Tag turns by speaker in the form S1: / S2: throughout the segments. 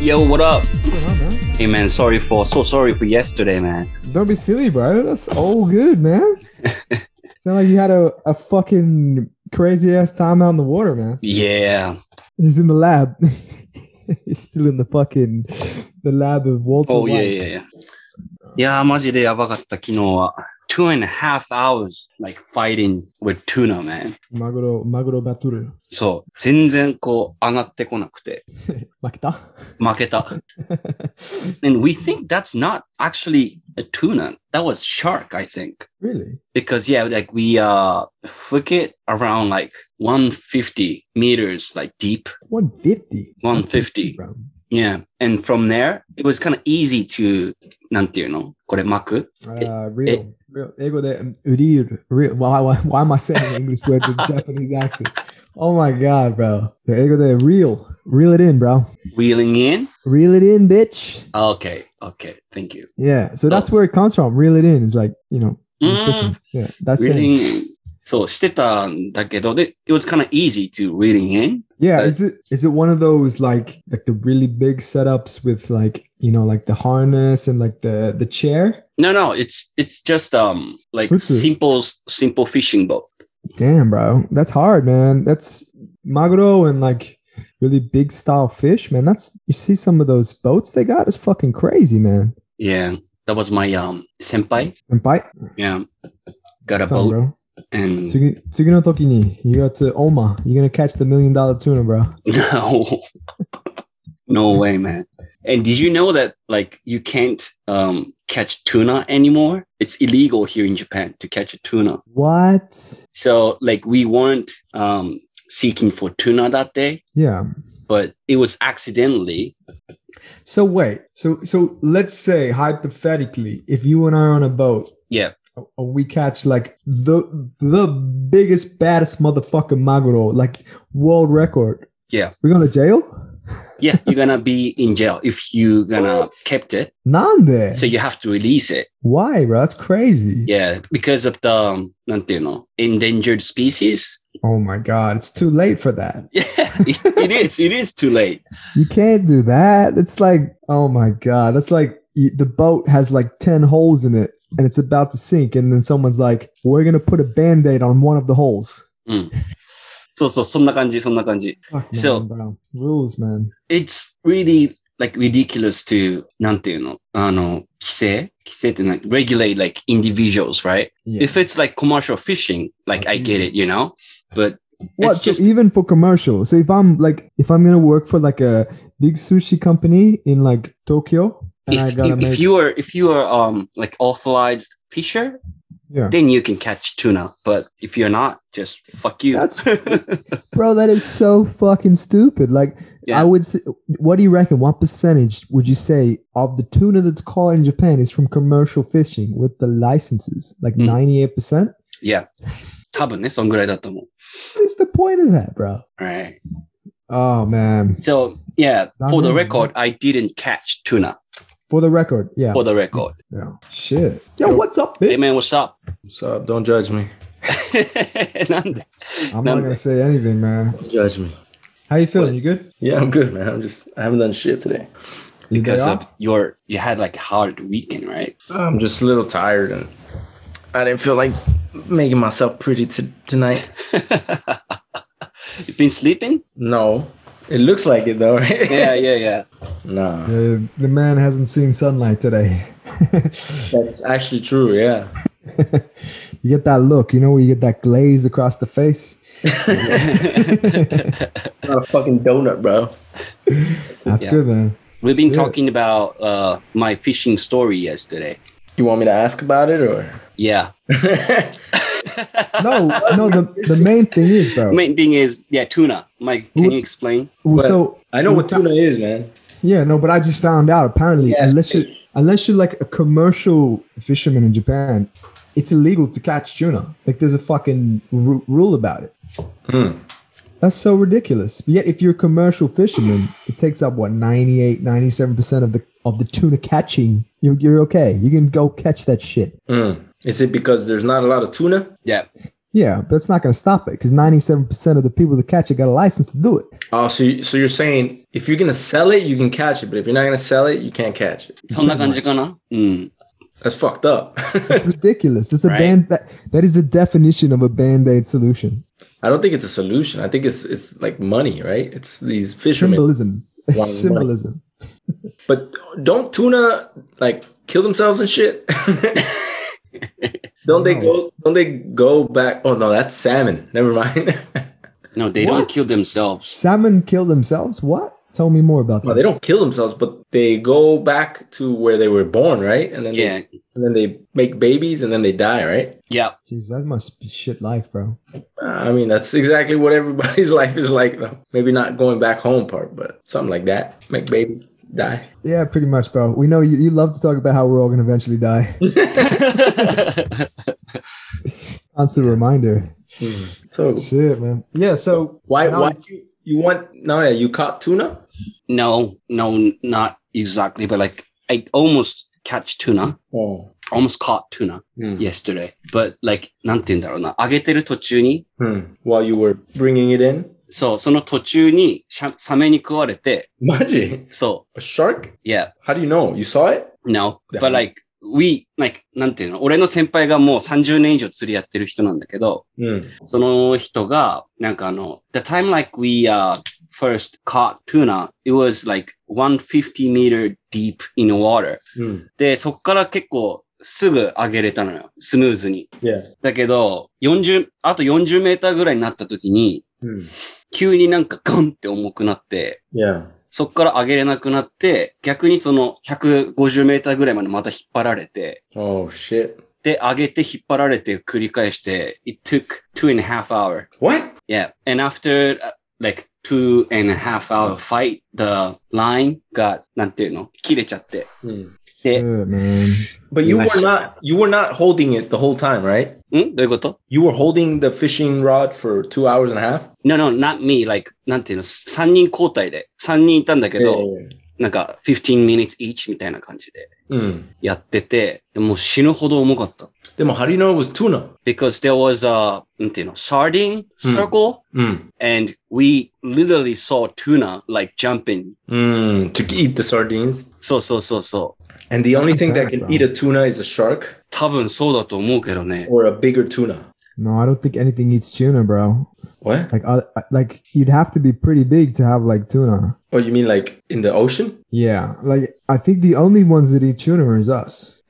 S1: Yo, what up? Hey man, sorry for so sorry for yesterday, man.
S2: Don't be silly, bro. That's all good, man. Sound like you had a, a fucking crazy ass time out in the water, man.
S1: Yeah.
S2: He's in the lab. He's still in the fucking the lab of Walter.
S1: Oh yeah,
S2: White.
S1: yeah, yeah. いやー、マジでやばかった、昨日は。Two and a half hours, like fighting with tuna, man.
S2: Maguro Maguro Baturu.
S1: そう。全然こう、上がってこなくて。
S2: Makita.
S1: 負けた。And we think that's not actually a tuna. That was shark, I think.
S2: really?
S1: because yeah like we uh flick it around like 150 meters like deep
S2: 150.
S1: 150
S2: bro.
S1: yeah and from there it was kind of easy to なんていうのこれ巻く
S2: Uh, real. Real. Ego de um, uriru. Real. Why, why, why am I saying English words with Japanese accent? Oh my god, bro. The ego de real. Reel it in, bro.
S1: reeling in?
S2: Reel it in, bitch.
S1: Okay, okay, thank you.
S2: Yeah, so that's where it comes from. Reel it in is like you know,
S1: Mm.
S2: fishing. yeah, that's it.
S1: reeling in. そうしてたんだけど、で、it was kind of easy to reeling in.
S2: Yeah, is it is it one of those like like the really big setups with like you know like the harness and like the the chair?
S1: No, no, it's, it's just, um, like
S2: Putsu.
S1: simple, simple fishing boat.
S2: Damn, bro, that's hard, man. That's maguro and like really big style fish, man. That's you see some of those boats they got is fucking crazy, man.
S1: Yeah, that was my, um, senpai.
S2: And bite
S1: Yeah, got a
S2: some,
S1: boat
S2: bro.
S1: and
S2: Tsugi tsugi no toki ni, you got to Oma. You're gonna catch the million dollar tuna, bro.
S1: No. no way, man. And did you know that like you can't um catch tuna anymore? It's illegal here in Japan to catch a tuna.
S2: What?
S1: So like we weren't um seeking for tuna that day,
S2: Yeah.
S1: but it was accidentally
S2: So wait, so so let's say hypothetically, if you and I are on a boat,
S1: yeah.
S2: and we catch like the the biggest baddest motherfucking maguro, like world record.
S1: Yeah.
S2: we're going to jail.
S1: Yeah, you're gonna be in jail if you gonna
S2: What?
S1: kept it.
S2: Nande,
S1: So you have to release it.
S2: why, bro? That's crazy.
S1: Yeah, because of the um, なんていうの endangered species.
S2: Oh my god, it's too late for that.
S1: Yeah, it, it is. It is too late.
S2: You can't do that. It's like, oh my god, that's like you, the boat has like ten holes in it, and it's about to sink, and then someone's like, "We're gonna put a band-aid on one of the holes."
S1: そうそう、そんな感じ、そんな感じ。
S2: Fuck, man,
S1: So-
S2: bro. rules, man.
S1: it's really like ridiculous to なんていうのあの規制規制ってなん regulate like individuals right、
S2: Yeah.
S1: if it's like commercial fishing like I get it you know but
S2: What?
S1: It's
S2: So
S1: just-
S2: even for commercial. So if I'm like, if I'm gonna work for like a big sushi company in like Tokyo, and I
S1: if,
S2: gotta
S1: if,
S2: make,
S1: you are if you are um like authorized fisher
S2: yeah,
S1: then you can catch tuna but if you're not just fuck you
S2: That's- bro, that is so fucking stupid. Like,
S1: Yeah.
S2: I would. s what do you reckon? What percentage would you say of the tuna that's caught in Japan is from commercial fishing with the licenses? Like
S1: Mm.
S2: ninety-eight percent.
S1: yeah 多分ねそんぐらいだと思う
S2: What is the point of that, bro?
S1: right
S2: Oh man!
S1: so yeah for the
S2: 残念ね。
S1: record I didn't catch tuna
S2: For the record, yeah.
S1: for the record
S2: yeah. Shit. Yo, what's up, bitch?
S1: hey man what's up
S3: What's up? Don't judge me.
S1: なんで
S2: I'm not gonna say anything, man.
S3: Don't judge me.
S2: How you feeling? You good?
S3: Yeah, I'm good, man. I'm just I haven't done shit today.
S2: You
S1: because
S2: day off?
S1: of your you had like a hard weekend, right?
S3: I'm just a little tired and I didn't feel like making myself pretty t- tonight.
S1: You've been sleeping?
S3: No. It looks like it though, right?
S1: Yeah, yeah, yeah.
S3: No.
S2: Uh, the man hasn't seen sunlight today.
S3: That's actually true, yeah.
S2: you get that look, you know, where you get that glaze across the face.
S3: Not a fucking donut, bro.
S2: That's
S1: Yeah.
S2: good, man.
S1: We've been
S2: Shit.
S1: talking about uh my fishing story yesterday.
S3: You want me to ask about it or
S1: Yeah.
S2: No, no. The, the main thing is, bro.
S1: Main thing is yeah, tuna. Mike, can you explain?
S2: well, so
S3: I know what tuna is, man.
S2: yeah, no, but I just found out apparently
S3: Yes,
S2: unless you unless you're like a commercial fisherman in Japan, it's illegal to catch tuna. Like there's a fucking ru- rule about it. That's so ridiculous. But yet if you're a commercial fisherman, it takes up what 98, 97% of the of the tuna catching. You're,
S3: Hmm.
S2: you're okay. You can go catch that shit.
S3: Is it because there's not a lot of tuna?
S1: Yeah.
S2: Yeah, but that's not going to stop it because 97% of the people that catch it got a license to do it.
S3: Oh, so you, so you're saying if you're gonna sell it, you can catch it, but if you're not gonna sell it, you can't catch it.
S1: そんな感じかなうん。
S3: That's fucked up.
S2: Ridiculous. That's a
S1: Right.
S2: band that that is the definition of a band aid solution.
S3: I don't think it's a solution. I think it's it's like money, right? It's these fishermen.
S2: Symbolism. It's
S3: One- one.
S2: symbolism.
S3: But don't tuna like kill themselves and shit? don't they go? Don't they go back? Oh no, that's salmon. Never mind.
S1: No, they don't
S2: What?
S1: kill themselves.
S2: Salmon kill themselves? What? Tell me more about
S3: no,
S2: this.
S3: they don't kill themselves, but they go back to where they were born, right? And then
S1: Yeah.
S3: they, and then they make babies, and then they die, right?
S1: Yeah.
S2: Jeez, that must be shit life, bro.
S3: I mean, that's exactly what everybody's life is like, though. Maybe not going back home part, but something like that. Make babies die.
S2: Yeah, pretty much, bro. We know you, you love to talk about how we're all going to eventually die. Constant reminder.
S3: So
S2: Shit, man. Yeah, so
S3: why
S2: now
S3: why
S2: it's-
S3: you, you want? No, yeah, you caught tuna.
S1: no, no, not exactly, but like I almost catch tuna.
S3: Oh,
S1: almost caught tuna
S3: Hmm.
S1: yesterday. But like, なんて言うんだろうな。揚げてる途中に、
S3: Hmm. while you were bringing it in.
S1: そう、その途中にシャサメに食われて、
S3: Maji,
S1: そ
S3: a shark?
S1: う、yeah,
S3: How do you know? You saw it?
S1: no.
S3: Yeah.
S1: But like, we, like, なんていうの俺の先輩がもう30年以上釣りやってる人なんだけど、
S3: Mm.
S1: その人が、なんかあの、the time like we, uh, first caught tuna, it was like 150 meter deep in water.
S3: Hmm.
S1: で、そっから結構すぐ上げれたのよ。スムーズに。
S3: Yeah.
S1: だけど、40、あと40メーターぐらいになった時に、
S3: Hmm.
S1: 急になんかガンって重くなって、
S3: Yeah.
S1: そっから上げれなくなって、逆にその150メーターぐらいまでまた引っ張られて、
S3: Oh shit.
S1: で、上げて引っ張られて繰り返して、it took two and a half hour.
S3: What?
S1: Yeah. And after uh, like two and a half hour fight, the line got, なんていうの切れちゃって。
S3: Hmm.
S2: Shit, man.
S3: But you
S1: Nice.
S3: were not you were not holding it the whole time, right?
S1: んどういうこと
S3: You were holding the fishing rod for two hours and a half.
S1: No, no, not me. Like, なんていうの ?3 人交代で。3人いたんだけど、なんか15 minutes each みたいな感じで
S3: Mm.
S1: やってて、もう死ぬほど重かった。
S3: Demo, how do you know it was tuna?
S1: because there was a, なんていうの sardine circle、
S3: Mm.
S1: and we literally saw tuna like jumping.
S3: Mm. To eat the sardines.
S1: そうそうそうそう。
S3: And the only thing
S2: That's
S3: that can
S2: wrong.
S3: eat a tuna is a shark
S1: 多分そうだと思うけどね。
S3: or a bigger tuna.
S2: No, I don't think anything eats tuna, bro.
S3: What?
S2: Like, uh, like you'd have to be pretty big to have like tuna.
S3: Oh, you mean like in the ocean?
S2: Yeah, like I think the only ones that eat tuna is us.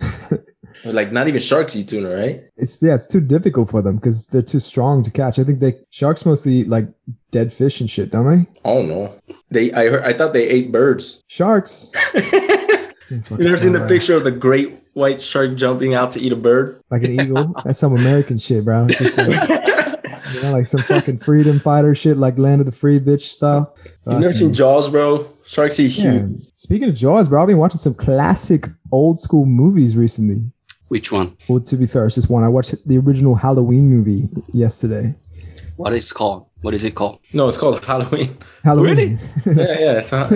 S3: Like not even sharks eat tuna, right?
S2: It's yeah, it's too difficult for them because they're too strong to catch. I think they sharks mostly eat like dead fish and shit, don't they?
S3: I don't know. They I heard I thought they ate birds.
S2: Sharks.
S3: You never seen the picture of the great white shark jumping out to eat a bird?
S2: Like an eagle. That's some American shit, bro. It's just like, you know, like some fucking freedom fighter shit, like land of the free bitch style.
S3: You've never seen Jaws, bro? Sharks eat
S2: Yeah.
S3: huge.
S2: Speaking of Jaws, bro, I've been watching some classic old school movies recently.
S1: Which one?
S2: Well, to be fair, it's just one. I watched the original Halloween movie yesterday.
S1: What is it called? What is it called?
S3: No, it's called Halloween.
S2: Halloween. Really?
S3: yeah, yeah. It's not,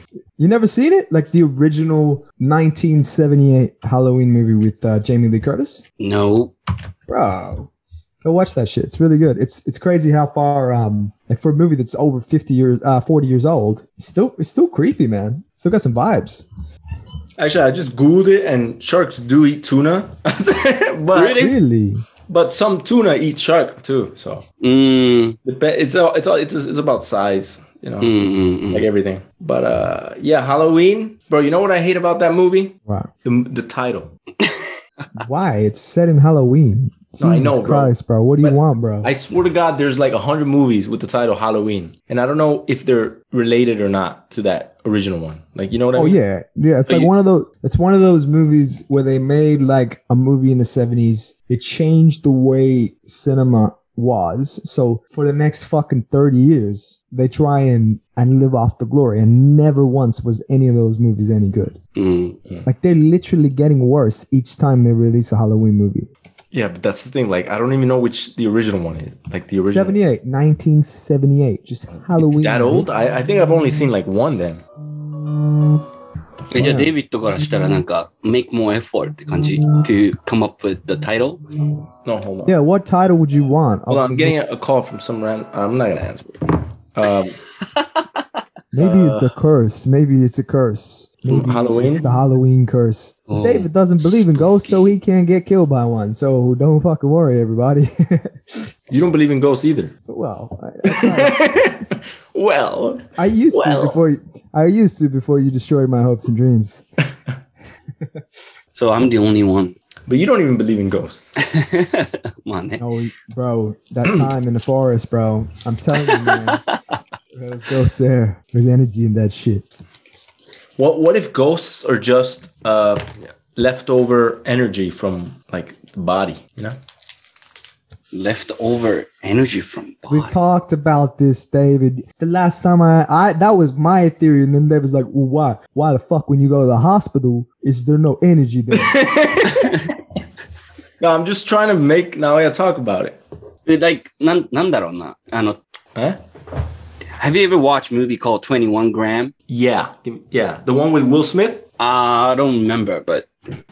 S2: you never seen it? Like the original 1978 Halloween movie with uh, Jamie Lee Curtis?
S1: No.
S2: Bro. Go watch that shit. It's really good. It's it's crazy how far um like for a movie that's over 50 years uh 40 years old, it's still it's still creepy, man. Still got some vibes.
S3: actually, I just googled it, and sharks do eat tuna, but
S1: Really?
S2: Really?
S3: but some tuna eat shark too. So
S1: うーん。
S3: it be- it's all it's all it's, it's about size, you know,
S1: うんうんう
S3: like
S1: ん。
S3: everything. But uh, yeah, Halloween, bro. You know what I hate about that movie?
S2: Wow.
S3: The the title.
S2: Why? It's set in Halloween. Jesus
S3: No, I know, bro.
S2: Christ, bro. What do
S3: But
S2: you want, bro?
S3: I swear to God, there's like a hundred movies with the title Halloween, and I don't know if they're related or not to that original one. Like, you know what I
S2: Oh
S3: mean?
S2: yeah, yeah. It's
S3: So
S2: like
S3: you-
S2: one of those. It's one of those movies where they made like a movie in the seventies. It changed the way cinema was. So for the next fucking thirty years, they try and and live off the glory. And never once was any of those movies any good.
S1: うん。
S2: Like they're literally getting worse each time they release a Halloween movie.
S3: Yeah, but that's the thing. Like, I don't even know which the original one is. Like the original.
S2: 78, 1978, just Halloween.
S3: that old? I, I think I've only seen like one then.
S1: えじゃあ、デイビッドからしたらなんか、make more effort って感じ to come up with the title?
S3: No, hold on.
S2: Yeah, what title would you want?
S3: Hold on, I'm getting a a call from some random. I'm not gonna answer it. Um,
S2: Maybe it's a curse. Maybe it's a curse. Maybe
S3: Uh, Halloween?
S2: It's the Halloween curse.
S1: Oh.
S2: David doesn't believe in ghosts, so he can't get killed by one. So don't fucking worry, everybody.
S3: you don't believe in ghosts either.
S2: well, I- I, tried.
S3: well,
S2: I used
S3: Well.
S2: to before. you- I used to before you destroyed my hopes and dreams.
S1: So I'm the only one.
S3: but you don't even believe in ghosts.
S1: まあね。
S2: Oh, bro, that time in the forest, bro. I'm telling you, man. Those ghosts there. There's energy in that shit.
S3: What What if ghosts are just uh, leftover energy from like the body? You know,
S1: Leftover energy from
S2: We've
S1: body.
S2: talked about this, David. The last time I, I that was my theory, and then David was like, "Well, why? Why the fuck when you go to the hospital is there no energy there?"
S3: no, I'm just trying to make now. I talk about it.
S1: It like, なんなんだろうな。あの、
S3: Huh?
S1: Have you ever watched a movie called 21 Gram? Uh,
S3: Yeah, Give- yeah, the one with Will Smith.
S1: I don't remember, but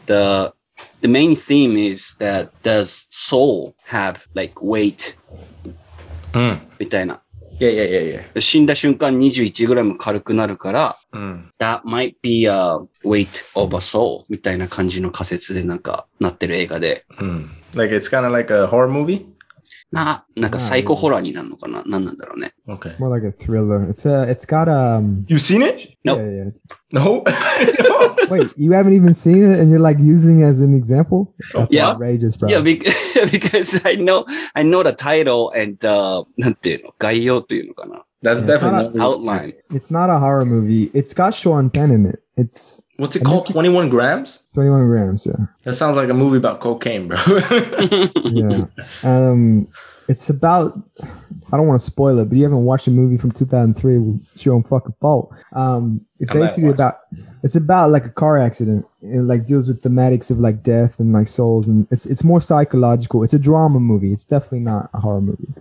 S1: the the main theme is that does soul have like weight? みたいな。
S3: Yeah, yeah, yeah, yeah.
S1: 死んだ瞬間21グラム軽くなるから、That
S3: Mm.
S1: might be a weight of a soul みたいな感じの仮説でなんかなってる映画で。
S3: Mm. Like it's kind of like a horror movie.
S1: な、なんかサイコホラーになるのかななんなんだろうね。
S3: Okay.
S2: More like a thriller. It's a. It's got um.
S3: You've seen it?
S1: Nope.
S2: yeah, yeah.
S3: No.
S2: Wait, you haven't even seen it, and you're like using it as an example? That's
S1: Yeah.
S2: outrageous, bro.
S1: Yeah, bec- because I know, I know the title and uh, the, なんていうの概要というのかな
S3: That's
S2: Yeah.
S3: definitely. not-
S1: ?outline.
S2: It's not a horror movie. It's got Sean Penn in it. It's
S3: What's it
S2: And
S3: called?
S2: this-
S3: 21 grams?
S2: 21 grams. Yeah.
S3: That sounds like a movie about cocaine, bro.
S2: yeah. Um, it's about. I don't want to spoil it, but you haven't watched a movie from 2003. Well, it's your own fucking fault. Um, it's
S3: I might
S2: basically
S3: watch.
S2: about. It's about like a car accident. It like deals with thematics of like death and like souls, and it's it's more psychological. It's a drama movie. It's definitely not a horror movie.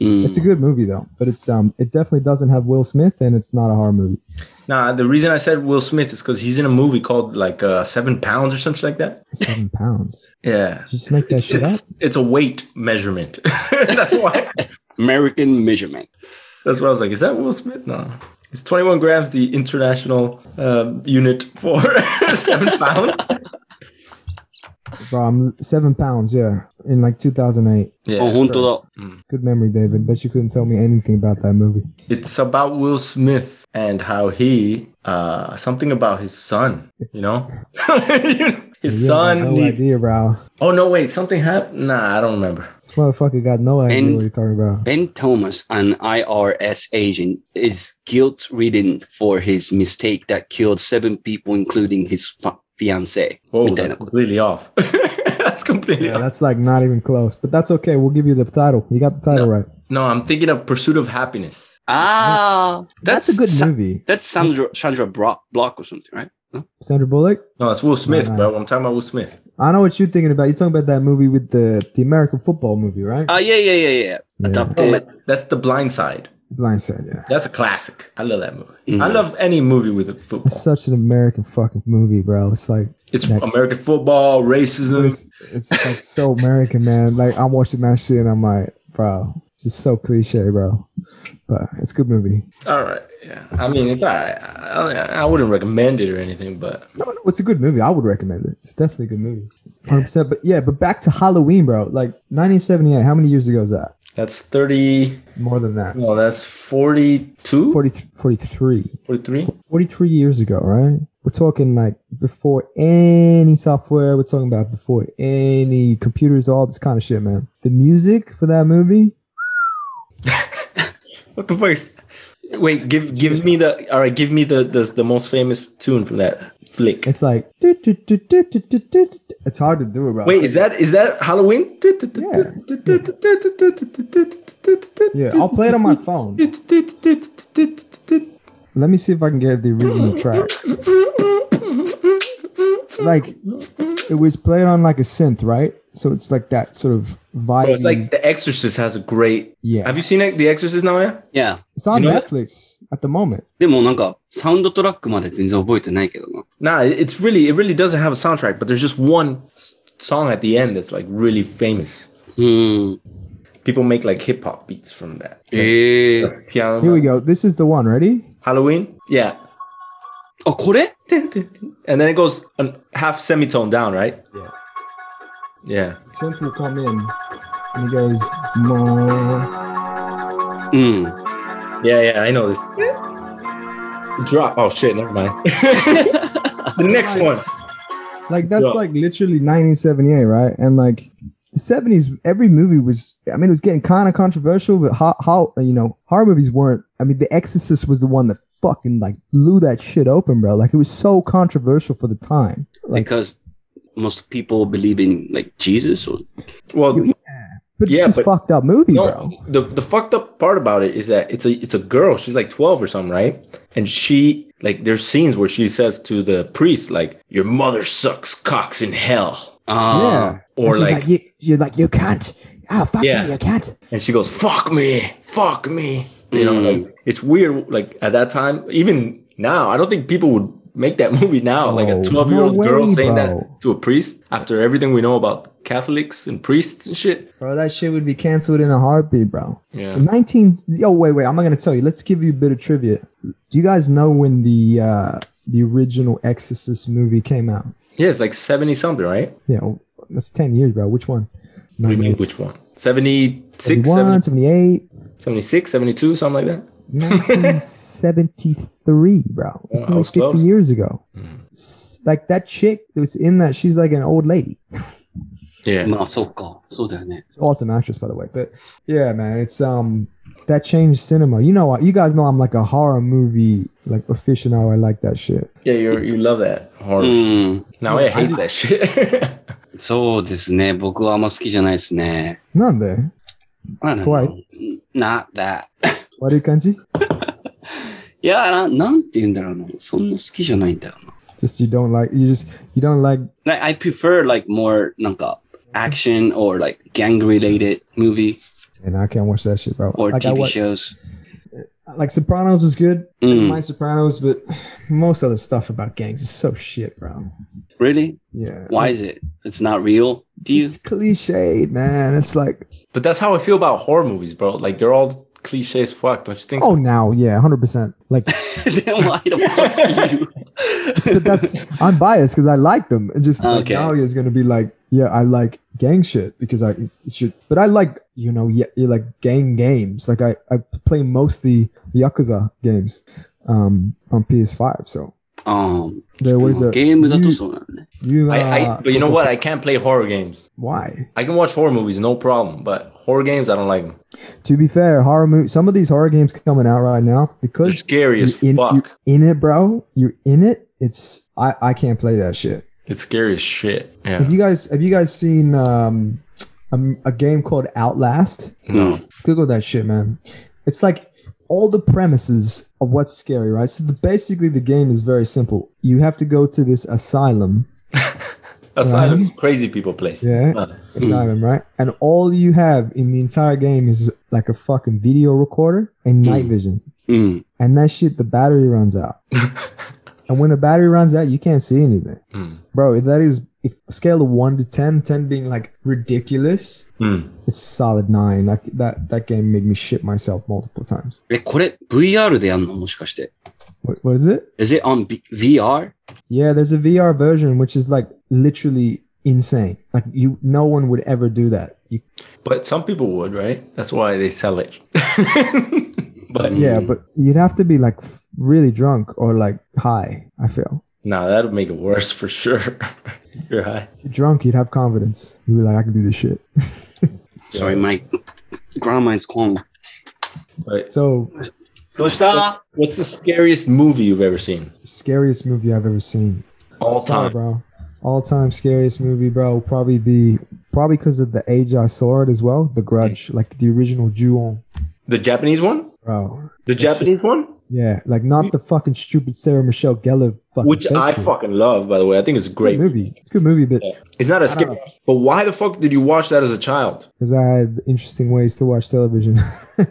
S1: うん
S2: It's a good movie though, but it's um it definitely doesn't have Will Smith, and it's not a horror movie.
S3: nah, the reason I said Will Smith is because he's in a movie called like uh, Seven Pounds or something like that.
S2: Seven pounds.
S3: Yeah.
S2: Just make that shit
S3: It's,
S2: up.
S3: it's a weight measurement. that's why.
S1: American measurement.
S3: That's what I was like. Is that Will Smith? No. It's 21 grams, the international um, unit for seven pounds.
S2: Bro, I'm seven pounds. Yeah, in like 2008.
S3: Yeah.
S1: あ、本当だ。
S2: Good memory, David. Bet you couldn't tell me anything about that movie.
S3: It's about Will Smith and how he uh something about his son, you know? his
S2: You have
S3: son
S2: no
S3: need-
S2: idea, bro.
S3: Oh no, wait, something happened. Nah, I don't remember.
S2: This motherfucker got no idea
S1: And-
S2: what you're talking about.
S1: Ben Thomas, an IRS agent, is guilt ridden for his mistake that killed seven people, including his fa- fiance.
S3: Whoa,
S1: みたい
S3: Oh, that's
S1: なこと。
S3: completely off. that's completely
S2: Yeah,
S3: off.
S2: that's like not even close. But that's okay. We'll give you the title. You got the title right.
S3: No, I'm thinking of Pursuit of Happiness.
S1: Ah,
S2: That's, a good
S1: Sa-
S2: movie.
S1: That's Sandra, Sandra Bro- Block or something, right? No?
S2: Sandra Bullock.
S3: No, it's Will Smith,
S2: no.
S3: bro. I'm talking about Will Smith.
S2: I know what you're thinking about. You're talking about that movie with the the American football movie, right?
S1: Ah, yeah, yeah, yeah, yeah. Adopted.
S2: Oh,
S3: That's the blind side.
S2: Blindside. Yeah.
S3: That's a classic. I love that movie. I
S1: Mhm.
S3: love any movie with a
S2: Mm-hmm. That's
S3: football.
S2: such an American fucking movie, bro. It's like
S3: It's
S2: Yeah.
S3: American football, racism.
S2: it's, it's like so American, man. Like I'm watching that shit and I'm like, bro, it's just so cliche, bro. But it's a good movie.
S3: All right. Yeah. I mean, it's all right. I, I- I wouldn't recommend it or anything, but
S2: No, no, it's a good movie. I would recommend it. It's definitely a good movie. 100%. But yeah, but back to Halloween, bro. Like 1978, how many years ago is that?
S3: that's 30.
S2: More than that.
S3: No, that's 42,
S2: 40, 43.
S3: 43.
S2: 43 years ago, right? We're talking like before any software, we're talking about before any computers, all this kind of shit, man. The music for that movie,
S3: What the fuck is Wait, give give me the all right. Give me the the, the most famous tune from that flick.
S2: it's like. "Do, do, do, do, do, do, do, do." It's hard to do it, bro.
S3: Wait, is that is that Halloween?
S2: Yeah, I'll play it on my phone. Let me see if I can get the original track. Like, it was played on like a synth, right? So it's like that sort of vibe.
S3: Bro, it's like The Exorcist has a great.
S2: yeah,
S3: Have you seen it, The Exorcist now? Yeah.
S1: Yeah.
S2: it's on
S3: you know that-
S2: Netflix at the moment.
S1: でもなんか、サウンドトラックまで全然覚えてないけどな。
S3: Nah, it- it's really it really doesn't have a soundtrack, but there's just one s- song at the end that's like really famous.
S1: うーん。
S3: People make like hip hop beats from that.
S1: ええー。
S3: Piano.
S2: Here we go. This is the one. Ready?
S3: Halloween. Yeah.
S1: あ、Oh, これ
S3: Dun, dun, dun. And then it goes a half semitone down, right?
S2: Yeah.
S3: Yeah.
S2: Simple will come in and he goes, "Mo."
S1: うん。
S3: Yeah, yeah, I know this. Drop. Oh shit, never mind. the next one.
S2: Like that's
S3: Yeah.
S2: like literally 1978, right? And like the 70s, every movie was. I mean, it was getting kind of controversial, but how how you know horror movies weren't. I mean, The Exorcist was the one that fucking like blew that shit open, bro. Like it was so controversial for the time. Like,
S1: because most people believe in like Jesus or
S3: Well,
S2: but
S3: yeah,
S2: it's just
S3: but-
S2: fucked up movie, bro.
S3: no, uh, the the fucked up part about it is that it's a it's a girl. She's like twelve or something, right? And she like there's scenes where she says to the priest like, "Your mother sucks cocks in hell,"
S1: ah
S3: or
S2: she's like,
S3: like,
S2: you, you're like you can't. Oh fuck
S3: Yeah.
S2: you, you can't.
S3: and she goes, "Fuck me, fuck me." You know,
S1: Mm.
S3: like it's weird. Like at that time, even now, I don't think people would make that movie now. like
S2: No,
S3: a twelve-year-old
S2: no
S3: girl
S2: way,
S3: saying
S2: bro.
S3: that to a priest after everything we know about Catholics and priests and shit.
S2: Bro, that shit would be canceled in a heartbeat, bro.
S3: Yeah.
S2: In 19 yo wait wait i'm not gonna tell you let's give you a bit of trivia do you guys know when the uh the original exorcist movie came out
S3: Yeah, it's like seventy something, right?
S2: yeah well, that's 10 years bro which one
S3: What do you mean, which one? 76,
S2: 71 78
S3: 76, 72, something like that.
S2: 1973 bro it's
S3: Yeah, I
S2: nearly
S3: was
S2: 50
S3: close.
S2: years ago
S3: Mm.
S2: S- like that chick that's in that she's like an old lady
S3: Yeah.
S1: まあそうかそうだよね
S2: awesome actress by the way but yeah man it's um that changed cinema you know what you guys know i'm like a horror movie like aficionado i like that shit
S3: Yeah, you you love that
S1: う
S3: horror shit.
S1: ん
S3: Mm. Now I hate that shit.
S1: そうですね僕はあんま好きじゃないですね
S2: None there.
S1: I don't know.
S2: Why?
S1: Not that
S2: 悪い感じ
S1: いやななんて言うんだろうなそんな好きじゃないんだよ
S2: Just you don't like you just you don't like
S1: な like, I prefer like more なんか action or like gang related movie
S2: and I can't watch that shit, bro.
S1: or
S2: like I
S1: TV
S2: wa-
S1: shows
S2: like Sopranos was good,
S1: う
S2: my
S1: ん
S2: Sopranos, but most other stuff about gangs is so shit, bro.
S1: Really?
S2: Yeah.
S1: Why is it? It's not real? Do you
S2: It's cliched, man. It's like
S3: but that's how I feel about horror movies, bro. Like they're all cliche as fuck, don't you think? so?
S2: oh now, yeah, hundred percent. Like
S1: then why the fuck you
S2: but that's I'm biased because I like them. And just like,
S1: Okay.
S2: now is gonna be like, yeah, I like gang shit because I it's, it's shit. But I like you know yeah, yeah, like gang games. Like I I play mostly yakuza games, um on PS5. So
S1: あ
S2: there
S1: あ
S2: was a
S1: ゲームだとそうなのね
S2: You,
S3: I, I
S2: uh,
S3: but you know what? I can't play horror games.
S2: Why?
S3: I can watch horror movies, no problem. But horror games, I don't like them.
S2: To be fair, horror movie. Some of these horror games coming out right now
S3: They're
S2: because
S3: scary as
S2: you're in,
S3: fuck.
S2: you're in it, bro. You're in it. It's I I can't play that shit.
S3: It's scary as shit. Yeah.
S2: Have you guys Have you guys seen um a, a game called Outlast?
S3: No.
S2: Google that shit, man. It's like all the premises of what's scary, right? So the, basically, the game is very simple. You have to go to this asylum,
S3: Asylum, crazy people place.
S2: yeah,
S3: Uh,
S2: asylum, right? And all you have in the entire game is like a fucking video recorder and night
S1: Mm.
S2: vision.
S1: うん。
S2: and that shit the battery runs out and when the battery runs out you can't see anything
S3: mm,
S2: bro if that is if scale of 1 to 10 10 being like ridiculous
S3: mm.
S2: it's a solid 9 like that that game made me shit myself multiple times
S1: え、これ VR でやんのもしかして。
S2: what, what is it
S1: Is it on B- VR?
S2: yeah there's a vr version which is like literally insane like you no one would ever do that you,
S3: But some people would, right? That's why they sell it. but
S1: Mm.
S2: yeah but you'd have to be like f- really drunk or like high i feel
S3: no, that would make it worse for sure. You're high.
S2: If you're drunk you'd have confidence you'd be like i can do this shit
S1: Sorry, my grandma is calling.
S3: But
S2: so
S1: どうしたあ
S3: what's the scariest movie you've ever seen?
S2: scariest movie i've ever seen
S3: All
S2: Sorry,
S3: time.
S2: bro. All time scariest movie, bro. Will probably be probably because of the age I saw it as well. The Grudge, like the original Ju-on,
S3: The Japanese one?
S2: bro.
S3: The Japanese one?
S2: Yeah, like not the fucking stupid Sarah Michelle Gellar fucking.
S3: which I
S2: bullshit.
S3: fucking love, by the way. I think it's a
S2: Good
S3: great.
S2: movie. It's a good movie, but
S3: It's not a skip.
S2: don't
S3: But why the fuck did you watch that as a child?
S2: because I had interesting ways to watch television.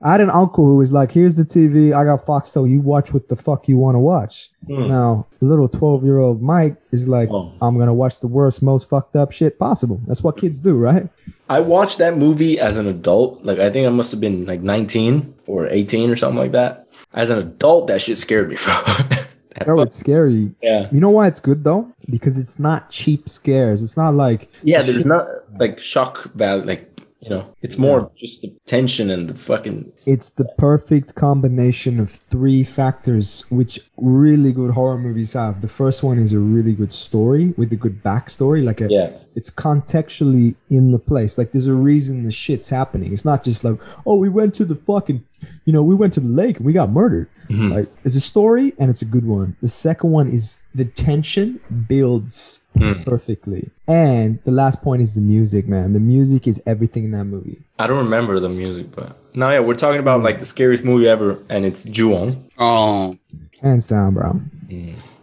S2: I had an uncle who was like, "Here's the TV. I got Foxtel. You watch what the fuck you want to watch."
S3: Hmm.
S2: Now, little twelve-year-old Mike is like,
S3: Oh.
S2: "I'm gonna watch the worst, most fucked up shit possible." That's what kids do, right?
S3: I watched that movie as an adult. Like I think I must have been like 19 or 18 or something like that. As an adult, that shit scared me. bro. That
S2: That
S3: fuck-
S2: was scary.
S3: yeah,
S2: You know why it's good though? Because it's not cheap scares. It's not like
S3: yeah. There's not like shock value. Like you know, it's more just the tension and the fucking.
S2: it's the perfect combination of three factors which really good horror movies have. The first one is a really good story with a good backstory, like a
S3: Yeah,
S2: it's contextually in the place. Like there's a reason the shit's happening. It's not just like, oh, we went to the fucking, you know, we went to the lake and we got murdered.
S3: Mhm.
S2: Like it's a story and it's a good one. The second one is the tension builds
S3: Mhm.
S2: perfectly, and the last point is the music, man. The music is everything in that movie.
S3: I don't remember the music, but now yeah, we're talking about like the scariest movie ever, and it's Ju-on.
S1: Oh,
S2: Hands down, bro.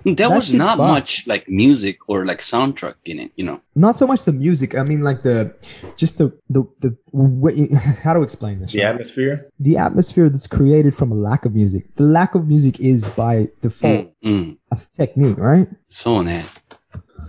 S1: there was
S2: shit's
S1: not
S2: fun.
S1: much like music or like soundtrack in it, you know.
S2: Not so much the music. I mean, like the, just the the the way, how to explain this.
S3: The
S2: right?
S3: atmosphere.
S2: the atmosphere that's created from a lack of music. The lack of music is by
S1: Mm.
S2: default a technique, right?
S1: So ne.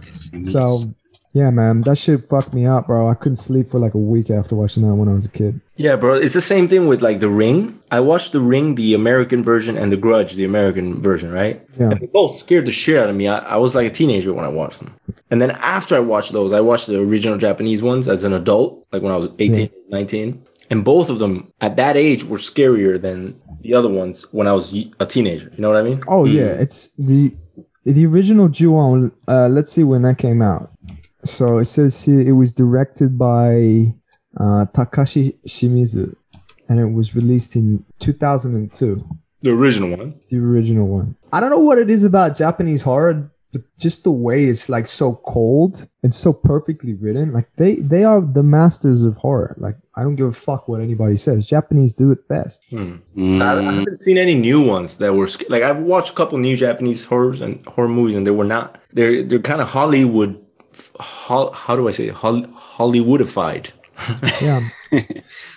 S1: Yes, it
S2: So,
S1: means-
S2: yeah, man, that shit fucked me up, bro. I couldn't sleep for like a week after watching that when I was a kid.
S3: Yeah, bro. It's the same thing with like The Ring. I watched The Ring, the American version, and The Grudge, the American version, right?
S2: Yeah.
S3: And they both scared the shit out of me. I, I was like a teenager when I watched them. And then after I watched those, I watched the original Japanese ones as an adult, like when I was 18, 19. And both of them at that age were scarier than the other ones when I was y- a teenager. You know what I mean?
S2: Oh yeah, it's the the original Ju-on. Uh, let's see when that came out. So it says here it was directed by uh, Takashi Shimizu, and it was released in 2002.
S3: The original one.
S2: the original one. I don't know what it is about Japanese horror, but just the way it's like so cold and so perfectly written. Like they they are the masters of horror. Like I don't give a fuck what anybody says. Japanese do it best.
S3: Hmm. I, I
S2: Mm-hmm.
S1: Mm.
S3: haven't seen any new ones that were sc- like I've watched a couple new Japanese horrors and horror movies, and they were not. They're they're kind of Hollywood. Ho- how do I say it? Hol- Hollywoodified?
S2: Yeah. Yeah,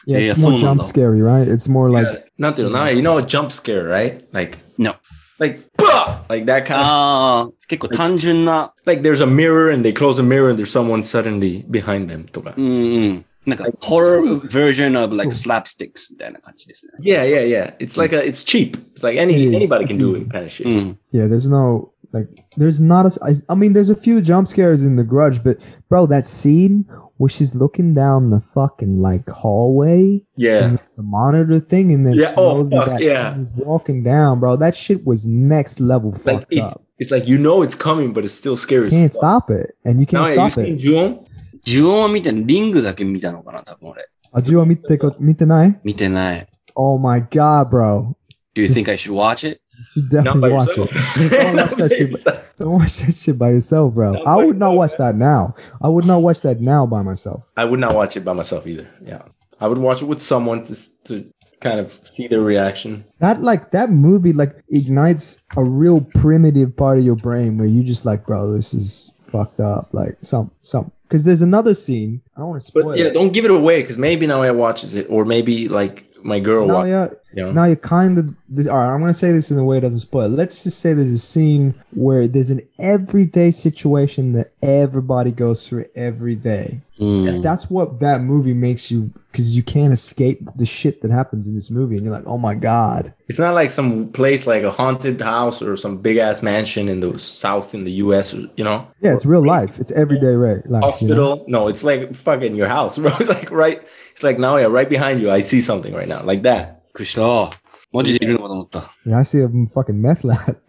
S1: Yeah,
S2: it's more
S1: someone
S2: jump
S1: will know.
S2: scary, right? It's more like
S3: Yeah, nothing. Now you know a jump scare, right? Like
S1: No. Ah,
S3: like bah! like that kind
S1: Uh.
S3: of
S1: ああ、結構単純な、
S3: like there's a mirror and they close the mirror and there's someone suddenly behind them. とか
S1: うんうん、なんか、ホラー mm, version of like slapsticks みたいな感じですね。
S3: Yeah, yeah, yeah. It's like a it's cheap. It's like any
S2: It is.
S3: anybody can
S2: It's
S3: do
S2: easy.
S3: it kind of shit.
S1: Mm.
S2: yeah, there's no like there's not as I, I mean there's a few jump scares in the grudge, but bro, that scene where she's looking down the fucking like hallway
S3: Yeah.
S2: and the monitor thing, and then
S3: Yeah, oh,
S2: slowly
S3: fuck,
S2: that
S3: yeah.
S2: thing is walking down, bro. That shit was next level
S3: Like
S2: fucked
S3: it,
S2: up.
S3: it's like you know it's coming, but it's still scary.
S2: You
S3: as
S2: can't
S3: fuck.
S2: stop it, and you
S3: Now,
S2: can't
S3: yeah, you
S2: stop
S3: seen
S2: it.
S3: Ju-on?
S1: 呪音みたいなリングだけ見たのかな、多分俺。
S2: Ajua mite ko- mite nai?
S1: 見てない。
S2: Oh my god, bro!
S1: Do you think I should watch it?
S2: You should definitely watch it. Don't watch that shit. Don't watch that shit by yourself, bro.
S3: Not
S2: I
S3: by
S2: would not
S3: yourself,
S2: watch that now. I would not watch that now by myself.
S3: I would not watch it by myself either. Yeah, I would watch it with someone to to kind of see their reaction.
S2: That like that movie like ignites a real primitive part of your brain where you just like, bro, this is fucked up. Like some some because there's another scene. I don't want to
S3: But
S2: spoil.
S3: yeah,
S2: it.
S3: don't give it away because maybe Naya watches it, or maybe like my girl.
S2: Now,
S3: watches,
S2: yeah,
S3: you know?
S2: now you kind of this. All right, I'm gonna say this in a way it doesn't spoil. Let's just say there's a scene where there's an everyday situation that everybody goes through every day.
S1: うん。
S2: That's what that movie makes you, because you can't escape the shit that happens in this movie, and you're like, oh my god.
S3: It's not like some place like a haunted house or some big ass mansion in the south in the U.S. Or, you know,
S2: Yeah, it's real life. It's everyday right life. you know?
S3: hospital. No, it's like fucking your house, bro. It's like right. It's like Naya right behind you. I see something right now, like that.
S1: びっくりした。マジでいるのかと思った。
S2: Yeah, I see a fucking meth lab.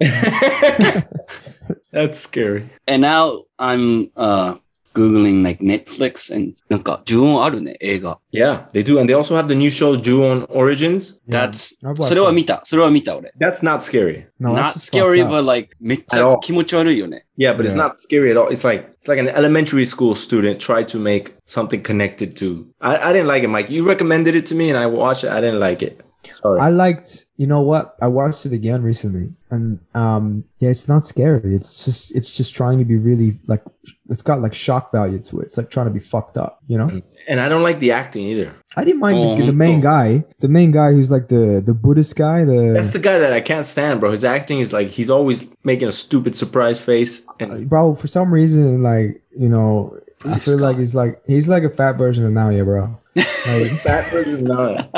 S3: That's scary.
S1: And now I'm、uh, googling like Netflix and なんか呪音あるね、映画。
S3: Yeah, they do, and they also have the new show Ju-on Origins.
S2: Yeah.
S1: That's
S2: I've watched
S1: それは
S2: that.
S1: 見た。それは見た俺。
S3: That's not scary.
S2: No, that's
S1: Not
S2: just
S1: scary,
S2: fucked up.
S1: but like めっち
S3: At
S1: ゃ
S3: all.
S1: 気持ち悪いよね。
S3: Yeah, but it's
S2: Yeah.
S3: not scary at all. It's like it's like an elementary school student tried to make something connected to. I, I didn't like it, Mike. You recommended it to me, and I watched it. I didn't like it. Sorry.
S2: I liked, you know what? I watched it again recently, and um, yeah, it's not scary. It's just, it's just trying to be really like, it's got like shock value to it. It's like trying to be fucked up, you know.
S3: Mm. and I don't like the acting either.
S2: I didn't mind the, the
S1: Oh, Honto.
S2: main guy, the main guy who's like the the Buddhist guy. The,
S3: Mm-hmm. That's the guy that I can't stand, bro. His acting is like he's always making a stupid surprise face. And
S2: uh, bro, for some reason, like you know, I
S1: Buddhist
S2: feel like
S1: guy.
S2: he's like he's like a fat version of Naoya, bro. Like,
S3: that person's not.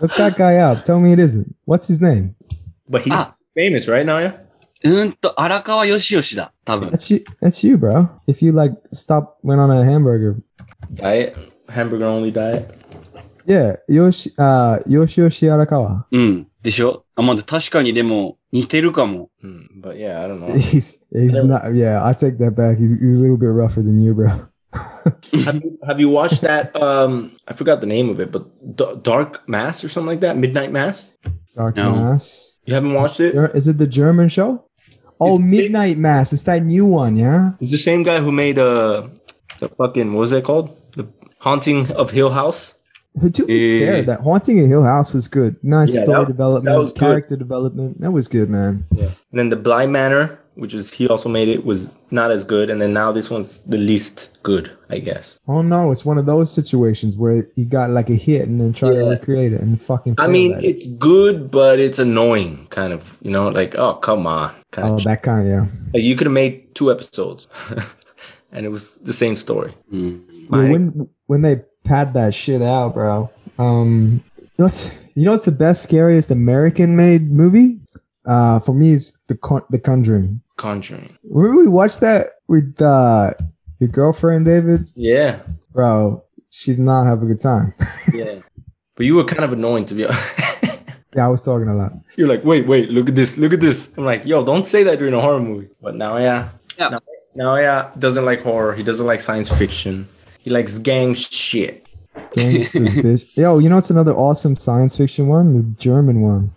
S2: look that guy up. Tell me it isn't. What's his name?
S3: But he's
S1: Ah.
S3: famous, right, Naya?
S1: うんと、荒川よしよしだ。多 分。
S2: That's you. That's you, bro. If you like stop went on a hamburger
S3: Diet, hamburger only diet.
S2: Yeah, Yoshi, uh, Yoshiyoshi Arakawa.
S1: うん。でしょあ、まだ確かにでも似てるかも。
S3: Hmm, but yeah, I don't know.
S2: He's he's
S3: Yeah.
S2: not. Yeah, I take that back. He's, he's a little bit rougher than you, bro.
S3: have, you, have you watched that? Um, I forgot the name of it, but D- Dark Mass or something like that, Midnight Mass.
S2: Dark
S1: No.
S2: Mass.
S3: You haven't watched it?
S2: Ger- Is it the German show? Oh,
S3: It's-
S2: Midnight Mass. It's that new one, yeah.
S3: It's the same guy who made uh, the fucking what was that called? The Haunting of Hill House.
S2: But to be
S1: Yeah.
S2: fair, that Haunting in Hill House was good. Nice
S3: Yeah,
S2: story
S3: that-
S2: development,
S3: that was good.
S2: character development. That was good, man.
S3: And then the Blind Manor, which is he also made it, was not as good. And then now this one's the least good, I guess.
S2: Oh no, it's one of those situations where he got like a hit and then tried to
S3: Yeah.
S2: recreate it and fucking.
S3: I
S2: failed
S3: mean,
S2: at it.
S3: it's good, but it's annoying, kind of. You know, like oh come on, kind
S2: oh,
S3: of.
S2: that kind, yeah.
S3: Like, you could have made two episodes, and it was the same story.
S1: うん。
S2: Yeah,
S3: Mike.
S2: when when they pad that shit out, bro. Um, that's, you know what's the best, scariest American-made movie? Uh, for me, it's the Con- the Conjuring.
S3: Conjuring.
S2: Remember we watched that with uh, your girlfriend, David,
S3: Yeah,
S2: bro. She did not have a good time.
S3: yeah. but you were kind of annoying to be.
S2: yeah, I was talking a lot.
S3: You're like, wait, wait, look at this, look at this. I'm like, yo, don't say that during a horror movie. But now, yeah,
S1: Yeah.
S3: Now, now, yeah, doesn't like horror. He doesn't like science fiction. He likes gang shit.
S2: Gangsters, bitch. Yo, you know what's another awesome science fiction one? The German one.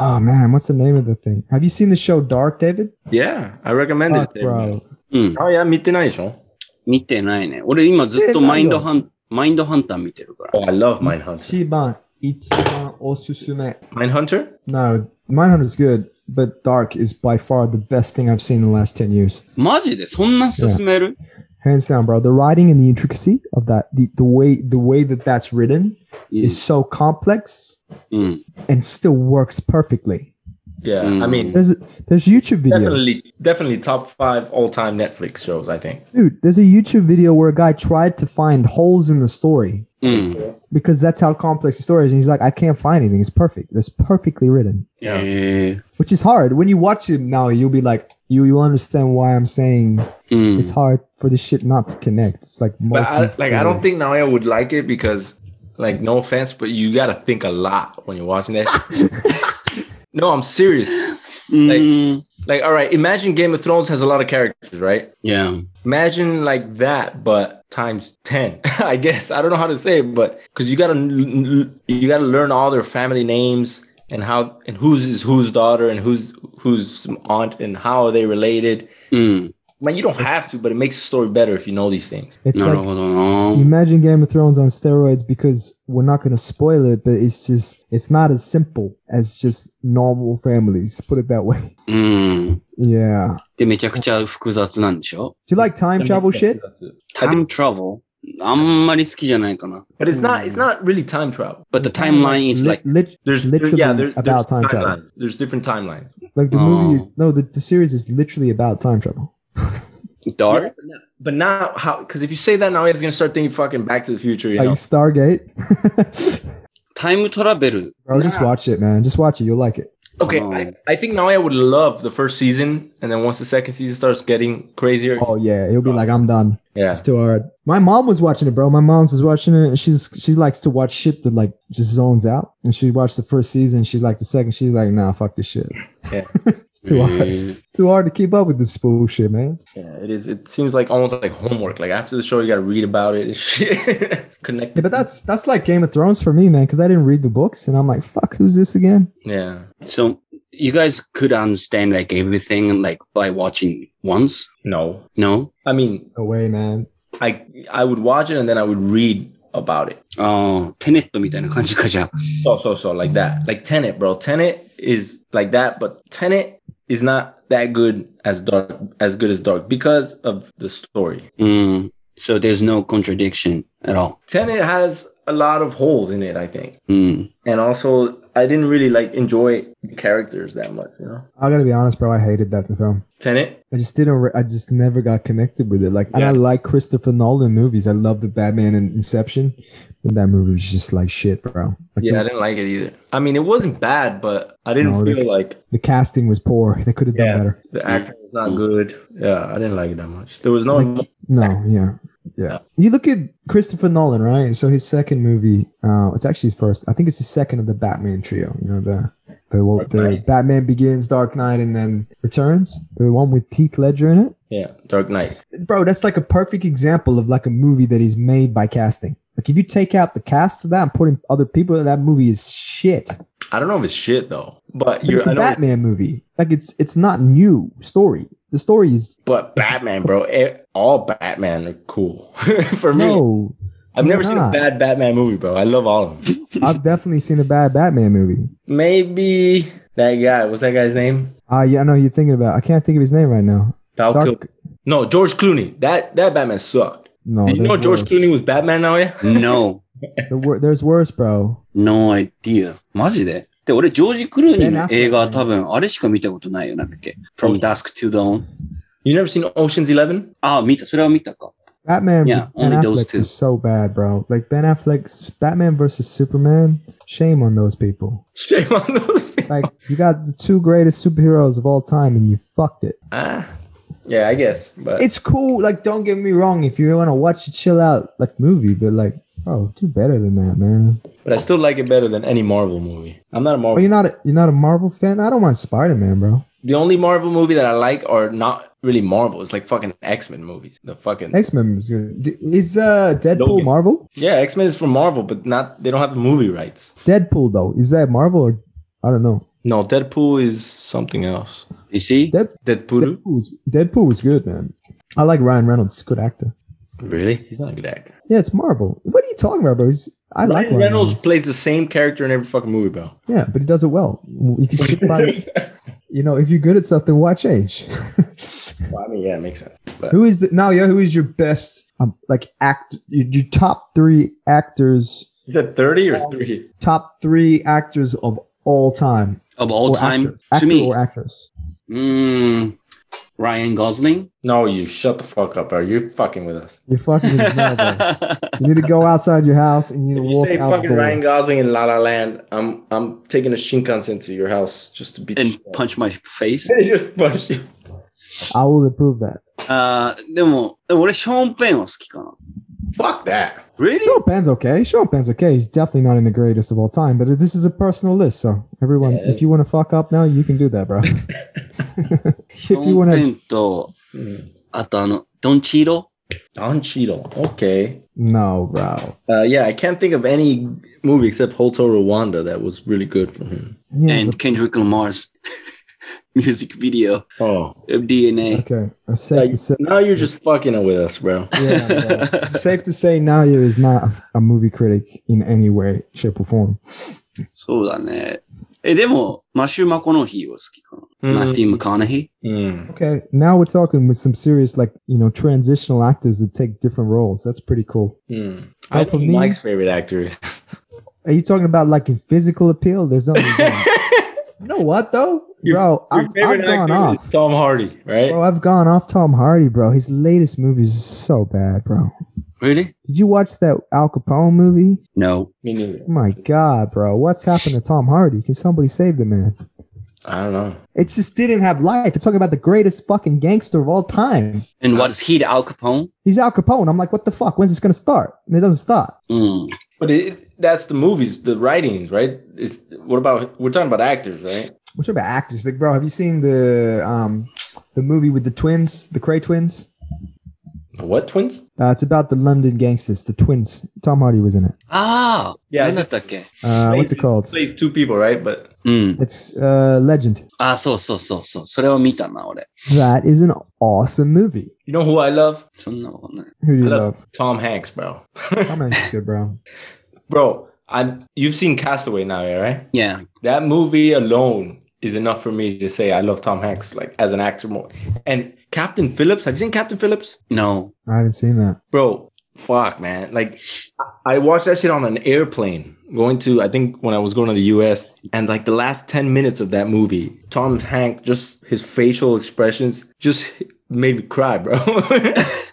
S2: Oh man, what's the name of the thing? Have you seen the show Dark, David?
S3: Yeah, I recommend
S2: Fuck,
S3: it. to everyone.
S2: bro.
S1: うん。
S3: Oh yeah, 見てないでしょ
S1: 見てないね。俺今ずっとマインドハン、マインドハンター見てるから。
S3: Oh, I love Mindhunter.
S2: Ichiban, Ichiban osusume.
S3: Mindhunter?
S2: No, Mindhunter is good, but Dark is by far the best thing I've seen in the last 10 years.
S1: マジでそんな進める
S2: Hands down, bro. The writing and the intricacy of that, the, the way the way that that's written
S1: うん
S2: is so complex
S1: うん。
S2: and still works perfectly.
S3: Yeah,
S1: Mm.
S3: I mean,
S2: There's there's YouTube videos.
S3: definitely, definitely top five all-time Netflix shows. I think.
S2: Dude, there's a YouTube video where a guy tried to find holes in the story
S1: うん。
S2: because that's how complex the story is. And he's like, I can't find anything. It's perfect. It's perfectly written.
S3: Yeah.
S1: え
S2: Which is hard. When you watch it now, you'll be like, you you'll understand why I'm saying
S1: えうん
S2: it's。hard for this shit not to connect. It's like
S3: But I, like, I
S2: multi-layered.
S3: don't think Naoya would like it because, like, no offense, but you gotta think a lot when you're watching that. no, I'm serious.
S1: うん。
S3: Like, all right, imagine Game of Thrones has a lot of characters, right?
S1: いや。
S3: Imagine like that, but times ten. I guess I don't know how to say it, but because you gotta you gotta learn all their family names and how and who's is whose daughter and who's who's aunt and how are they related.
S1: うん。
S3: Man, you don't have to, but it makes the story better if you know these things.
S2: it's
S1: なる
S2: like
S1: ほどな。
S2: imagine Game of Thrones on steroids because we're not going to spoil it, but it's just it's not as simple as just normal families. Put it that way.
S1: うん。
S2: Yeah.
S1: で、めちゃくちゃ複雑なんでしょ
S2: Do you like time travel shit?
S1: ?time travel? あんまり好きじゃないかな。
S3: But it's not it's
S2: Hmm.
S3: not really time travel.
S1: But the timeline is
S2: Li-
S1: like,
S2: lit-
S3: There's
S2: literally
S3: yeah, there-
S2: about
S3: there's
S2: time travel.
S3: timelines. There's different timelines.
S2: Like the
S1: Oh.
S2: movie, is, no, the, the series is literally about time travel.
S1: dark?
S3: Yeah, but now how because if you say that now he's gonna start thinking fucking back to the future, you
S2: Like
S3: know.
S2: Stargate.
S1: タイムトラベル
S2: Bro, just watch it, man. Just watch it. You'll like it.
S3: Okay,
S1: Oh.
S3: I, I think Naoya would love the first season, and then once the second season starts getting crazier,
S2: Oh yeah, he'll be like, I'm done.
S3: yeah,
S2: It's too hard. My mom was watching it, bro. My mom's was watching it, and she's she likes to watch shit that like just zones out. And she watched the first season. She's like the second. She's like, nah, fuck this shit.
S3: Yeah.
S2: it's too hard.
S1: えー
S2: It's too hard to keep up with this bullshit, man.
S3: yeah, it is. It seems like almost like homework. Like after the show, you gotta read about it. and Shit, connect.
S2: Yeah, but that's that's like Game of Thrones for me, man, because I didn't read the books, and I'm like, fuck, who's this again?
S3: yeah,
S1: So, you guys could understand like everything like by watching once?
S3: no,
S1: No?
S3: I mean,
S2: No way, man.
S3: I I would watch it and then I would read about it.
S1: ああ、テネットみたいな感じか、じゃあ。
S3: So so so like that. Like Tenet, bro. Tenet is like that, but Tenet is not that good as dark as good as dark because of the story.
S1: うん。So there's no contradiction at all.
S3: Tenet has a lot of holes in it, I think.
S1: うん。
S3: And also I didn't really like enjoy the characters that much, you know.
S2: I gotta be honest, bro. I hated that film.
S3: Tenet?
S2: I just didn't. Re- I just never got connected with it. Like, and I like Christopher Nolan movies. I love the Batman and Inception, but that movie was just like shit, bro. Like,
S3: Yeah, I
S2: the,
S3: didn't like it either. I mean it wasn't bad, but I didn't
S2: No, they-
S3: feel like
S2: the casting was poor. They could have done
S3: Yeah.
S2: better.
S3: the acting was not good. Yeah, I didn't like it that much. There was no emo-
S2: No, yeah. Yeah. You look at Christopher Nolan, right? So his second movie, uh, it's actually his first. I think it's his second of the Batman trio. You know the the,
S3: Dark
S2: the
S3: Knight.
S2: Batman Begins, Dark Knight, and then Returns. The one with Heath Ledger in
S3: Yeah, Dark Knight.
S2: it, bro. That's like a perfect example of like a movie that is made by casting. Like if you take out the cast of that and put in other people, in that movie is shit.
S3: I don't know if it's shit though, but,
S2: But
S3: you're
S2: it's a
S3: I know-
S2: Batman movie. Like it's it's not new story. The story is
S3: But Batman, bro, eh, all Batman are cool for me.
S2: no.
S3: I've never
S2: they're
S3: seen
S2: not.
S3: a bad Batman movie, bro. I love all of them.
S2: I've definitely seen a bad Batman movie.
S3: Maybe that guy. What's that guy's name?
S2: Uh, yeah, I know who you're thinking about. I can't think of his name right now.
S3: Val
S2: Dark.
S3: Kil- No, George Clooney. That that Batman sucked.
S2: No,
S3: Did you
S2: there's
S3: know George
S2: worse.
S3: Clooney was Batman now? Yeah.
S1: No,
S2: The wor- there's worse, bro.
S1: no idea. マジでで、俺、ジョージ・クルーニーの
S2: Ben Affleck
S1: 映画は多分、あれしか見たことないよ、なんだっけ。From Dusk to Dawn。
S3: You never seen Ocean's Eleven?
S1: ああ、見た。それは見たか。
S2: Batman.
S1: Yeah,
S2: Ben
S1: only those
S2: Affleck
S1: two.
S2: was so bad, bro. Like Ben Affleck's Batman versus Superman. Shame on those people.
S3: Shame on those. people.
S2: Like you got the two greatest superheroes of all time, and you fucked it.
S3: Ah, yeah, I guess. But
S2: It's cool. Like don't get me wrong. If you want to watch a chill out like movie, but like. Oh, do better than that, man.
S3: but I still like it better than any Marvel movie. I'm not a
S2: Oh,
S3: Marvel.
S2: you're not a, you're not a Marvel fan. I don't want Spider Man, bro.
S3: the only Marvel movie that I like are not really Marvel. It's like fucking X Men movies. The fucking
S2: X Men was good. D- Is uh Deadpool
S3: Logan.
S2: Marvel?
S3: Yeah, X Men is from Marvel, but not they don't have the movie rights.
S2: Deadpool though, is that Marvel or I don't know.
S3: No, Deadpool is something else.
S1: You see?
S2: Dead,
S3: Deadpool?
S2: Deadpool's, Deadpool was good, man. I like Ryan Reynolds, good actor.
S3: Really? He's not a good actor.
S2: Yeah, it's Marvel. What are you talking about, bro? He's, I like Ryan
S3: Ryan
S2: Reynolds.
S3: Reynolds plays the same character in every fucking movie, bro.
S2: Yeah, but he does it well. If you, stick by- you know, if you're good at something, why change?
S3: Well, I mean, yeah, it makes sense. But
S2: who is the now? Yeah, who is your best um, like act? Your, your top three actors,
S3: is that thirty or three?
S2: top three actors of all time.
S1: Of all
S2: Or
S1: time,
S2: actors. Actor
S1: to me.
S2: or actress.
S1: u m Ryan Gosling?
S3: No, you shut the fuck up, bro. You're fucking with us.
S2: You're fucking no, bro. You need to go outside your house and you need
S3: If
S2: to
S3: you
S2: walk
S3: say
S2: out
S3: fucking
S2: there.
S3: Ryan Gosling in La La Land, I'm I'm taking a Shinkansen to your house just to beat
S1: and
S3: you.
S1: punch my face?
S3: just punch you.
S2: I will approve that.
S1: ああ、Uh, でも、でも俺、ショーン・ペンは好きかな。
S3: Fuck that.
S1: Really?
S2: Sean Penn's okay. Sean Penn's okay. He's definitely not in the greatest of all time, but this is a personal list. So everyone,
S3: Yeah.
S2: if you want to fuck up now, you can do that, bro. if
S1: ショー
S2: you
S1: ン・
S2: want
S1: ペ
S2: to,
S1: ンと、
S3: Hmm.
S1: あとあの、ドン・チーロ
S3: Don Cheadle. Okay.
S2: no, bro.
S3: Uh, yeah, I can't think of any movie except Hotel Rwanda that was really good from him.
S2: Yeah.
S1: and
S2: but-
S1: Kendrick Lamar's music video
S3: Oh,
S1: of DNA.
S2: okay. It's safe to say.
S3: now you're just fucking with us, bro.
S2: Yeah, bro. It's safe to say now you is not a, a movie critic in any way, shape, or form.
S1: そうだね。え、でも、マシュー・マコノヒーは好きかな。
S2: Hmm.
S3: うん
S1: マフィー・マカーナヒ
S3: Hmm.
S2: Okay, now we're talking with some serious, like you know, transitional actors that take different roles. That's pretty cool.
S3: Hmm. I
S2: Well,
S3: know
S2: for
S3: who
S2: me-
S3: Mike's favorite actor is.
S2: Are you talking about like in physical appeal? There's only one. you know what though,
S3: Your-
S2: bro.
S3: Your
S2: I've, I've
S3: favorite
S2: gone
S3: actor
S2: off.
S3: is Tom Hardy, right?
S2: Bro, I've gone off Tom Hardy, bro. His latest movies is so bad, bro.
S1: ー。Really?
S2: Did you watch that Al Capone movie?
S1: No.
S3: Me neither.
S2: Oh my god, bro. What's happened to Tom Hardy? Can somebody save the man?
S3: I don't know.
S2: It just didn't have life. It's talking about the greatest fucking gangster of all time.
S1: And what's he, the Al Capone?
S2: He's Al Capone. I'm like, what the fuck? When's this gonna start? And it doesn't stop.
S1: Mm.
S3: But it, that's the movies, the writings, right? Is what about we're talking about actors, right?
S2: What's about actors, big bro? Have you seen the um the movie with the twins, the Cray twins?
S3: What twins?
S2: Uh, it's about the London gangsters, the twins. Tom Hardy was in it.
S1: あ
S2: Ah!
S1: あ、
S3: Yeah.
S1: 何だったっけ
S2: Uh, what's it called?
S3: Plays two people, right? But
S1: うん。
S2: It's uh, Legend.
S1: ああ、そうそうそうそう。それを見たな、俺。
S2: That is an awesome movie.
S3: you know who I love?
S1: そんなことない。
S2: Who do you
S3: I love
S2: love?
S3: Tom Hanks, bro.
S2: Tom Hanks is good, bro.
S3: Bro, I you've seen Castaway now, yeah, right?
S1: Yeah.
S3: That movie alone is enough for me to say I love Tom Hanks, like as an actor more. And Captain Phillips, have you seen Captain Phillips?
S1: No.
S2: I haven't seen that.
S3: bro fuck man like i I watched that shit on an airplane going to i think when i was going to the us and like the last 10 minutes of that movie tom hank just his facial expressions just made me cry bro cry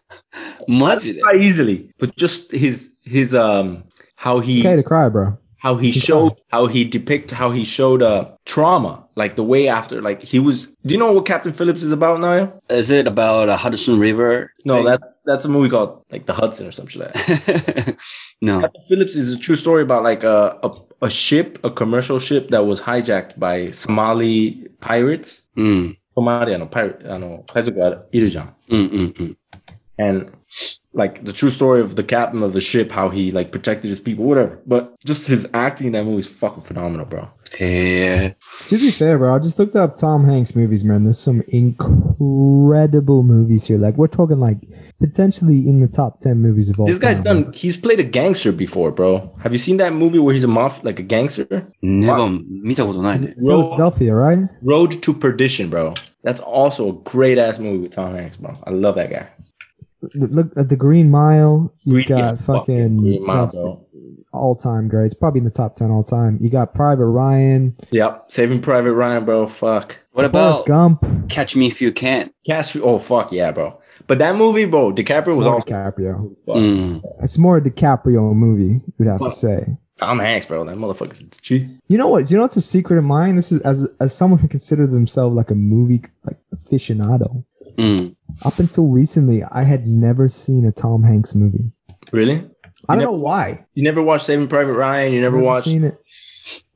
S1: マジで
S3: easily but just his his um how he
S2: Okay to cry, bro.
S3: how he showed how he depict how he showed uh trauma like the way after like he was do you know what captain phillips is about now
S1: Is it about a Hudson River?
S3: no that's that's a movie called like the hudson or something like that
S1: that. no.
S3: Captain Phillips is a true story about like a, a a ship, a commercial ship that was hijacked by Somali pirates.
S1: うん。
S3: Somali, I know, pirate, I know, 海賊がいるじゃん.
S1: うんうんうん。
S3: and like the true story of the captain of the ship, how he like protected his people, whatever. But just his acting in that movie is fucking phenomenal, bro.
S1: へえ。
S2: To be fair, bro, I just looked up Tom Hanks movies, man. There's some incredible movies here. Like we're talking like potentially in the top ten movies of all.
S3: This guy's
S2: time.
S3: done. He's played a gangster before, bro. Have you seen that movie where he's a mob, like a gangster?
S1: Never 見たことないね。
S2: Philadelphia, right?
S3: Road to Perdition, bro. That's also a great ass movie with Tom Hanks, bro. I love that guy.
S2: Look at the Green Mile. You
S3: Green-
S2: got
S3: yeah,
S2: fucking,
S3: Green Mile,
S2: that's
S3: bro.
S2: all time greats. Probably in the top ten all time. You got Private Ryan,
S3: Yep, Saving Private Ryan, bro. Fuck.
S1: What
S2: Forrest
S1: about
S2: Gump,
S1: Catch Me If You Can?
S3: Cash. Oh fuck yeah, bro. But that movie, bro, DiCaprio was
S2: more
S3: awesome.
S2: DiCaprio.
S3: Fuck.
S1: Mm.
S2: It's more a DiCaprio movie, you'd have to say.
S3: Tom Hanks, bro. That motherfucker's the G.
S2: You know what? You know what's a secret of mine? This is as as someone who considers themselves like a movie like aficionado.
S1: うん。
S2: Up until recently, I had never seen a Tom Hanks movie.
S3: Really?
S2: I don't
S3: never-
S2: know why.
S3: You never watched Saving Private Ryan. You never, watched
S2: seen it.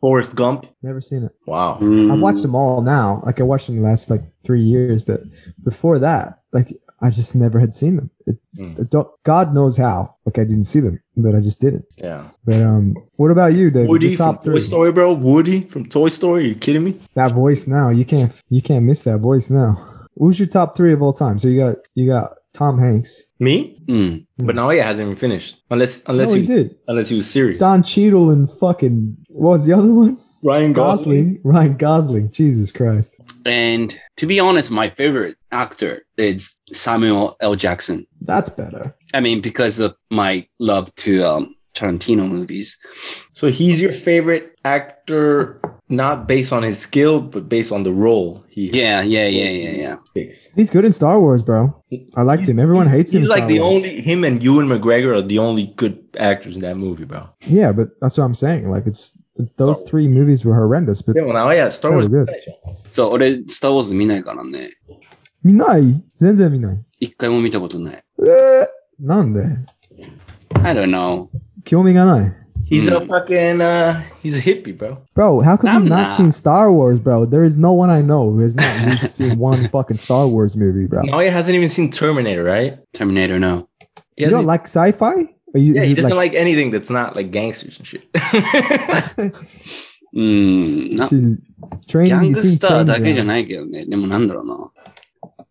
S3: Forrest Gump.
S2: Never seen it.
S1: Mm.
S3: Wow.
S2: I've watched them all now. Like I watched them the last like three years, but before that, like I just never had seen them. It,
S3: Mm.
S2: I don't- God knows how. Like I didn't see them, but I just didn't.
S3: Yeah.
S2: But um, what about you, David?
S3: Woody
S2: Your
S3: from
S2: top
S3: Toy
S2: three.
S3: Story, bro. Woody from Toy Story. Are you kidding me?
S2: That voice now. You can't. You can't miss that voice now. Who's your top three of all time? So you got you got Tom Hanks.
S3: Me?
S1: うん。
S3: But now he hasn't even finished. Unless unless
S2: no,
S3: he,
S2: he did.
S3: unless he was serious.
S2: Don Cheadle and fucking what was the other one?
S3: Ryan Gosling.
S2: Gosling. Ryan Gosling. Jesus Christ.
S1: And to be honest, my favorite actor is Samuel L. Jackson.
S2: That's better.
S1: I mean, because of my love to um, Tarantino movies.
S3: So he's your favorite actor, not based on his skill, but based on the role he
S1: Yeah, yeah, yeah, yeah, yeah.
S3: takes.
S2: He's good in Star Wars, bro. I liked him. Everyone
S3: He's-
S2: hates him.
S3: He's
S2: in
S3: like
S2: Star
S3: the
S2: Wars.
S3: only him and Ewan McGregor are the only good actors in that movie, bro.
S2: Yeah, but that's what I'm saying. Like it's those
S3: Star
S2: three movies were horrendous, but
S3: Yeah, well, now oh, yeah, Star
S2: Yeah,
S3: Wars.
S2: we're good.
S1: そう、俺、スター・ウォーズ見ないからね。
S2: minai, zenzen minai.
S1: 一回も見たことない。
S2: Eh, Nande.
S1: I don't know.
S2: Kyomi ga nai.
S3: He's a
S1: Mm.
S3: fucking uh, he's a hippie, bro.
S2: Bro, how come
S1: I'm
S2: you've not
S1: not.
S2: seen Star Wars, bro? There is no one I know who has not at least seen one fucking Star Wars movie, bro.
S3: Now he hasn't even seen Terminator, right?
S1: Terminator, no.
S3: He
S2: you
S3: hasn't-
S2: don't like sci-fi? Are you,
S3: yeah,
S2: is
S3: he
S2: it
S3: doesn't
S2: like-
S3: like, anything that's not like gangsters and shit.
S1: うん、な、ギ
S2: she's training.
S1: ャン
S2: you
S1: グ
S2: seen
S1: スター
S2: training
S1: だけ
S2: ground.
S1: じゃないけどね。でもなんだろうな。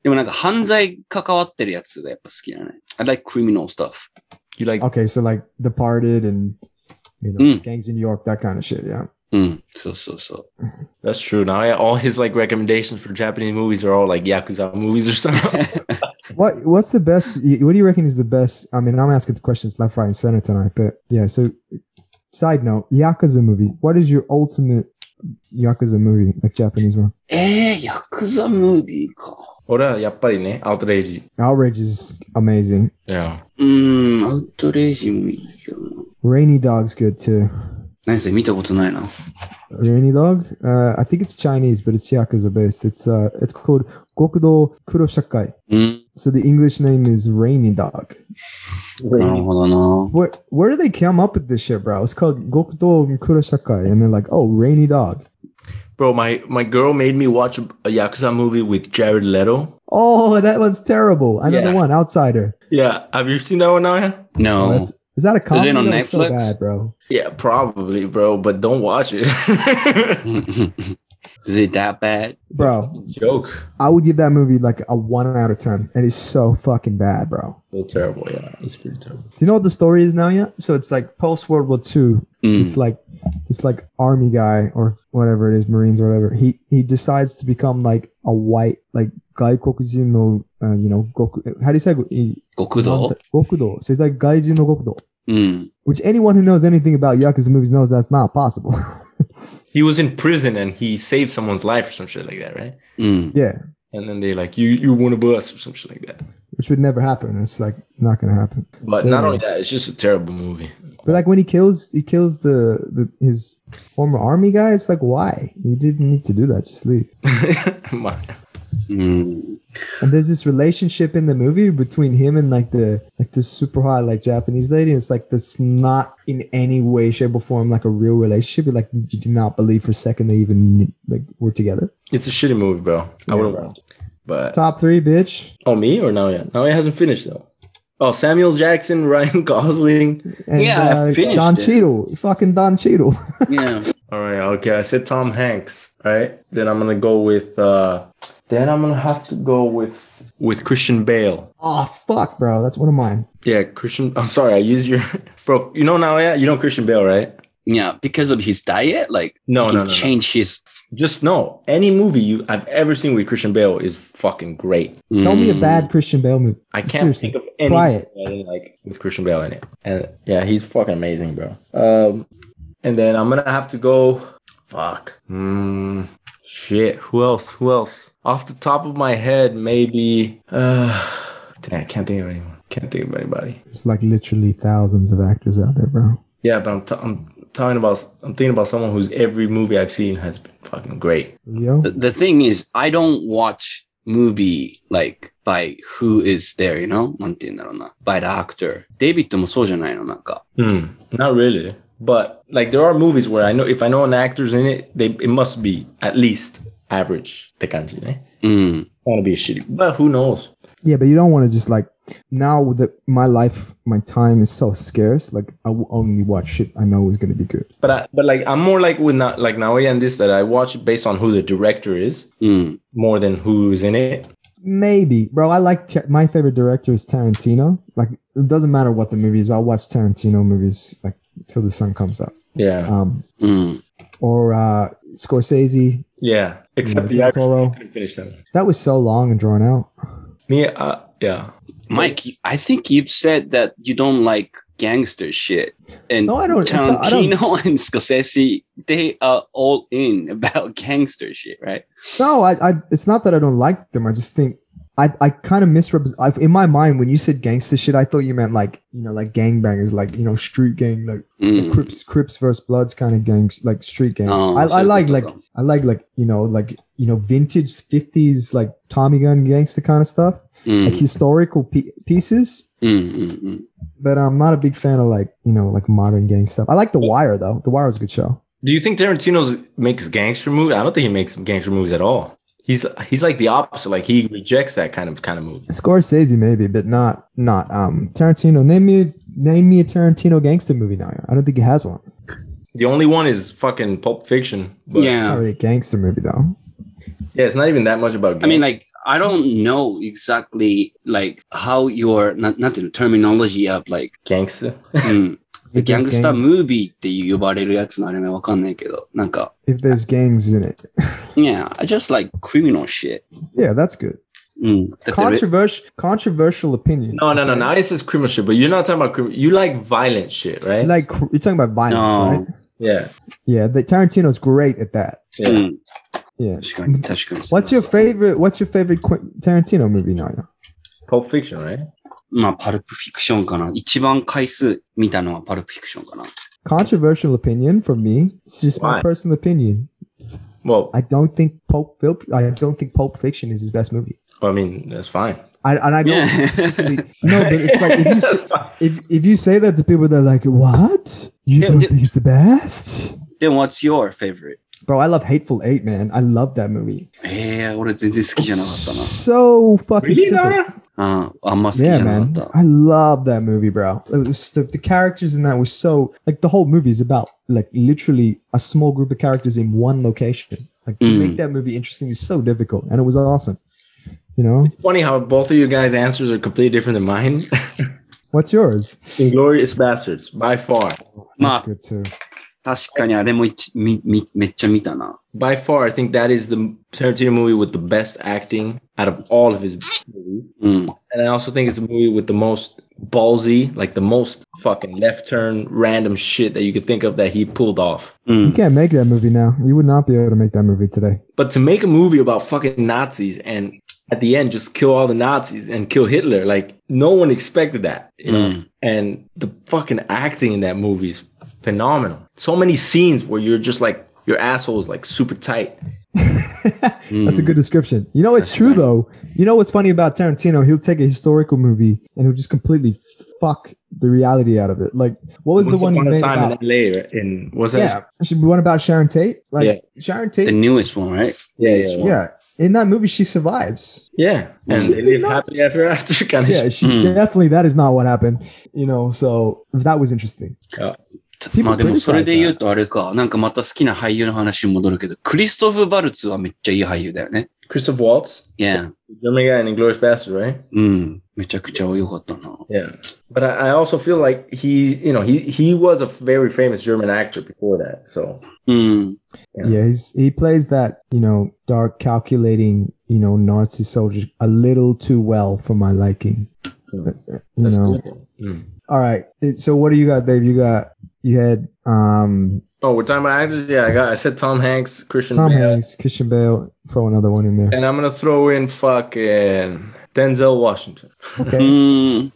S1: でもなんか犯罪関わってるやつがやっぱ好きだね。I like criminal stuff.
S3: you like
S2: Okay, so like Departed and you know
S1: Mm.
S2: Gangs in New York, that kind of shit. Yeah,
S1: うん、そうそうそ
S3: that's true. Now yeah, all his like recommendations for Japanese movies are all like yakuza movies or something.
S2: what what's the best? y- What do you reckon is the best? I mean, I'm asking the questions left, right, and center tonight, but yeah. So, side note, Yakuza movie. What is your ultimate Yakuza movie, like Japanese one?
S1: う。えー、ヤクザムービーか。
S3: Ora, yappari outrage.
S2: Outrage is amazing.
S3: Yeah.
S1: うーん、アウトレイジもいいけどな。
S2: Rainy Dog's good too.
S1: 何それ見たことないな。
S2: Rainy Dog. Uh, I think it's Chinese, but it's Yakuza based. It's uh, it's called Gokudo Kuroshakai.
S1: うん、
S2: So the English name is Rainy Dog.
S1: なるほどな。
S2: Where where do they come up with this shit, bro? It's called Gokudo Kuroshakai, and they're like, oh, rainy dog.
S3: Bro, my, my girl made me watch a a Yakuza movie with Jared Leto.
S2: Oh, that one's terrible. Another
S3: Yeah.
S2: one, Outsider. Oh,
S3: Yeah. Have you seen that one, Naya?
S1: No.
S2: That's, is that a comedy?
S1: Oh. it on
S2: That's so
S1: Netflix?
S2: bad, bro.
S3: Yeah, probably, bro, but don't watch it.
S1: Is it that bad?
S2: Bro,
S3: Joke.
S2: I would give that movie like a one out of ten. It is so fucking bad, bro.
S3: So terrible. Yeah, it's pretty terrible.
S2: Do you know what the story is now yet? So it's like post World War II.
S1: Mm.
S2: It's like this like army guy or whatever it is, Marines or whatever. He he decides to become like a white like gaikokujin no uh, you know goku. How do you say go-
S1: 極道
S2: gokudo? So he's like gaijin no gokudo,
S1: うん。
S2: which anyone who knows anything about yakuza movies knows that's not possible.
S3: He was in prison and he saved someone's life or some shit like that, right?
S1: うん。
S2: yeah,
S3: And then they like you you won a bus or some shit like that.
S2: which would never happen. It's like not gonna happen.
S3: But not
S2: Yeah.
S3: only that, it's just a terrible movie.
S2: But like when he kills, he kills the, the his former army guy. It's like why you didn't need to do that. Just leave.
S3: My-
S1: うん。
S2: And there's this relationship in the movie between him and like the like this super hot like Japanese lady. And it's like this not in any way, shape, or form like a real relationship. You're like you do not believe for a second they even like were together.
S3: it's a shitty movie, bro. I
S2: Yeah,
S3: wouldn't
S2: bro.
S3: watch it. But
S2: Top three, bitch.
S3: oh me or now yet? Now it hasn't finished though. Oh, Samuel Jackson, Ryan Gosling.
S2: And, uh,
S1: Yeah, I finished
S2: Don
S1: it.
S2: Cheadle, fucking Don Cheadle.
S1: Yeah.
S3: All right, okay. I said Tom Hanks. All right. Then I'm gonna go with uh then I'm gonna have to go with with Christian Bale.
S2: oh fuck, bro, that's one of mine.
S3: Yeah, Christian. I'm sorry, I used your bro. You know now, yeah. You know Christian Bale, right?
S1: Yeah, because of his diet, like
S3: No,
S1: he
S3: no,
S1: can
S3: no, no.
S1: change his.
S3: Just know any movie you I've ever seen with Christian Bale is fucking great.
S2: Tell me a
S1: Mm.
S2: bad Christian Bale movie.
S3: I can't
S2: Seriously,
S3: think of any
S2: try it.
S3: that I didn't like with Christian Bale in it. And yeah, he's fucking amazing, bro. Um, and then I'm gonna have to go. Fuck. Hmm. Shit. Who else? Who else? Off the top of my head, maybe. Uh, damn, I can't think of anyone. Can't think of anybody.
S2: There's like literally thousands of actors out there, bro.
S3: Yeah, but I'm, t- I'm talking about. I'm thinking about someone whose every movie I've seen has been fucking great.
S2: Yo,
S1: The, the thing is, I don't watch movie like by who is there, you know? なんて言うんだろうな。by the actor. デイビッドもそうじゃないのなんか。
S3: Hmm. Not really. But like, there are movies where I know if I know an actor's in it, they it must be at least average. The kanji, eh?
S1: うん。
S3: want to be a shitty, but who knows?
S2: yeah, but you don't want to just like now that my life, my time is so scarce. Like I will only watch shit I know is gonna be good.
S3: But I, but like I'm more like with not like Naoya and this that I watch it based on who the director is
S1: うん。
S3: more than who's in it.
S2: Maybe, bro. I like Tar- my favorite director is Tarantino. Like it doesn't matter what the movie is. I'll watch Tarantino movies like till the sun comes up.
S3: Yeah,
S2: Um,
S1: うん。
S2: or uh, Scorsese.
S3: yeah. Except the
S2: Del
S3: Irishman.
S2: Toro.
S3: I couldn't finish that. one.
S2: That was so long and drawn out.
S3: Me, uh, yeah.
S1: Mike, you- I think you've said that you don't like gangster shit. And
S2: No, I don't. it's not- I don't.
S1: Tarantino and Scorsese, they are all in about gangster shit, right?
S2: No, I, I, it's not that I don't like them. I just think I, I kind of misrepresent. I, in my mind, when you said gangster shit, I thought you meant like, you know, like gangbangers, like, you know, street gang, like
S1: Mm.
S2: Crips, Crips versus Bloods kind of gangs, like street gang.
S1: Oh,
S2: I,
S1: so
S2: I like,
S1: you
S2: like,
S1: like them.
S2: I like, like, you know, like, you know, vintage 50s, like Tommy gun gangster kind of stuff,
S1: う
S2: like
S1: ん。
S2: historical pe- pieces.
S1: うん。うん。うん。
S2: But I'm not a big fan of like, you know, like modern gang stuff. I like The Wire though. The Wire was a good show.
S3: Do you think Tarantino makes gangster movies? I don't think he makes gangster movies at all. He's he's like the opposite. Like he rejects that kind of kind of movie.
S2: Scorsese maybe, but not not um Tarantino. Name me name me a Tarantino gangster movie now. I don't think he has one.
S3: The only one is fucking Pulp Fiction. But yeah,
S2: It's
S1: yeah.
S2: not really a gangster movie though.
S3: yeah. It's not even that much about.
S1: I mean, like, I don't know exactly like how your not, not the terminology of like、
S3: gangster.
S1: うん、
S2: If
S1: ギャン
S2: there's,
S1: グスター
S2: gangs,
S1: ムービーって呼ばれるやつのあれ名わかんないけど、なんか、
S2: if there's gangs in it,
S1: yeah, I just like criminal shit.
S2: yeah, that's good.
S1: うん。だって
S2: Controversial controversial opinion.
S3: No, no, no. Now it says criminal shit, but you're not talking about criminal. You like violent shit, right?
S2: Like cr- you're talking about
S1: Eh?
S2: violence,
S1: No.
S2: right?
S3: yeah.
S2: Yeah, the Tarantino's great at that.
S3: Yeah.
S1: うん、
S2: Yeah.
S1: 確かに、確かに。
S2: What's your favorite? What's your favorite Quentin Tarantino movie now?
S3: Pulp Fiction, right?
S1: まあ、パルプフィクションかな。一番回数見たのはパルプフィクションかな。
S2: Controversial opinion for me. It's just my
S3: Why?
S2: personal opinion.
S3: Well,
S2: I don't think Pulp Phil- I don't think Pulp Fiction is his best movie.
S3: I mean, that's fine.
S2: I, and I don't.
S1: Yeah.
S2: no, but it's like if you
S3: That's
S2: s-
S3: fine.
S2: if, if you say that to people, they're like, "What? You
S1: Yeah,
S2: don't
S1: yeah.
S2: think it's the best?"
S1: Then what's your favorite?
S2: Bro, I love Hateful Eight, man. I love that movie.
S1: ええ俺全然好きじゃなかっ
S2: So fucking simple.
S1: たな。うん、あんま好きじ
S2: Yeah,
S1: ゃなかっ
S2: man.
S1: た。
S2: I love that movie, bro. It was the, the characters in that were so like the whole movie is about like literally a small group of characters in one location. Like to
S1: Mm.
S2: make that movie interesting is so difficult, and it was awesome. You know,
S3: Funny how both of you guys' answers are completely different than mine.
S2: what's yours?
S3: Inglorious Bastards, by far.
S2: That's
S1: Ma-
S2: good too.
S1: 確かにあれも一みみめっちゃ見たな。
S3: By far, I think that is the Tarantino movie with the best acting out of all of his movies.
S1: うん。
S3: And I also think it's a movie with the most ballsy, like the most fucking left turn, random shit that you could think of that he pulled off.
S1: う
S2: You
S1: ん。
S2: can't make that movie now. You would not be able to make that movie today.
S3: But to make a movie about fucking Nazis and at the end just kill all the Nazis and kill Hitler, like no one expected that, you know.
S1: Mm.
S3: And the fucking acting in that movie is phenomenal. So many scenes where you're just like your asshole is like super tight.
S2: That's a
S3: Mm.
S2: good description. You know, it's true though. You know what's funny about Tarantino? He'll take a historical movie and he'll just completely fuck the reality out of it. Like, what was the one
S3: Once
S2: he
S3: upon a
S2: made
S3: time
S2: about?
S3: in LA? right? In what's
S2: Yeah,
S3: that?
S2: she one about Sharon Tate. Like
S3: Yeah.
S2: Sharon
S1: The
S2: Tate.
S1: newest one, right?
S3: Yeah, yeah, yeah.
S2: Yeah, in that movie she survives.
S3: Yeah. And they live happily ever after kind of
S2: Yeah,
S3: shit.
S2: she
S1: Mm.
S2: definitely that is not what happened. You know, so that was interesting.
S3: Uh,
S1: たまあでもそれで言うとあれか、なんかまた好きな俳優の話に戻るけど、クリストフ・バルツはめっちゃいい俳優だよね。
S3: Christoph Waltz,
S1: Yeah.
S3: the German guy in Inglorious Bastard, right?
S1: うん。めちゃくちゃ良かったな。
S3: Yeah. But I, I also feel like he, you know, he he was a very famous German actor before that. So
S1: うん。
S3: Yeah.
S2: Yeah, he's, he plays that you know dark, calculating you know Nazi soldier a little too well for my liking. Uh,
S3: Hmm.
S2: You
S3: that's
S2: know.
S3: cool. Mm.
S2: All right. uh, So what do you got, Dave? You got you had um
S3: Oh, we're talking about actors. Yeah, I got. I said Tom Hanks, Christian
S2: Tom
S3: Bale,
S2: Hanks, Christian Bale. Throw another one in there.
S3: and I'm gonna throw in fucking Denzel Washington.
S1: う
S3: Hmm.
S2: Okay.
S1: ん。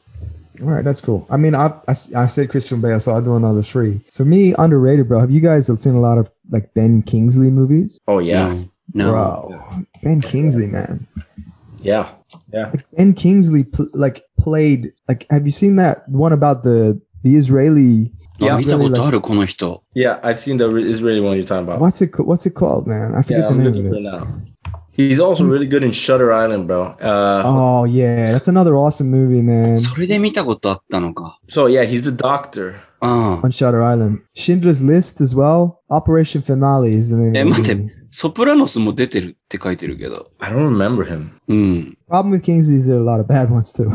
S2: All right, that's cool. I mean, I, I, I said Christian Bale, so I'll do another three. For me, underrated, bro. Have you guys seen a lot of like Ben Kingsley movies?
S3: Oh yeah,
S1: No.
S2: Bro, Ben Kingsley, man.
S3: yeah, yeah.
S2: Ben Kingsley pl- like played like. Have you seen that one about the the Israeli?
S1: あ
S3: Yeah.
S1: 見たことある、この人。
S3: Yeah, I've seen the re- Israeli one you're talking about.
S2: What's it ca- What's it called, man? I forget the
S3: Yeah, I'm
S2: name
S3: looking
S2: of
S3: for it
S2: it. Hmm.
S3: now. He's also really good in Shutter Island, bro. Uh,
S2: Oh yeah, that's another awesome movie, man.
S1: それで見たことあったのか。
S3: So yeah, he's the doctor.
S1: うん。
S2: On Shutter Island, Schindler's List as well. Operation Finale is the name.
S1: Eh,
S2: of the
S1: mate.
S2: movie.
S1: ソプラノスも出てるって書いてるけど。
S3: I don't remember him.
S1: うん。
S2: Problem with Kingsley is there are a lot of bad ones too.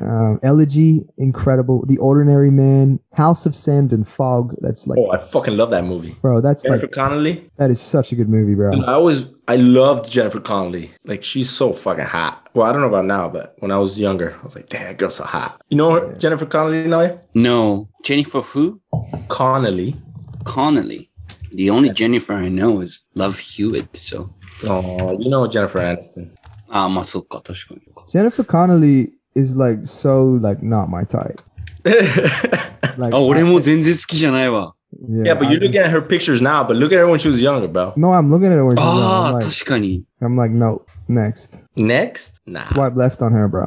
S2: Um, Elegy, incredible. The Ordinary Man, House of Sand and Fog. That's like,
S3: Oh, I fucking love that movie.
S2: bro, that's
S3: Jennifer
S2: like
S3: Connelly.
S2: that is such a good movie, bro.
S3: Dude, I always I loved Jennifer Connelly. Like she's so fucking hot. Well, I don't know about now, but when I was younger, I was like, damn, that girl's so hot. You know her, Jennifer Connelly, Noya?
S1: No. Jennifer who?
S3: Connelly.
S1: Connelly. The only Jennifer I know is Love Hewitt, so.
S3: Oh, you know Jennifer Aniston.
S1: ああ、まあそっか、確かに。
S2: Jennifer Connelly is like so like not my type. Like,
S3: Oh,
S1: あ、俺
S2: I-
S1: も全然好きじゃないわ。
S2: yeah,
S3: yeah, but
S2: I
S3: you're looking
S2: just-
S3: at her pictures now, but look at her when she was younger, bro.
S2: No, I'm looking at her. When she's
S3: Ah,
S2: young. I'm,
S1: ああ、
S2: like,
S1: 確かに。
S2: I'm like, no, next.
S3: Next? Nah.
S2: Swipe left on her, bro.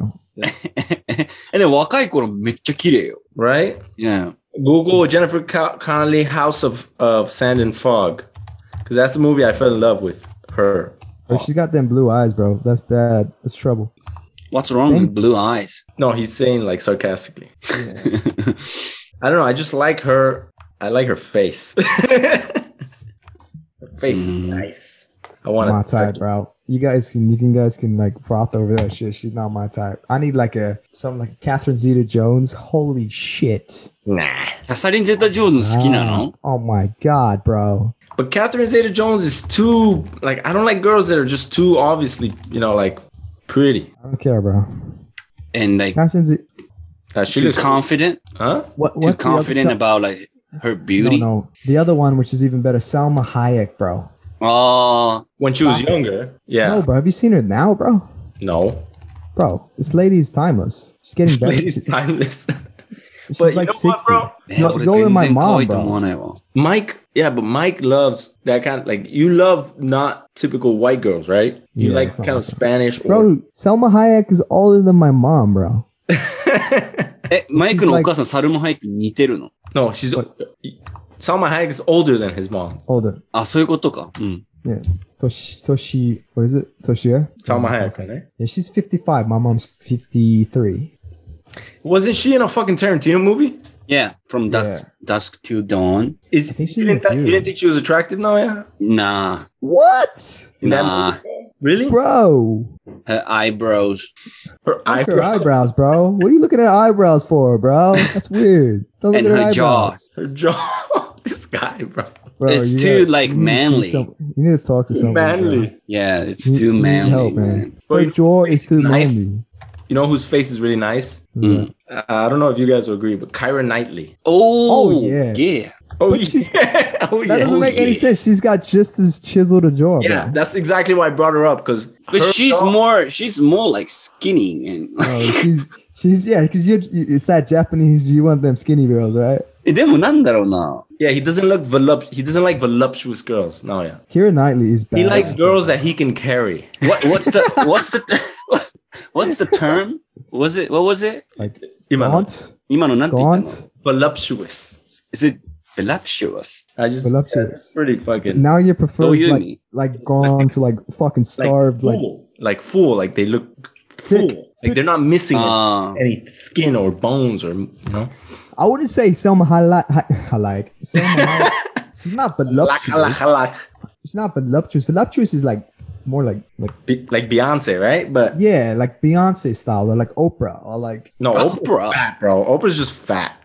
S1: え、でも若い頃めっちゃ綺麗よ。
S3: Right?
S1: いや、
S3: Google Jennifer Co- Connelly House of, of Sand and Fog. Because that's the movie I fell in love with her.
S2: Bro, she's got them blue eyes, bro. That's bad. That's trouble.
S1: What's wrong with blue eyes?
S3: No, he's saying like sarcastically. I don't know. I just like her. I like her face. her face is nice. I
S2: my
S3: want
S2: type,
S3: to.
S2: bro. You guys can you can guys can like froth over that shit. She's not my type. I need like a something like Catherine Zeta Jones. Holy shit.
S3: Nah.
S1: キャサリン・ゼタ・ジョーンズ好きなの
S2: Ah, oh my god, bro.
S3: But Catherine Zeta Jones is too, like, I don't like girls that are just too obviously, you know, like pretty.
S2: I don't care, bro.
S1: And like,
S2: Catherine Zeta
S3: Uh, she
S1: too
S3: looks,
S1: confident?
S3: huh?
S2: what
S1: Too
S2: what's
S1: confident
S2: the other,
S1: about like her
S2: no,
S1: beauty?
S2: no. The other one, which is even better, Salma Hayek, bro.
S1: Ah,
S3: When she was younger.
S2: No,
S3: Yeah.
S2: bro. Have you seen her now, bro?
S3: No.
S2: Bro, this lady is timeless. She's getting better.
S3: Lady's timeless.
S2: She's
S3: But you
S2: like
S3: know
S2: 60.
S3: what, bro?
S1: え
S2: の
S1: 俺
S2: ゾウ
S1: 全
S2: マイ
S1: 然
S2: マ
S1: 可
S2: ー
S1: 愛
S2: ン
S1: いと
S2: だ
S1: 思わないわ。
S3: Mike, yeah, but Mike loves that kind of like you love not typical white girls, right? You
S2: Yeah,
S3: like
S2: it's not
S3: kind of
S2: like that.
S3: Spanish or
S2: Bro, Selma Hayek is older than my mom, bro.
S1: え、マイクの
S2: like-
S1: お母さん、サルモハイクに似てるの
S3: no, she's Salma Hayek is older than his mom.
S2: Older.
S1: あ、そういうことか。うん。
S2: Toshi, Toshi, what is it? Toshia?
S3: Salma Hayek, right?
S2: Yeah, she's 55. My mom's 53.
S3: Wasn't she in a fucking Tarantino movie?
S1: Yeah, from dusk dusk till dawn.
S3: Is,
S2: I think she's
S3: you,
S2: in a
S3: didn't thi-
S2: few.
S3: you didn't think she was attractive, no? Yeah.
S1: Nah,
S2: What?
S3: In
S1: Nah.
S3: that movie? Really?
S2: Bro.
S1: her eyebrows.
S3: Her
S2: Fuck her
S3: eyebrow,
S2: eyebrows, bro. What are you looking at eyebrows for, bro? That's weird. Don't look
S1: And
S2: at her
S1: her jaw.
S2: eyebrows.
S3: her jaw. this guy, bro.
S2: Bro,
S1: It's
S2: you
S1: too,
S2: gotta-
S1: like,
S2: you need to see
S1: manly.
S2: some- you need to talk to someone. bro.
S3: Manly.
S1: Yeah, it's
S2: You-
S1: too
S2: you need
S1: manly,
S2: help, man.
S1: man.
S3: But
S2: Her
S3: you,
S2: jaw is too
S3: nice.
S2: manly.
S3: you know whose face is really nice?
S1: Mm.
S3: Uh, I don't know if you guys will agree, but Kyra Knightley.
S1: Oh,
S2: yeah.
S1: yeah.
S3: Oh
S2: But she's-
S3: yeah. oh
S2: That
S3: yeah.
S2: doesn't
S1: Oh,
S2: make any
S1: yeah.
S2: sense. She's got just as chiseled a jaw.
S3: Yeah,
S2: bro.
S3: that's exactly why I brought her up because.
S1: But she's more she's more like skinny and
S2: Bro, she's she's yeah, because you're it's that Japanese. You want them skinny girls, right?
S1: えでもなんだろうな。
S3: Yeah, he doesn't look volup. He doesn't like voluptuous girls. No, yeah.
S2: Kira Knightley is bad.
S3: He likes girls that he can carry.
S1: What what's the what's the what's the term? Was it what was it?
S3: 今の。
S2: Gaunt,
S1: 今のなんて言ったの
S2: gaunt,
S3: Voluptuous.
S1: Is it voluptuous?
S3: I just.
S2: Voluptuous.
S3: That's pretty fucking.
S2: Now you
S1: So
S2: prefer
S1: you
S2: like
S1: mean.
S2: like gone to like fucking starved like,
S3: fool. Like fool. Like they look fool. Like they're not missing
S1: Ah.
S3: any skin or bones or you know.
S2: I wouldn't say Selma Halak Halak. Selma Hayek- she's not
S3: Like, like,
S2: voluptuous.
S3: like,
S2: She's not voluptuous. Voluptuous is like more like like
S3: Be- like Beyonce, right? But
S2: yeah, like Beyonce style or like Oprah or like
S3: no,
S1: Oprah.
S3: Oprah's fat, bro. Oprah's just fat.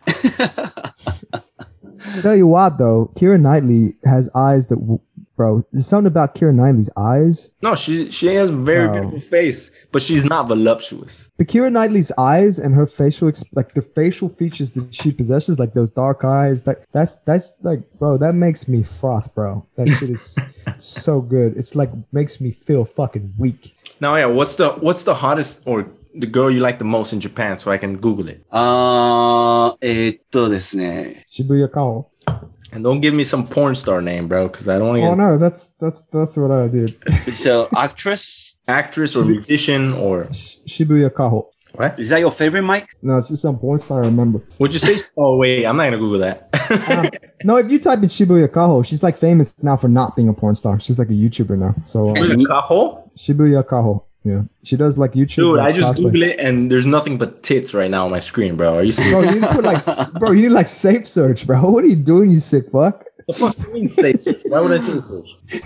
S2: Tell you what though, Kira Knightley has eyes that, w- bro. There's something about Kira Knightley's eyes.
S3: No, she she has a very
S2: No.
S3: beautiful face, but she's not voluptuous.
S2: But Kira Knightley's eyes and her facial, ex- like the facial features that she possesses, like those dark eyes, that that's that's like, bro, that makes me froth, bro. That shit is so good. It's like makes me feel fucking weak.
S3: Now, yeah, what's the what's the hottest or the girl you like the most in Japan? So I can Google it.
S1: Uh, あー、えーっとですね。
S2: Shibuya Kao.
S3: And don't give me some porn star name, bro, because I don't want to
S2: Oh
S3: get
S2: no, that's that's that's what I did.
S1: So actress,
S3: actress or musician or
S2: Sh- Shibuya Kao.
S3: what?
S1: is that your favorite Mike?
S2: No, it's just some porn star. I remember.
S3: Would you say? oh wait, I'm not gonna Google that.
S2: Um, no, if you type in Shibuya Kaho, she's like famous now for not being a porn star. She's like a YouTuber now. So uh,
S3: Was it Kaho?
S2: Shibuya Kaho. Yeah, she does like YouTube.
S3: Dude,
S2: like,
S3: I just
S2: cosplay.
S3: Google it and there's nothing but tits right now on my screen, bro. Are you
S2: Bro,
S3: serious?
S2: you need to put like, s- bro, you need like safe search, bro. What are you doing, you sick fuck?
S3: the fuck do you mean say search? Why would I say search?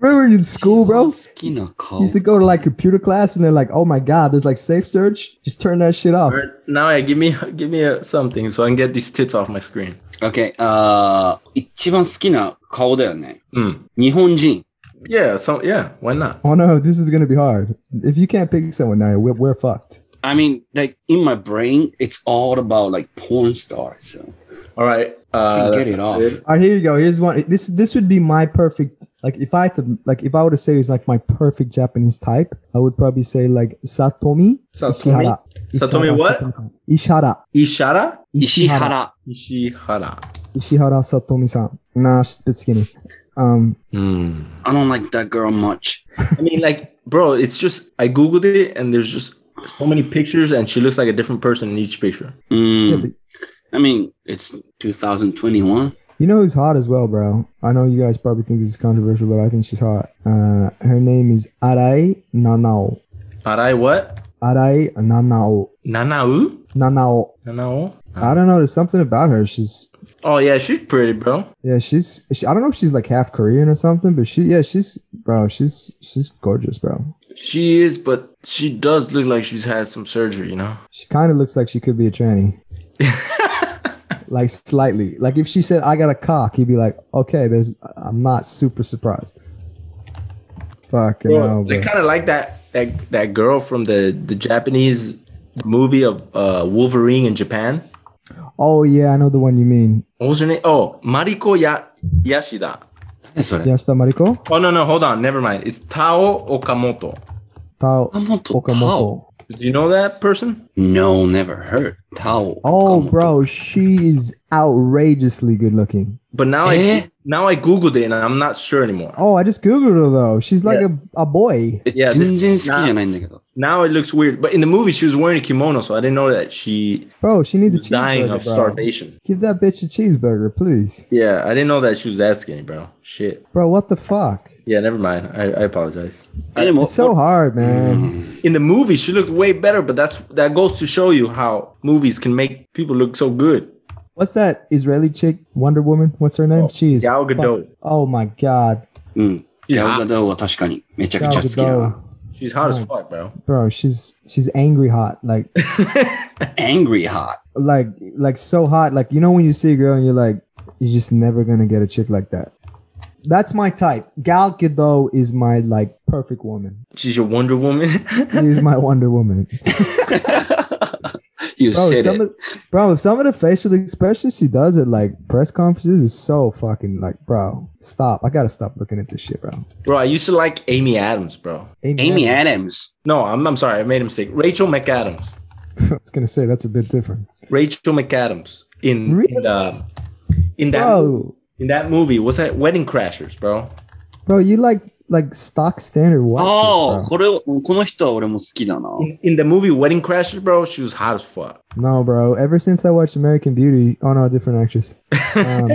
S2: Remember in school, bro?
S1: 好
S2: You
S1: きな顔。
S2: used to go to like computer class, and they're like, "Oh my god, there's like safe search. Just turn that shit off."
S3: All right, Now, yeah, give me give me uh something so I can get these tits off my screen.
S1: Okay, uh, あー、一番好きな顔だよね。
S3: Mm.
S1: 日本人。
S3: Yeah, so yeah, why not?
S2: Oh no, this is gonna be hard. If you can't pick someone now, we're, we're fucked.
S1: I mean, like in my brain, it's all about like porn stars. So.
S3: All right, uh,
S1: Can't get
S3: that's
S1: it off.
S3: good.
S2: All right, here you go. Here's one. This this would be my perfect. Like if I had to, like if I were to say it's like my perfect Japanese type, I would probably say like Satomi
S3: Satomi
S2: Ishihara.
S3: Satomi
S2: Ishihara,
S3: what?
S2: Satomi-san. Ishihara.
S3: Ishara.
S1: 石原。
S3: Ishihara.
S2: Ishihara Satomi-san. Nah, she's a bit skinny. Um,
S3: Hmm.
S1: I don't like that girl much.
S3: I mean, like, bro, it's just I googled it and there's just so many pictures, and she looks like a different person in each picture.
S2: yeah,
S1: Mm,
S2: but
S1: I mean, it's 2021.
S2: you know who's hot as well, bro? I know you guys probably think this is controversial, but I think she's hot. Uh, her name is Arai Nanao.
S3: Arai, what?
S2: Arai Nanao.
S3: Nanau?
S2: Nanao.
S3: Nanao?
S2: I don't know. There's something about her. She's
S3: Oh yeah, she's pretty, bro.
S2: Yeah, she's. She, I don't know if she's like half Korean or something, but she. Yeah, she's bro. She's she's gorgeous, bro.
S3: She is, but she does look like she's had some surgery, you know.
S2: She kind of looks like she could be a tranny, like slightly. Like if she said, "I got a cock," he'd be like, "Okay, there's." I'm not super surprised. Fucking hell,
S3: they
S2: bro.
S3: kind of like that that that girl from the the Japanese movie of uh, Wolverine in Japan.
S2: Oh yeah, I know the one you mean.
S3: What was her name? Oh, Mariko ya- Yashida.
S1: 何それ
S2: Yasta Mariko
S3: Oh no no, hold on, never mind. It's Tao Okamoto.
S2: Tao
S1: Okamoto Um, Tao.
S2: Okamoto.
S3: Do you know that person?
S1: No, never heard. Tao.
S2: Oh,
S1: Okamoto.
S2: bro, she is outrageously good looking.
S3: But now
S1: Eh?
S3: I now I googled it and I'm not sure anymore.
S2: Oh, I just googled her though. She's like a, a boy.
S1: Eh,
S3: Yeah, this-
S1: 全然好きじゃないんだけど。
S3: Now it looks weird. But in the movie, she was wearing a kimono, so I didn't know that she
S2: Bro, she needs a
S3: was
S2: cheeseburger.
S3: dying of
S2: bro.
S3: starvation.
S2: Give that bitch a cheeseburger, please.
S3: Yeah, I didn't know that she was that skinny, bro. Shit.
S2: Bro, what the fuck?
S3: Yeah, never mind. I, I apologize.
S1: えでも
S2: It's so hard,
S1: う
S2: man.
S1: ん
S3: In the movie, she looked way better, but that's that goes to show you how movies can make people look so good.
S2: What's that Israeli chick, Wonder Woman? What's her name?
S3: Oh,
S2: she is.
S3: Gal Gadot.
S2: fuck- Oh my god.
S1: うん。ギ
S3: いや
S1: ャルガドは確かにめちゃく
S2: Gal
S1: ちゃ好きだな。
S2: Gadot.
S3: She's hot as
S2: Oh.
S3: fuck, bro.
S2: Bro, she's she's angry hot. Like
S1: Angry Heart.
S2: like like so hot. Like you know when you see a girl and you're like, you're just never gonna get a chick like that. That's my type. Gal Gadot is my like perfect woman.
S3: She's your Wonder Woman.
S2: She is my Wonder Woman.
S1: you
S2: Bro,
S1: said
S2: some
S1: it.
S2: of, bro, some of the facial expressions she does at like press conferences is so fucking like, bro, stop. I gotta stop looking at this shit, bro.
S3: bro, I used to like Amy Adams, bro.
S1: Amy
S2: Adams.
S1: Adams.
S3: No, I'm, I'm sorry. I made a mistake. Rachel McAdams.
S2: I was gonna say that's a bit different.
S3: Rachel McAdams in, in
S2: Really?
S3: the in that
S2: Bro,
S3: in that movie. What's that? Wedding Crashers, bro.
S2: bro, you like like stock standard white
S1: ああ、
S2: chicks, bro.
S1: これを、この人は俺も好きだな。
S3: In, in the movie Wedding Crashers, bro, she was hot as fuck.
S2: No, bro. Ever since I watched American Beauty, oh no, different actress. Um,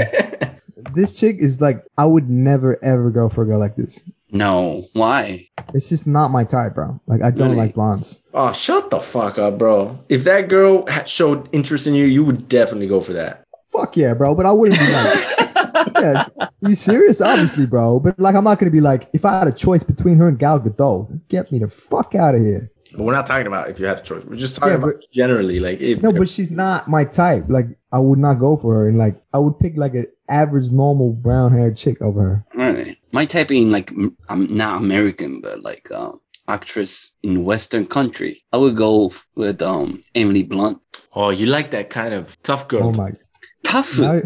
S2: this chick is like, I would never ever go for a girl like this.
S1: No. Why?
S2: It's just not my type, bro. Like I don't
S1: Really?
S2: like blondes.
S3: Oh, shut the fuck up, bro. If that girl ha- showed interest in you, you would definitely go for that.
S2: Fuck yeah, bro. But I wouldn't be like, yeah, you serious? Obviously, bro. But like, I'm not gonna be like, if I had a choice between her and Gal Gadot, get me the fuck out of here.
S3: But we're not talking about if you had a choice. We're just talking
S2: Yeah,
S3: about generally, like if
S2: No, but she's not my type. Like, I would not go for her, and like, I would pick like an average, normal brown-haired chick over her.
S1: Alright. My type in like m- I'm not American, but like um, actress in Western country. I would go with um Emily Blunt.
S3: oh, you like that kind of tough girl.
S2: Oh my!
S1: Tough.
S2: Now-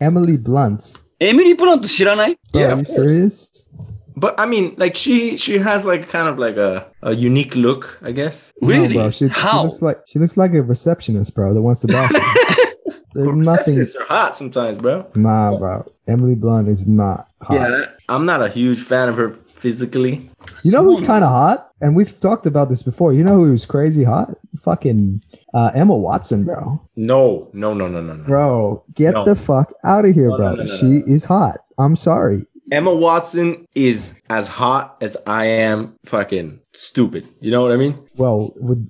S2: Emily Blunt.
S1: Emily Blunt 知らない
S2: Bro,
S3: Yeah,
S2: are
S3: of
S2: you
S3: course.
S2: serious?
S3: But I mean, like she she has like kind of like a, a unique look, I guess.
S1: Really?
S2: No, bro. She, she
S1: How?
S2: looks like she looks like a receptionist, bro. That wants to buy. There's nothing.
S3: Receptionists are hot sometimes, bro.
S2: Nah, bro. Emily Blunt is not hot.
S3: Yeah, I'm not a huge fan of her physically.
S2: You know who's kind of hot? And we've talked about this before. You know who's crazy hot? Fucking uh, Emma Watson, bro.
S3: No, no, no, no, no, no.
S2: Bro, get
S3: No.
S2: the fuck out of here,
S3: No, no,
S2: bro.
S3: no, no,
S2: she
S3: no,
S2: is hot. I'm sorry.
S3: Emma Watson is as hot as I am fucking stupid. You know what I mean?
S2: Well, would,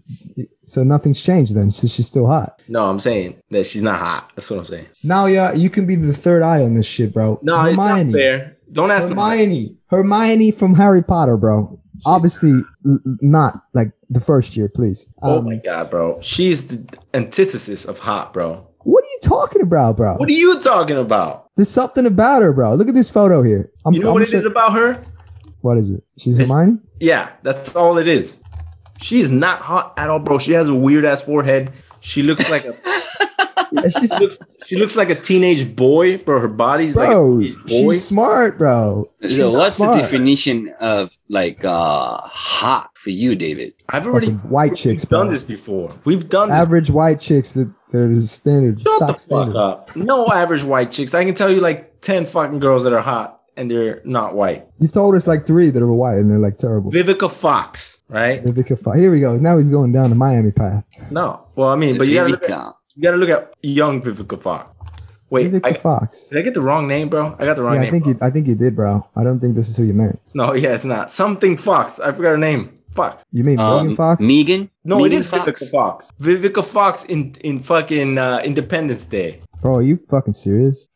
S2: so nothing's changed then. So she's still hot.
S3: No, I'm saying that she's not hot. That's what I'm saying.
S2: Now, yeah, you can be the third eye on this shit, bro.
S3: No, it's not fair. Don't ask me.
S2: Hermione. Hermione from Harry Potter, bro. Obviously, l- l- not like the first year, please.
S3: Oh
S2: Um,
S3: my god, bro. She's the antithesis of hot, bro.
S2: What are you talking about, bro?
S3: What are you talking about?
S2: There's something about her, bro. Look at this photo here. I'm,
S3: You know
S2: I'm
S3: what it
S2: sure-
S3: is about her?
S2: What is it? She's Hermione?
S3: Yeah, that's all it is. She is not hot at all, bro. She has a weird ass forehead. She looks like a
S2: Yeah, she's
S3: looks she looks like a teenage boy, bro. Her body's
S2: bro.
S3: like a teenage boy.
S2: She's smart, bro.
S1: So what's the
S2: smart.
S1: definition of like uh hot for you, David?
S3: I've already
S2: Fucking white chicks,
S3: we've done
S2: bro.
S3: this before. We've done this.
S2: Average white chicks that they're the standard
S3: Shut
S2: stock
S3: the fuck
S2: standard.
S3: up. No average white chicks. I can tell you like ten fucking girls that are hot and they're not white.
S2: You've told us like three that are white and they're like terrible.
S3: Vivica Fox, right?
S2: Vivica Fox. Here we go. Now he's going down the Miami path.
S3: No. Well, I mean, but you gotta, look at,
S1: Vivica.
S3: you gotta look at young Vivica Fox. Wait,
S2: Vivica
S3: I,
S2: Fox.
S3: did I get the wrong name, bro? I got the wrong
S2: Yeah,
S3: name.
S2: I think
S3: bro.
S2: you. I think you did, bro. I don't think this is who you meant.
S3: No, yeah, it's not. Something Fox. I forgot her name. Fuck.
S2: You mean
S1: Uh,
S2: Megan Fox?
S1: Megan?
S3: No,
S1: Megan
S3: it is Vivica Fox. Vivica Fox in in fucking uh, Independence Day.
S2: Bro, are you fucking serious?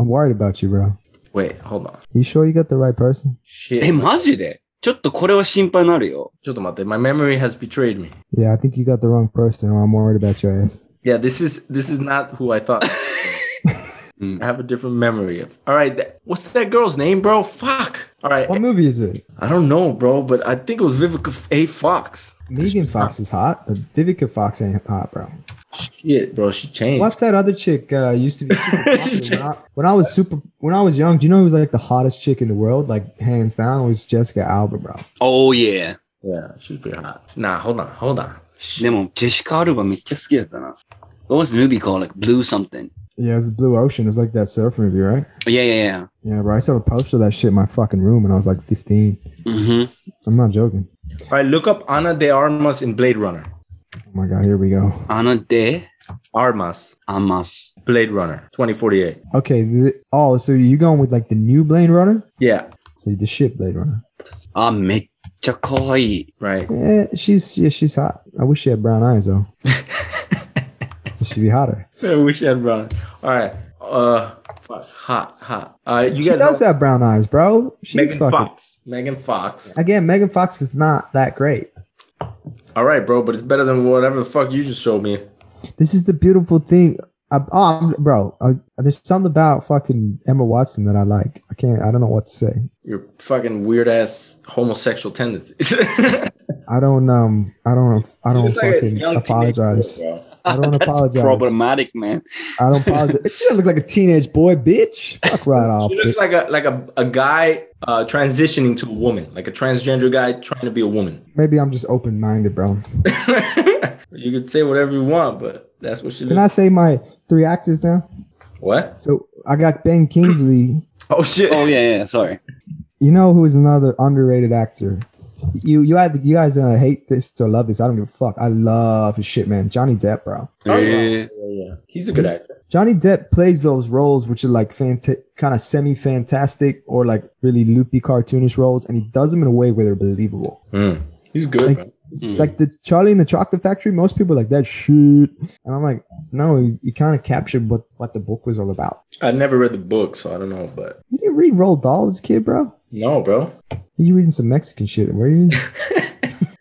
S2: I'm worried about you, bro.
S3: Wait, hold on.
S2: You sure you got the right person?
S3: Shit.
S1: え、マジでちょっとこれは心配になるよ。
S3: ちょっと待って, my memory has betrayed me.
S2: Yeah, I think you got the wrong person, or I'm worried about your ass.
S3: Yeah, this is this is not who I thought.
S1: Mm.
S3: I have a different memory of. All right, that, what's that girl's name, bro? Fuck. All right,
S2: What movie is it?
S3: I don't know, bro, but I think it was Vivica A. Fox.
S2: Megan Fox is hot, but Vivica Fox ain't hot, bro.
S3: Shit, bro, she changed.
S2: What's that other chick? Uh, used to be super
S3: She-
S2: popular. when, I, when I was super, when I was young, do you know who was like the hottest chick in the world, like hands down, was Jessica Alba, bro.
S1: Oh yeah.
S3: Yeah, she's pretty hot. Nah, hold on, hold on.
S1: でも、ジェシカ・アルバめっちゃ好きだったな。What was the movie called? Like Blue Something.
S2: Yeah, it's Blue Ocean. It's like that surf movie, right?
S1: Yeah, yeah,
S2: Yeah, bro. I saw a poster of that shit in my fucking room when I was like 15.
S1: yeah. Mm-hmm.
S2: I'm not joking.
S3: All right, look up Ana de Armas in Blade Runner.
S2: Oh my god, here we go.
S1: アナ・デ・
S3: Armas,
S1: アマス。
S3: Blade Runner, 2048.
S2: Okay. Th- oh, so you going with like the new Blade Runner?
S3: Yeah,
S2: So the shit Blade Runner.
S1: あ、めっちゃ可愛い。
S3: right.
S2: Yeah, she's yeah, she's hot. I wish she had brown eyes though. She'd be hotter.
S3: I wish I had run. All right. Uh, fuck. hot, hot. Uh, you
S2: she
S3: guys
S2: does
S3: know
S2: have brown eyes, bro. She's
S3: Megan
S2: fucking.
S3: Fox. Megan Fox.
S2: Again, Megan Fox is not that great.
S3: All right, bro, but it's better than whatever the fuck you just showed me.
S2: This is the beautiful thing. I, oh, I'm- bro, I, there's something about fucking Emma Watson that I like. I can't. I don't know what to say.
S3: Your fucking weird ass homosexual tendencies.
S2: I don't. Um. I don't. I don't
S3: It's like a
S2: fucking
S3: young teenage girl,
S2: apologize.
S3: bro.
S2: I don't
S1: That's
S2: apologize.
S1: problematic, man.
S2: I don't apologize. she doesn't look like a teenage boy, bitch. Fuck right off.
S3: She looks like a like a, a guy uh, transitioning to a woman, like a transgender guy trying to be a woman.
S2: Maybe I'm just open minded, bro.
S3: you could say whatever you want, but that's what she
S2: Can
S3: looks.
S2: I say my three actors now?
S3: What?
S2: So I got Ben Kingsley.
S3: Oh shit!
S1: Oh, yeah, yeah, sorry.
S2: You know who is another underrated actor? You you had you guys uh, hate this or love this? I don't give a fuck. I love his shit, man. Johnny Depp, bro.
S3: Oh,
S1: Eh,
S3: yeah, yeah. He's a good
S2: He's-
S3: actor.
S2: Johnny Depp plays those roles which are like fanta- kind of semi fantastic or like really loopy cartoonish roles, and he does them in a way where they're believable.
S3: Mm. He's good.
S2: Like-
S3: bro.
S1: mm.
S2: Like the Charlie in the Chocolate Factory, most people are like that shoot, and I'm like, no, you, you kind of captured what what the book was all about.
S3: I never read the book, so I don't know, but
S2: You didn't read Roll Dahl as a kid, bro.
S3: no, bro.
S2: You reading some Mexican shit? Were you?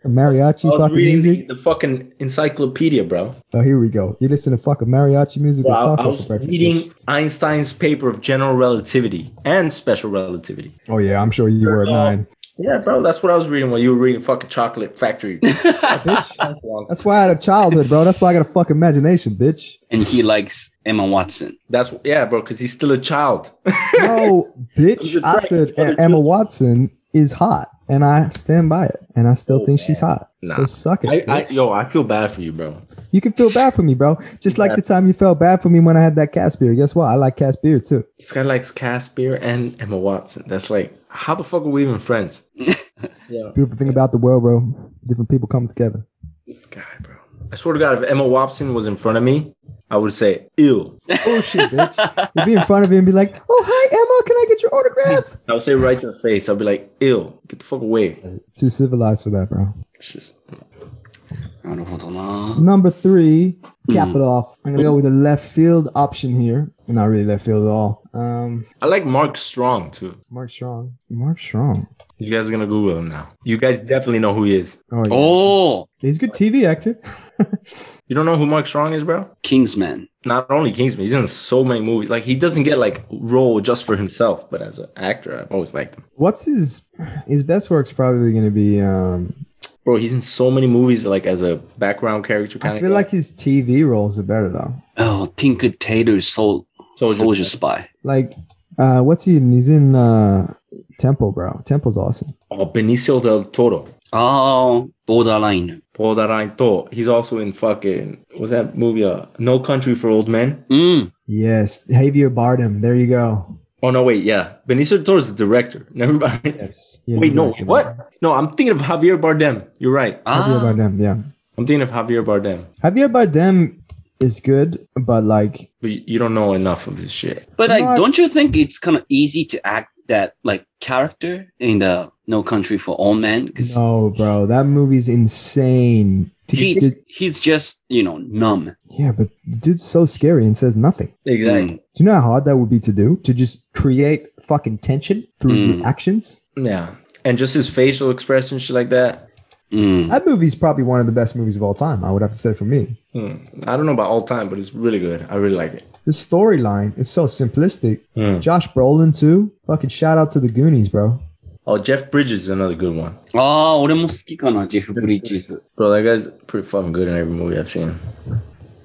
S2: Some
S3: I
S2: mariachi
S3: was
S2: fucking
S3: reading
S2: music.
S3: the, the fucking encyclopedia, bro.
S2: Oh, here we go. You listen to fucking mariachi music
S3: Bro,
S2: or
S3: I, I
S2: tacos
S3: was
S2: for breakfast.
S3: reading
S2: bitch.
S3: Einstein's paper of general relativity and special relativity.
S2: Oh yeah, I'm sure you were at
S3: Oh.
S2: nine.
S3: Yeah, bro, that's what I was reading while you were reading fucking Chocolate Factory.
S2: Bitch.
S3: That's
S2: That's why I had a childhood, bro. That's why I got a fucking imagination, bitch.
S1: And he likes Emma Watson.
S3: yeah, bro, because he's still a child.
S2: No, bitch. I said "A- Emma Watson is hot, and I stand by it, and I still
S3: Oh,
S2: think she's hot. So
S3: Nah.
S2: suck it.
S3: I, I,
S2: bitch.
S3: yo, I feel bad for you, bro.
S2: you can feel bad for me, bro. Just like the time you felt bad for me when I had that cast beer. Guess what? I like cast beer too.
S3: This guy likes Caspier and Emma Watson. That's like, how the fuck are we even friends? yeah,
S2: Beautiful thing about the world, bro. Different people come together.
S3: this guy, bro. I swear to God, if Emma Watson was in front of me, I would say, ew.
S2: Oh shit, bitch. You'd be in front of him and be like, "Oh hi, Emma. Can I get your autograph?"
S3: I would say right to her face. I'll be like, ew, get the fuck away.
S2: Too civilized for that, bro.
S3: It's just-
S1: なるほどな。
S2: Number three, cap it off. I'm gonna go with the left field option here. Not really left field at all. Um,
S3: I like Mark Strong, too.
S2: Mark Strong. Mark Strong.
S3: You guys are going to Google him now. You guys definitely know who he is.
S2: Oh, yeah.
S1: Oh!
S2: he's a good TV actor.
S3: You don't know who Mark Strong is, bro?
S1: Kingsman.
S3: Not only Kingsman, he's in so many movies. Like, he doesn't get, like, role just for himself, but as an actor, I've always liked him.
S2: What's his his best work's probably gonna be. Um,
S3: Bro, he's in so many movies, like, as a background character kind
S2: I
S3: of
S2: feel
S3: guy.
S2: like his TV roles are better though.
S1: Oh, Tinker Tailor's Soul,
S3: Soldier
S1: Soldier,
S3: Boy.
S1: Spy.
S2: Like, uh, what's he? in? He's in uh, Temple, bro. Temple's awesome.
S3: Oh, Benicio del Toro.
S1: Oh, Borderline.
S3: Paul Daranto. He's also in fucking, what's that movie? Uh, no Country for Old Men.
S1: Mm.
S2: Yes, Javier Bardem. There you go.
S3: Oh, no, wait, yeah. Benicio del Toro is the director. Never mind.
S2: Yes. Yeah, Uh,
S3: Wait,
S2: you're
S3: no,
S2: right, you're right.
S3: what? No, I'm thinking of Javier Bardem. You're
S2: Javier
S3: right.
S1: Ah,
S2: Bardem. Yeah,
S3: I'm thinking of Javier Bardem,
S2: Javier Bardem is good, but like,
S3: but you you don't know enough of this shit.
S1: but
S2: Not-
S1: like, don't you think it's kind of easy to act that like character in the No Country for Old Men? Because
S2: no, bro, that movie's insane. To get
S1: he's,
S2: the-
S1: he's just you know numb.
S2: yeah, but the dude's so scary and says nothing.
S1: Exactly.
S2: Do you know how hard that would be to do? To just create fucking tension through
S1: Mm.
S3: Hmm.
S2: your actions?
S3: Yeah. And just his facial expression, shit like that.
S1: Mm.
S2: That movie's probably one of the best movies of all time, I would have to say for me.
S3: Hmm. I don't know about all time, but it's really good. I really like it.
S2: The storyline is so simplistic.
S3: Hmm.
S2: Josh Brolin, too. Fucking shout out to the Goonies, bro.
S3: Oh, Jeff Bridges is another good one.
S1: ああ、俺も好きかな、ジェフ・ブリッジズ。
S3: Bro, that guy's pretty fucking good in every movie I've seen.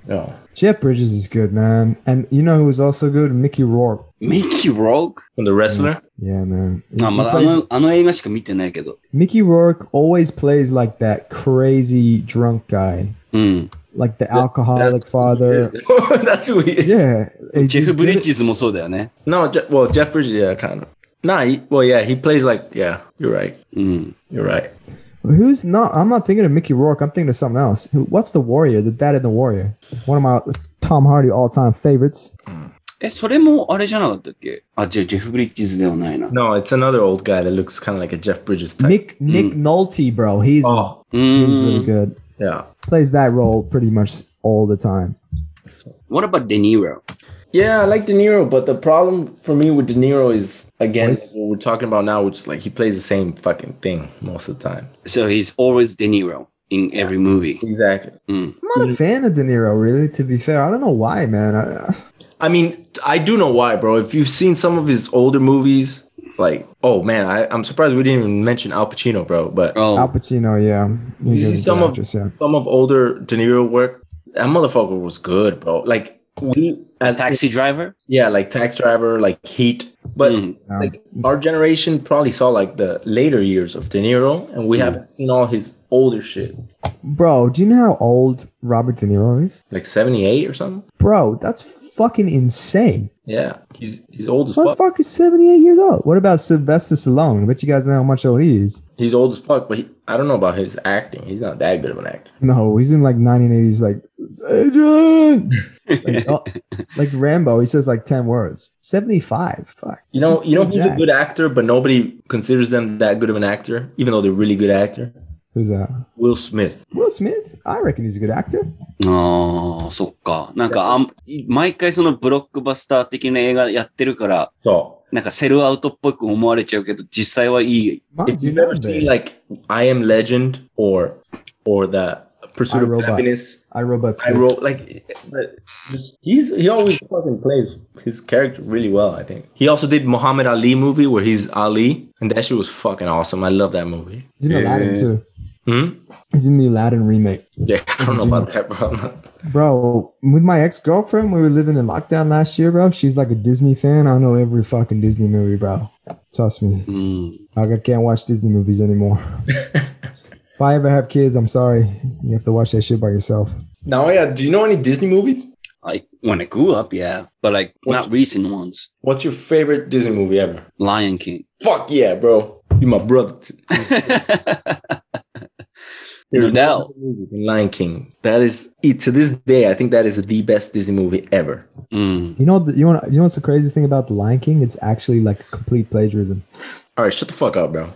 S3: Yeah.
S2: Jeff Bridges is good, man. And you know who was also good? Mickey Rourke.
S1: Mickey Rogue?
S3: From the wrestler?
S2: Yeah, man. He-
S1: あま
S2: he
S1: だあ
S2: plays-
S1: のあの映画しか見てないけど。
S2: Mickey Rourke always plays like that crazy drunk guy,
S1: うん。
S2: like the
S3: Yeah,
S2: alcoholic father.
S3: That's who he is.
S2: Yeah, it
S1: ジェ
S2: just
S1: フ・ブリッ
S2: didn't-
S1: ジズもそうだよね。
S3: No, Je- well, Jeff Bridges, yeah, kind of. Nah, he, well, yeah, he plays like, yeah, you're right.
S1: うん。
S3: You're right.
S2: Who's not? I'm not thinking of Mickey Rourke. I'm thinking of something else. Who, what's the Warrior? The dad in the Warrior. One of my Tom Hardy all-time favorites.
S1: え、それもあれじゃなかったっけあ、じゃあジェフ・ブリッジズではないな。
S3: No, it's another old guy that looks kind of like a Jeff Bridges type.
S2: Nick Nick Nolte, bro. He's
S3: Hmm. Oh,
S1: う
S2: he's really
S1: ん。
S2: good.
S3: yeah.
S2: Plays that role pretty much all the time.
S1: What about De Niro?
S3: Yeah, I like De Niro, but the problem for me with De Niro is, again,
S2: Voice.
S3: what we're talking about now, which is like he plays the same fucking thing most of the time.
S1: So he's always De Niro in every movie.
S3: Exactly.
S1: うん。
S2: I'm
S3: Mm.
S2: not a fan of De Niro, really. To be fair, I don't know why, man. I,
S3: I mean, I do know why, bro. If you've seen some of his older movies, like, oh man, I, I'm surprised we didn't even mention Al Pacino, bro. But
S2: Al
S1: Oh,
S2: Pacino, yeah.
S3: You
S2: He's a
S3: see
S2: good
S3: some of-
S2: actress, yeah.
S3: some of older De Niro work, that motherfucker was good, bro. Like we as
S1: Taxi Driver?
S3: yeah, like Tax Driver, like Heat. But
S1: うん。
S2: Yeah.
S3: like our generation probably saw like the later years of De Niro, and we haven't seen all his older shit,
S2: Bro, do you know how old Robert De Niro is?
S3: like seventy eight or something.
S2: Bro, that's fucking insane.
S3: Yeah, he's he's old as fuck.
S2: Motherfucker's 78 years old. What about Sylvester Stallone? I bet you guys know how much old he is.
S3: He's old as fuck, but he, I don't know about his acting. He's not that good of an actor.
S2: No, he's in like 1980s, like, Adrian! like, oh, like Rambo, he says like 10 words. 75. Fuck.
S3: You know,
S2: He's
S3: you know
S2: still
S3: who's a
S2: jacked.
S3: good actor, but nobody considers them that good of an actor, even though they're really good actor.
S2: Who's that?
S3: Will Smith.
S2: Will Smith? I reckon he's a good actor.
S1: ああ、そっか。なんかあん、毎回そのブロックバスター的な映画やってるから、
S3: So
S1: なんかセルアウトっぽく思われちゃうけど、実際はいい。
S2: Mine's
S3: if you've never
S2: not bad.
S3: seen like I Am Legend or or the Pursuit
S2: I,
S3: of
S2: Robot.
S3: Happiness,
S2: I Robot
S3: I
S2: Smith.
S3: wrote like but he's he always fucking plays his character really well. I think he also did Muhammad Ali movie where he's Ali, and that shit was fucking awesome. I love that movie.
S2: he's in Aladdin
S1: Yeah.
S2: too.
S3: Hmm?
S2: He's in the Aladdin remake.
S3: Yeah, I don't know about that, bro.
S2: Bro, with my ex girlfriend, we were living in lockdown last year, bro. She's like a Disney fan. I know every fucking Disney movie, bro. Trust me.
S1: うん。
S2: I can't watch Disney movies anymore. if I ever have kids, I'm sorry. You have to watch that shit by yourself.
S3: Now, yeah, do you know any Disney movies?
S1: I, when I grew up, yeah. But like,
S3: What's-
S1: not recent ones.
S3: What's your favorite Disney movie ever?
S1: Lion King.
S3: Fuck yeah, bro. You my brother. Too.
S1: no
S3: There's
S1: doubt.
S3: no movie than Lion King. That is it, to this day. I think that is the best Disney movie ever.
S1: Mm.
S2: You know, the, you know, you know what's the craziest thing about The Lion King? It's actually like a complete plagiarism.
S3: All right, shut the fuck up, bro.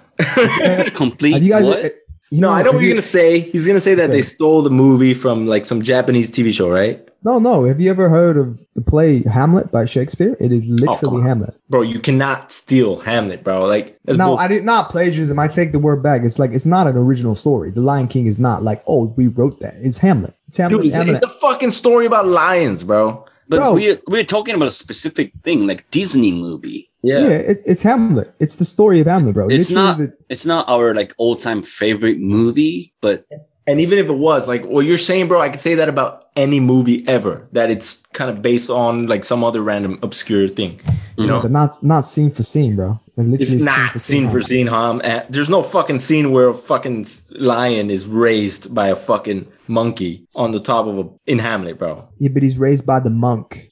S1: Complete.
S2: Have you guys? e-,
S1: what?
S2: You
S3: no, I know
S2: have
S3: what you're
S2: you-
S3: gonna say. He's gonna say that they
S2: Okay.
S3: stole the movie from like some Japanese TV show, right?
S2: No, no. Have you ever heard of the play Hamlet by Shakespeare? It is literally
S3: Oh, on.
S2: Hamlet.
S3: Bro, you cannot steal Hamlet, bro. Like, that's
S2: No,
S3: bull-
S2: I did not plagiarism. I take the word back. It's like it's not an original story. The Lion King is not like, oh, we wrote that. It's Hamlet. It's Hamlet.
S3: dude, it's,
S2: Hamlet.
S3: it's a fucking story about lions, bro.
S1: but
S2: Bro.
S1: we're we're talking about a specific thing, like Disney movie.
S2: yeah, it, it's Hamlet. It's the story of Hamlet, bro.
S1: It's
S2: Literally
S1: not-
S2: the-
S1: It's not our like all time favorite movie, but
S3: And even if it was, like what you're saying, bro, I could say that about any movie ever. That it's kind of based on like some other random obscure thing. You know,
S2: but not not scene for scene, bro. Like,
S3: it's
S2: literally
S3: not scene for
S2: Hamlet.
S3: scene, huh? Uh, There's no fucking scene where a fucking lion is raised by a fucking monkey on the top of a in Hamlet, bro.
S2: Yeah, but he's raised by the monk.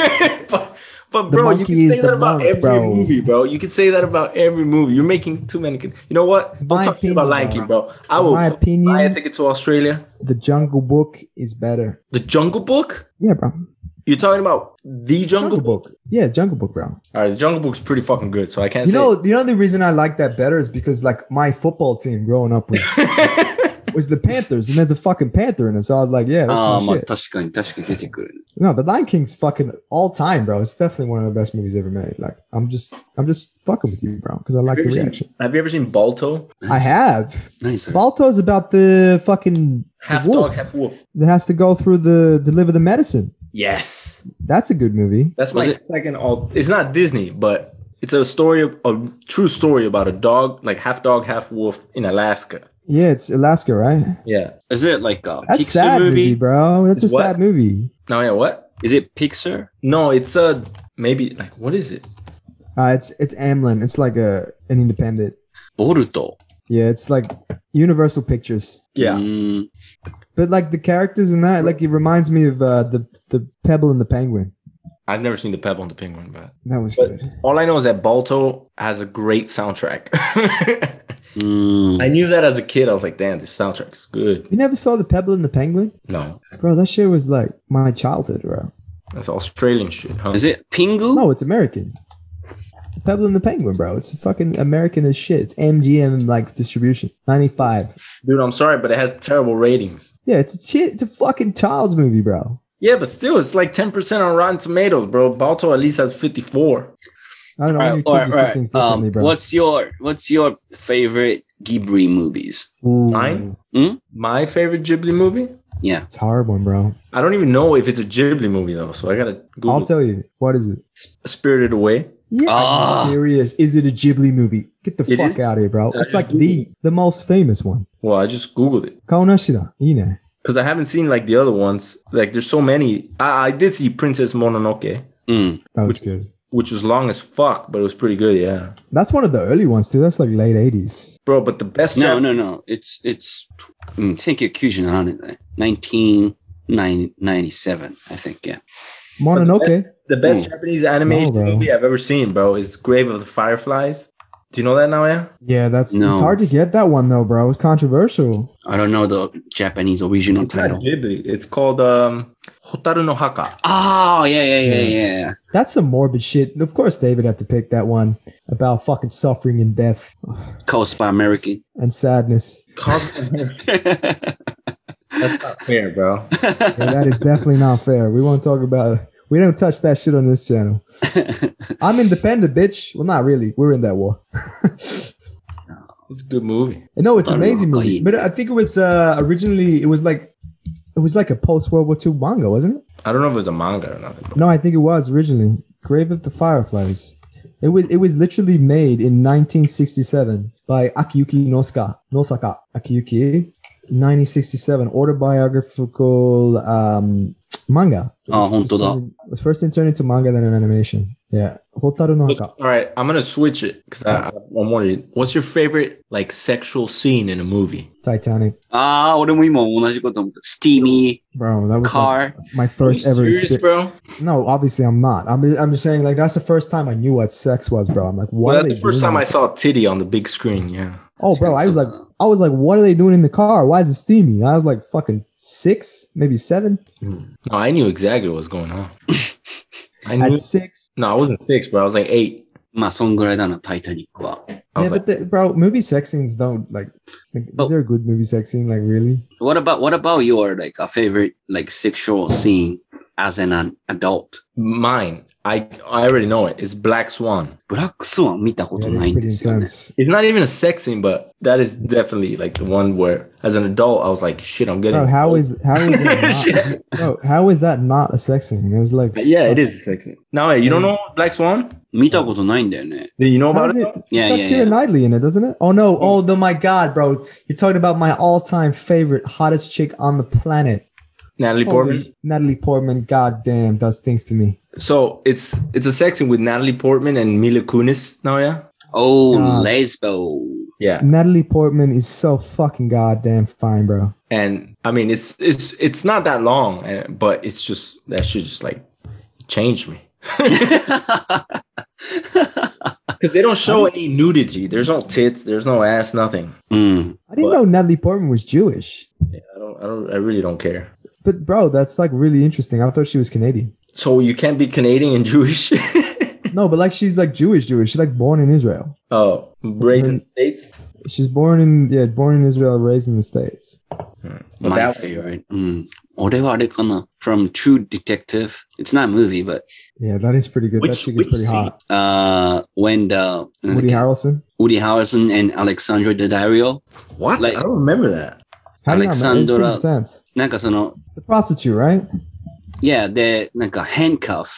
S3: but, but bro, you
S2: monkey
S3: can
S2: is
S3: say
S2: the
S3: that about
S2: monk,
S3: every
S2: bro.
S3: movie, bro. You can say that about every movie. You're making too many. Con- you know what? Don't
S2: My
S3: talk to me about
S2: opinion,
S3: Lion King, bro. I will
S2: my
S3: fucking buy a
S2: opinion-
S3: ticket to Australia.
S2: The Jungle Book is better.
S3: The Jungle Book.
S2: Yeah, bro.
S3: You're talking about the Jungle, Book.
S2: Yeah, Jungle Book, bro.
S3: All right, the Jungle Book's pretty fucking good, so I can't
S2: You
S3: say.
S2: know, you know the reason I like that better is because like my football team growing up was was the Panthers, and there's a fucking panther in it. So I was like, yeah, that's
S3: Oh
S1: ああ、
S2: my
S1: まあ
S2: shit.
S1: 確かに確かに出てくる。
S2: No, but Lion King's fucking all time, bro. It's definitely one of the best movies ever made. Like, I'm just, I'm just fucking with you, bro, because I like
S3: have,
S2: the
S3: you ever
S2: reaction.
S3: seen, have you ever seen Balto?
S2: I have.
S1: 何それ
S2: Balto's about the fucking
S3: Half
S2: wolf
S3: dog, half wolf.
S2: that has to go through the deliver the medicine.
S3: Yes,
S2: That's a good movie.
S1: Was
S3: that's my
S1: it-
S3: second. All it's not Disney, but it's a story, of, a true story about a dog, like half dog, half wolf in Alaska.
S2: Yeah, it's Alaska, right?
S3: Yeah.
S1: Is it like a
S2: That's
S1: Pixar
S2: sad movie,
S1: movie?
S2: bro. That's a
S3: It's what?
S2: sad movie.
S3: No, yeah. What?
S1: Is it Pixar?
S3: No, it's a maybe like what is it?
S2: Uh, it's it's Amblin. It's like a an independent.
S1: ボルト。
S2: Yeah, it's like Universal Pictures.
S1: うーん
S2: But like the characters in that, like it reminds me of uh, the the Pebble and the Penguin.
S3: I've never seen the Pebble and the Penguin, but
S2: That was
S3: But-
S2: good.
S3: all I know is that Balto has a great soundtrack.
S2: Mm.
S1: うーん。
S3: I knew that as a kid. I was like, damn, this soundtrack's good.
S2: You never saw the Pebble and the Penguin,
S3: No,
S2: bro? That shit was like my childhood, bro.
S3: that's Australian shit, huh?
S1: Is it ピング
S2: No, it's American. The Pebble and the Penguin, bro. It's fucking American as shit. It's MGM like distribution. Ninety five.
S3: Dude, I'm sorry, but it has terrible ratings.
S2: Yeah, it's a shit. It's a fucking child's movie, bro.
S3: Yeah, but still, it's like 10% on Rotten Tomatoes, bro. Balto at least has 54.
S2: I don't know.
S1: Alright,
S2: Right, right,
S1: alright,
S2: Things
S1: alright.
S2: differently,
S1: Um,
S2: bro.
S1: what's your What's your favorite Ghibli movies?
S2: Ooh,
S3: Mine?
S1: Hmm?
S3: My favorite Ghibli movie?
S1: Yeah,
S2: It's a hard one, bro.
S3: I don't even know if it's a Ghibli movie, though, so I gotta Google
S2: I'll tell you. What is it?
S3: Spirited Away.
S2: Yeah, are
S1: Ah.
S2: you serious? Is it a Ghibli movie? Get the
S3: It
S2: fuck
S3: is.
S2: out of here, bro.
S3: Yeah,
S2: It's like
S3: it's
S2: the the most famous one.
S3: Well, I just Googled it
S2: Kaonashida, Ine.
S3: because I haven't seen like the other ones. Like, there's so many. I, I did see Princess Mononoke,
S1: うん。
S2: That was
S3: Which-
S2: good.
S3: which was long as fuck, but it was pretty good, yeah.
S2: That's one of the early ones too. That's like late eighties.
S3: Bro, but the best.
S1: No,
S3: Jap-
S1: no, no. It's It's mm, うん1997年だね。1997 I think yeah.
S2: Mononoke.
S3: The best
S1: Mm.
S3: Japanese animation
S2: No, bro.
S3: movie I've ever seen, bro, is Grave of the Fireflies. Do you know that now, yeah?
S2: Yeah, that's
S1: No.
S2: it's hard to get that one though, bro. It's controversial.
S1: I don't know the Japanese original
S3: It's not
S1: title.
S3: Ghibli. It's called um, Hotaru no Haka.
S1: Oh yeah yeah yeah yeah. yeah.
S2: That's some morbid shit. And of course David had to pick that one about fucking suffering and death
S1: Caused by American.
S2: and sadness.
S3: That's not fair, bro.
S2: Yeah, that is definitely not fair. We won't talk about it. We don't touch that shit on this channel. I'm independent, bitch. Well, not really. We're in that war.
S3: It's a good movie.
S2: And No, it's
S1: But
S2: amazing
S1: Morocco,
S2: movie.
S1: yeah.
S2: But I think it was uh, originally it was like it was like a post World War II manga, wasn't it?
S3: I don't know if it's a manga or nothing. But
S2: No, I think it was originally Grave of the Fireflies. It was it was literally made in 1967 by Akiyuki Noska Nosaka Akiyuki. 1967 autobiographical um, manga.
S1: Ah, 本当だ。
S2: It was first turned into manga then an animation. Yeah, Hotaru no Haka.
S3: all right, I'm gonna switch it because I, I'm wondering, what's your favorite like sexual scene in a movie?
S2: Titanic.
S1: あ Ah, あ、俺も今同じこと思った。Steamy,
S2: Bro, that was like,
S1: car.
S2: my first
S3: Are you
S2: ever
S3: serious,
S2: experience.
S3: bro.
S2: No, obviously I'm not. I'm, I'm just saying like that's the first time I knew what sex was, bro. I'm like, what?
S3: Well,
S2: are
S3: that's
S2: they
S3: the first
S2: doing?
S3: time I saw a titty on the big screen. Yeah.
S2: Oh, bro, I was like, I was like, what are they doing in the car? Why is it steamy? I was like, fucking six, maybe seven.
S3: No, I knew exactly what was going on. I
S2: At
S3: knew.
S2: six,
S3: No, I wasn't six, bro. I was like eight.
S1: まあ、そんぐらいだな、タイタニックは。
S3: I
S2: yeah,
S3: was
S2: but the, bro, movie sex scenes don't like. like
S1: Oh.
S2: Is there a good movie sex scene? Like really?
S1: What about, what about your, like, a favorite, like, sexual scene as an, an adult?
S3: mine. I I already know it. It's Black Swan.
S1: ブラックスワン見たこ
S2: Yeah,
S1: と
S2: it is
S1: ないん
S2: pretty
S1: ですよね。
S2: intense.
S3: It's not even a sex scene, but that is definitely like the one where, as an adult, I was like, "Shit, I'm getting."
S2: Bro, how
S3: old.
S2: is how is that not, bro, how is that not a sex scene? It was like
S3: Yeah, it
S2: such-
S3: is a sex scene. Now you don't know Black Swan?
S1: 見たことないんだよね。
S3: Do you know
S2: How
S3: about
S2: is
S3: it?
S2: it?
S3: though?
S1: Yeah, yeah,
S2: it's got Keira
S1: yeah.
S2: Knightley in it, doesn't it? Oh no! Oh no! My God, bro! You're talking about my all-time favorite, hottest chick on the planet,
S3: Natalie Portman.
S2: Holy- Natalie Portman. God damn, does things to me.
S3: So it's it's a sex scene with Natalie Portman and Mila Kunis. Now, yeah,
S1: Oh,
S2: Ah.
S1: lesbo.
S3: yeah.
S2: Natalie Portman is so fucking goddamn fine, bro.
S3: And I mean, it's it's it's not that long, eh, but it's just that shit just like changed me because they don't show any nudity. There's no tits. There's no ass. Nothing.
S1: うん。
S2: I didn't
S3: What?
S2: know Natalie Portman was Jewish,
S3: Yeah, I don't. I don't. I really don't care.
S2: but bro, that's like really interesting. I thought she was Canadian.
S3: So you can't be Canadian and Jewish.
S2: No, but like she's like Jewish, Jewish. She's like born in Israel.
S3: oh, raised in the states.
S2: She's born in yeah, born in Israel, raised in the states.
S3: But
S1: My
S3: that-
S1: favorite. うん。俺はあれかな。From True Detective. It's not a movie, but,
S2: Yeah, that is pretty good. that
S3: Which-
S2: chick
S3: which
S2: is pretty hot.
S1: uh, when the,
S2: Woody Harrelson.
S1: Woody Harrelson and Alexandra Daddario.
S3: What?
S1: Like-
S3: I don't remember that.
S2: How do you not remember? It's pretty
S1: Alexandra-
S2: intense.
S1: なんかその、
S2: The prostitute, right?
S1: いや、で、なんか handcuff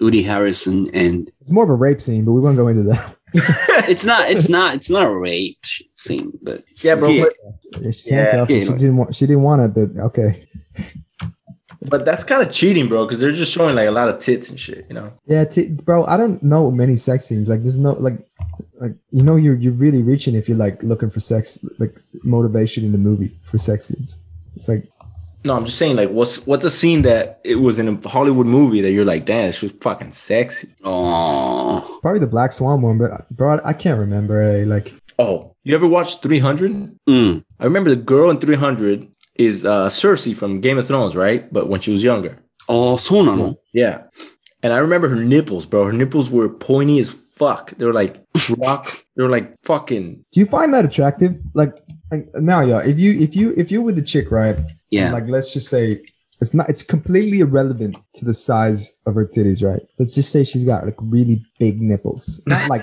S1: Woody Harrison and
S2: It's more of a rape scene, but we won't go into that.
S1: it's not, it's not, it's not a rape scene, but
S3: Yeah, bro.
S1: Yeah.
S2: Yeah, she's
S3: Yeah,
S2: handcuffed. and
S1: yeah,
S2: she
S1: like-
S2: didn't want. She didn't want it, but okay.
S3: But that's kind of cheating, bro, because they're just showing like a lot of tits and shit, you know?
S2: Yeah, t- bro, I don't know many sex scenes. Like, there's no like, like you know, you're you're really reaching if you're like looking for sex, like motivation in the movie for sex scenes. It's like
S3: No, I'm just saying, like, what's what's a scene that it was in a Hollywood movie that you're like, damn, she was fucking sexy.
S1: Oh,
S2: probably the Black Swan one, but bro, I can't remember. eh, Like,
S3: Oh, you ever watched 300?
S1: mm.
S3: I remember the girl in 300 is uh, Cersei from Game of Thrones, right? But when she was younger.
S1: oh そうなの
S3: Yeah. And I remember her nipples, bro. Her nipples were pointy as fuck. They were like rock. they were like fucking.
S2: do you find that attractive? Like, like now, yeah, if you if you if you're with a chick, right?
S1: Yeah.
S2: Like, let's just say it's not. It's completely irrelevant to the size of her titties, right? Let's just say she's got like really big nipples, not like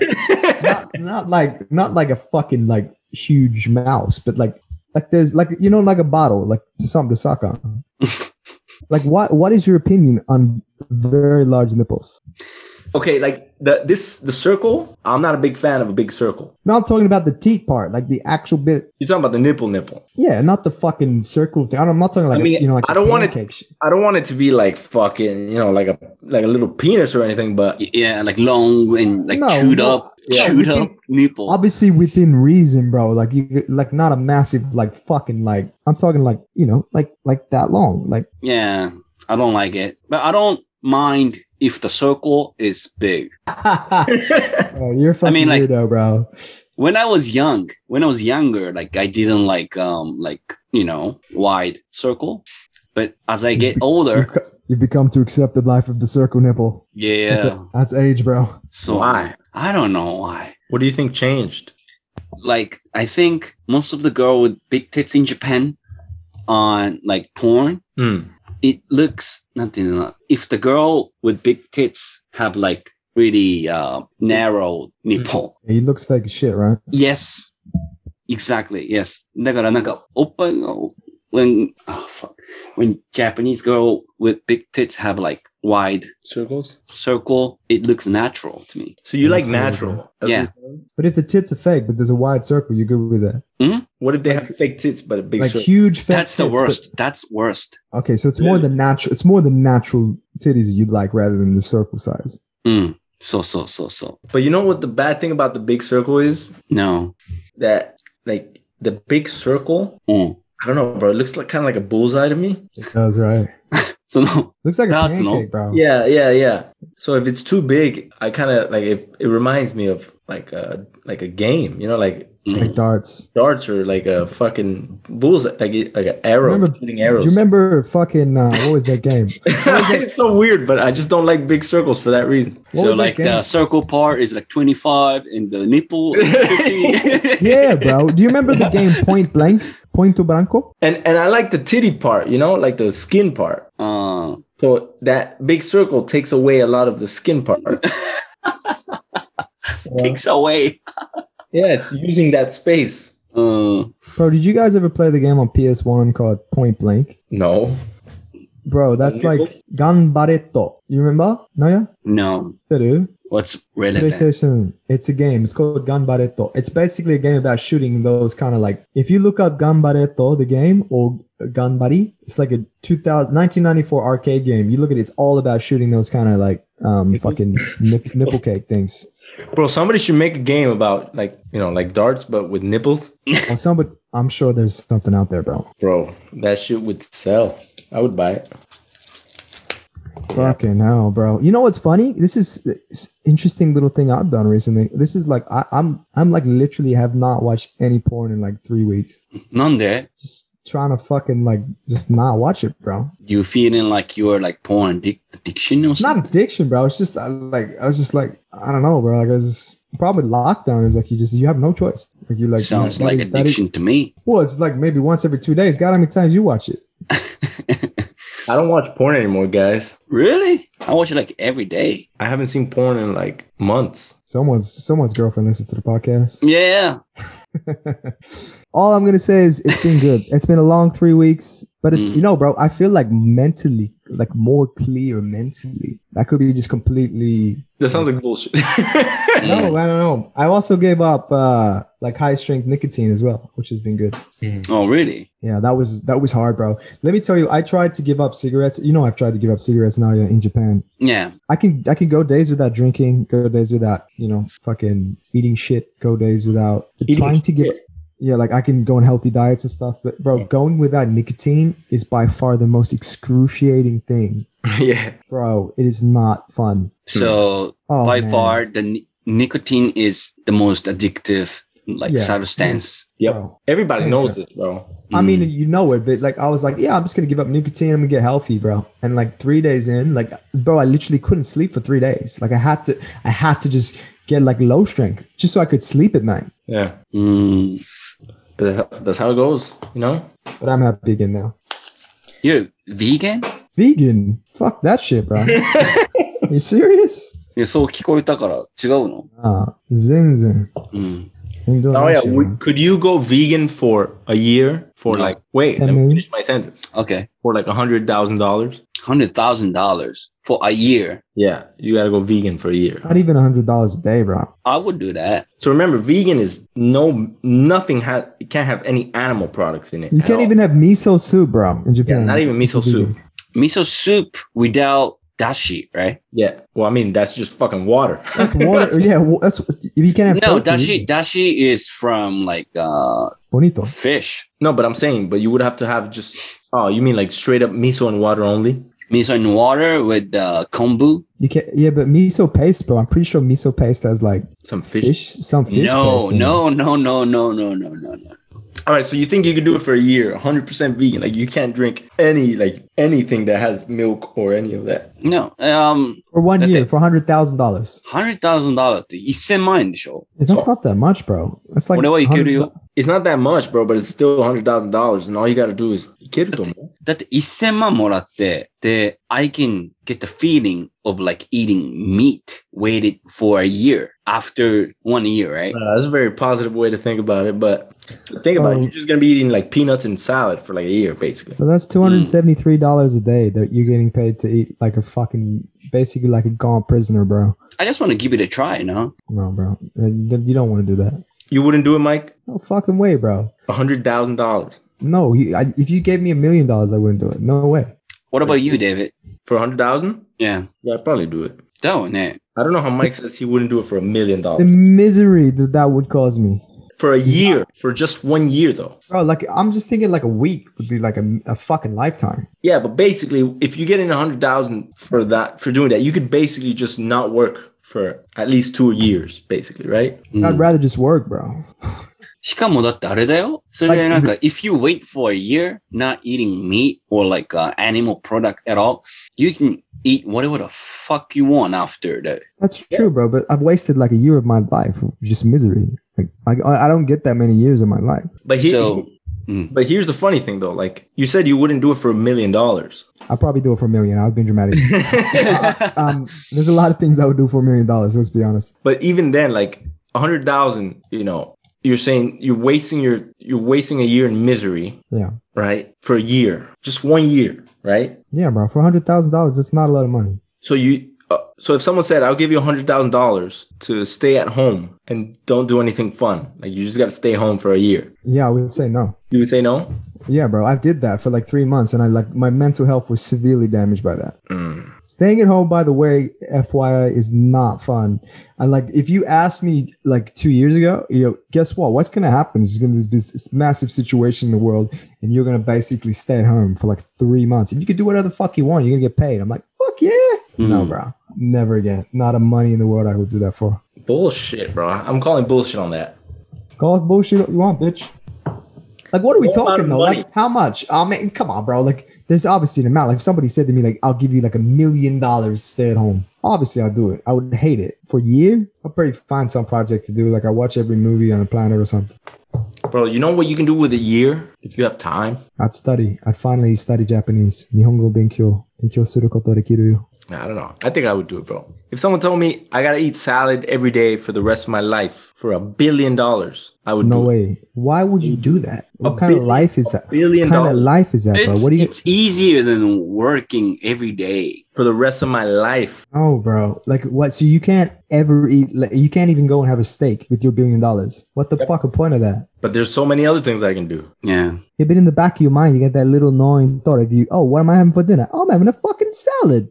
S2: not, not like not like a fucking like huge mouse, but like like there's like you know like a bottle, like to something to suck on. like what what is your opinion on very large nipples?
S3: okay, like the this the circle. I'm not a big fan of a big circle.
S2: Now I'm talking about the teat part, like the actual bit.
S3: You're talking about the nipple nipple.
S2: Yeah, not the fucking circle thing. I don't, I'm not talking like
S3: I
S2: a-
S3: mean,
S2: you know like
S3: I
S2: a
S3: don't want it-
S2: pancake sh-
S3: I don't want it to be like fucking, you know, like a like a little penis or anything, but
S1: Y- Yeah, like long and like
S2: No,
S1: chewed
S2: no,
S1: up,
S2: yeah,
S1: chewed
S2: we
S1: up nipple.
S2: Obviously within reason, bro. Like you could- like not a massive like fucking like I'm talking like you know like like that long like.
S1: Yeah, I don't like it. But I don't mind if the circle is big.
S2: Bro, you're a fucking
S1: mean, like-
S2: weirdo, bro.
S1: When I was young, when I was younger, like I didn't like um like, you know, wide circle. But as I get
S2: You've,
S1: older,
S2: co- you've become to accept the life of the circle nipple. That's,
S1: yeah.
S2: that's age, bro.
S1: So
S3: Why?
S1: I don't know why.
S3: what do you think changed?
S1: Like I think most of the girl with big tits in Japan on like porn
S3: Hmm.
S1: it looks nothing. If the girl with big tits have like really uh, narrow nipple,
S2: He looks fake as shit, right?
S1: yes, exactly, yes. だからなんかおっぱいが when oh, fuck when Japanese girl with big tits have like wide
S3: Circles.
S1: circle, it looks natural to me.
S3: So you
S2: That's
S3: like
S2: weird,
S3: natural? That's
S1: Yeah.
S3: what you're saying?
S2: But if the tits are fake, but there's a wide circle, you're good with that.
S3: What if they have fake tits but a big
S2: Like
S3: circle?
S2: huge fake.
S1: That's the
S2: tits, but-
S1: worst. That's worst.
S2: okay, so it's more the natural. It's more the natural titties you'd like rather than the circle size.
S1: Mm. So so so so.
S3: But you know what the bad thing about the big circle is?
S1: No.
S3: That like the big circle,
S1: Mm.
S3: I don't know, bro. It looks like kind of like a bullseye to me.
S2: That's right.
S1: So no.
S2: Looks like a
S1: That's not-
S2: pancake, bro.
S3: Yeah, yeah, yeah. So if it's too big, I kind of like it, it reminds me of like a like a game, you know, like
S2: Like
S1: Mm.
S2: darts.
S3: darts or like a fucking bullseye, like a- like an arrow,
S2: Remember-
S3: shooting
S2: Do
S3: arrows.
S2: you remember fucking uh, what was that game?
S3: it's so weird, but I just don't like big circles for that reason.
S2: What
S1: so
S2: was that
S1: like
S2: game?
S1: the circle part is like 25 and the nipple is 50.
S2: yeah, bro. Do you remember the game Point Blank? Point to Blanco?
S3: And and I like the titty part, you know, like the skin part.
S1: Uh,
S3: So that big circle takes away a lot of the skin part.
S1: takes away.
S3: yeah, it's using that space.
S1: Uh,
S2: Bro, did you guys ever play the game on PS1 called Point Blank?
S3: No.
S2: Bro, that's
S3: Nipple?
S2: like Ganbaretto. You remember? No, yeah?
S1: no.
S2: Steru?
S1: What's relevant?
S2: PlayStation. It's a game. It's called Ganbaretto. It's basically a game about shooting those kind of like. If you look up Ganbaretto, the game, or Ganbari, it's like a 2000, 1994 arcade game. You look at it, it's all about shooting those kind of like um fucking nip, nipple cake things.
S3: Bro, somebody should make a game about like, you know, like darts but with nipples.
S2: Or some, but I'm sure there's something out there, bro.
S3: Bro, that shit would sell. I would buy it.
S2: Fucking hell, bro. You know what's funny? This is s- interesting little thing I've done recently. This is like I, I'm I'm like literally have not watched any porn in like three weeks.
S1: Nande,
S2: Just trying to fucking like just not watch it, bro.
S1: you feeling like you're like porn addic- addiction or
S2: It's not
S1: something?
S2: addiction, bro. It's just I, like I was just like I don't know, bro. Like I was just, probably lockdown is like you just you have no choice. Like you like
S1: Sounds
S2: that
S1: like
S2: is- that is-
S1: addiction to me.
S2: Well, it's like maybe once every two days. God, how many times you watch it?
S3: I don't watch porn anymore, guys.
S1: Really? I watch it like every day.
S3: I haven't seen porn in like months.
S2: Someone's someone's girlfriend listens to the podcast.
S1: Yeah.
S2: All I'm gonna say is it's been good. It's been a long three weeks, But it's
S1: Mm.
S2: you know, bro, I feel like mentally, like more clear mentally. That could be just completely
S3: That sounds like bullshit.
S2: No, I don't know. I also gave up uh like high strength nicotine as well, which has been good.
S1: Oh, really?
S2: Yeah, that was that was hard, bro. Let me tell you, I tried to give up cigarettes. You know, I've tried to give up cigarettes now yeah, in Japan.
S1: Yeah.
S2: I can I can go days without drinking, go days without you know fucking eating shit, go days without
S3: Eating
S2: trying to give. Yeah, like I can go on healthy diets and stuff, but bro,
S3: Yeah.
S2: going without nicotine is by far the most excruciating thing,
S3: yeah.
S2: bro. It is not fun.
S1: So
S2: Oh,
S1: by
S2: man.
S1: far, the ni- nicotine is the most addictive like
S2: Yeah.
S1: substance.
S3: Yep.
S2: Bro.
S3: Everybody
S2: Thanks,
S3: knows
S2: sir.
S3: this, bro.
S2: I mean,
S1: Mm.
S2: you know it, but like I was like, yeah, I'm just gonna give up nicotine. I'm gonna get healthy, bro. And like three days in, like, bro, I literally couldn't sleep for three days. Like I had to, I had to just get like low strength just so I could sleep at night.
S3: Yeah.
S1: Mm.
S3: But that's, that's how it goes, you know?
S2: But I'm happy again now.
S1: Mm. You're vegan?
S2: Vegan? Fuck that shit, bro. you serious?
S1: いやそう聞こえたから違うの
S2: Ah, zen zen.
S1: うん。
S2: Ain't doing
S3: Oh
S2: that
S3: yeah,
S2: shit,
S3: we,
S2: man.
S3: could you go vegan for a year for
S1: No.
S3: like wait,
S2: Ten
S3: let me
S2: million?
S3: finish my sentence.
S1: Okay.
S3: For like a hundred thousand dollars.
S1: $100,000 for a year.
S3: Yeah, you gotta go vegan for a year.
S2: Not even a hundred dollars a day, bro.
S1: I would do that.
S3: So remember, vegan is no nothing ha- it can't have any animal products in it.
S2: You
S3: at
S2: can't
S3: all.
S2: even have miso soup, bro, in
S3: yeah,
S2: Japan.
S3: not even miso
S2: Vegan.
S3: soup.
S1: Miso soup without dashi, right?
S3: Yeah. Well, I mean that's just fucking water.
S2: That's water. yeah, wa- that's you can't have
S1: No,
S2: tofu
S1: dashi
S2: either.
S1: dashi is from like uh
S2: Bonito.
S1: fish.
S3: no, but I'm saying, but you would have to have just oh, you mean like straight up miso and water only?
S1: Miso in water with uh, kombu.
S2: You can not yeah, but miso paste, bro. I'm pretty sure miso paste has like
S3: Some fish.
S2: fish, some fish.
S1: no,
S2: paste in it.
S1: no, no, no, no, no, no, no, no.
S3: All right, so you think you could do it for a year, 100% vegan? Like you can't drink any like anything that has milk or any of that.
S1: No. Um
S2: For one
S1: That's
S2: year,
S1: it.
S2: for hundred thousand dollars.
S1: hundred thousand dollar って1000万円でしょ
S2: That's
S3: So-
S2: not that much, bro. That's like
S1: 俺はいけるよ。
S3: It's not that much, bro, but it's still $100,000 and all you got to do is get it. bro.
S1: だって1000万もらって、で、I can get the feeling of like eating meat waited for a year after one year, right?
S3: Uh, that's a very positive way to think about it, but think about it.
S2: Um,
S3: You're just going to be eating like peanuts and salad for like a year basically.
S2: But that's two
S1: Mm.
S2: hundred seventy-three dollars a day that you're getting paid to eat like a fucking basically like a gone prisoner, bro.
S1: I just want to give it a try, no?
S2: No, bro, you you don't want to do that.
S3: You wouldn't do it, Mike?
S2: No fucking way, bro.
S3: $100,000.
S2: No, you, I, if you gave me a million dollars, I wouldn't do it. No way.
S1: What about you, David?
S3: For 100,000?
S1: Yeah.
S3: Yeah, I'd probably do it.
S1: だよね。
S3: I don't know how Mike says he wouldn't do it for a million
S2: The
S3: dollars.
S2: misery that that would cause me,
S3: For a year, for just one year though.
S2: bro. Like I'm just thinking, like a week would be like a, a fucking lifetime.
S3: Yeah, but basically, if you get in a hundred thousand for that for doing that, you could basically just not work for at least two years, basically, right?
S1: うん
S2: I'd rather just work, bro.
S1: しかもだってあれだよ。それでなんか、if you wait for a year not eating meat or like、animal uh, product at all, you can eat whatever the fuck you want after that.
S2: That's true, bro. But I've wasted like a year of my life of just misery. Like I, I don't get that many years of my life.
S3: But here,
S1: So, うん。
S3: but here's the funny thing though. Like you said, you wouldn't do it for a million dollars.
S2: I'll probably do it for a million. I've been dramatic. um, there's a lot of things I would do for a million dollars. Let's be honest.
S3: But even then, like a hundred thousand, you know, you're saying you're wasting your you're wasting a year in misery,
S2: Yeah,
S3: right? For a year, just one year, right?
S2: yeah, bro. For hundred thousand dollars, it's not a lot of money.
S3: So you. Uh, so if someone said, "I'll give you a hundred thousand dollars to stay at home and don't do anything fun, like you just got to stay home for a year,"
S2: Yeah, I would say no.
S3: You would say no?
S2: Yeah, bro. I did that for like three months, and I like my mental health was severely damaged by that.
S3: Mm,
S2: Staying at home, by the way, FYI, is not fun. And like, if you asked me like two years ago, you know, guess what? What's gonna happen? There's gonna be this, this massive situation in the world, and you're gonna basically stay at home for like three months, and you can do whatever the fuck you want. You're gonna get paid. I'm like, fuck yeah. No,
S1: Mm.
S2: bro, never again. Not a money in the world I would do that for.
S3: Bullshit, bro. I'm calling bullshit on that.
S2: Call it bullshit what you want, bitch. Like, what are we
S3: What amount of
S2: talking though?
S3: money?
S2: Like, how much? I mean, come on, bro. Like, there's obviously an amount. Like, if somebody said to me, like, I'll give you like a million dollars to stay at home. Obviously, I'll do it. I would hate it for a year. I'll probably find some project to do. Like, I watch every movie on the planet or something.
S3: Bro, you know what you can do with a year if you have time?
S2: I'd study. I'd finally study Japanese. Nihongo benkyo. Benkyo suru koto dekiru yo.
S3: Nah, I don't know. I think I would do it, bro. If If someone told me I gotta eat salad every day for the rest of my life for a billion dollars, I would
S2: No
S3: do it.
S2: way. Why would you do that? What kind
S3: billion-
S2: of life is that?
S3: billion
S2: what kind of
S3: dollars.
S2: life is that, bro?
S1: It's,
S2: What do you?
S1: it's easier than working every day.
S3: for the rest of my life.
S2: Oh, bro. Like what? So you can't ever eat. Like, you can't even go and have a steak with your billion dollars. What the fucking point of that?
S3: But there's so many other things I can do.
S1: Yeah.
S2: Yeah, but in the back of your mind, you get that little gnawing thought of you. Oh, what am I having for dinner? Oh, I'm having a fucking salad.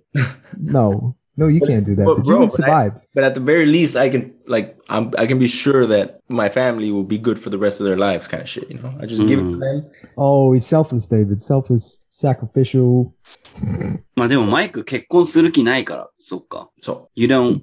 S2: no, no, you can't do that.
S3: but
S2: But,
S3: bro,
S2: you can
S3: but I-
S2: survive.
S3: But at the very least, I can like I'm I can be sure that my family will be good for the rest of their lives, kind of shit. You know, I just give it to
S1: Mm.
S3: them.
S2: Oh, he's selfless, David. Selfless, sacrificial.
S1: まあでもマイク結婚する気ないから、そっか。
S3: So,
S1: You don't,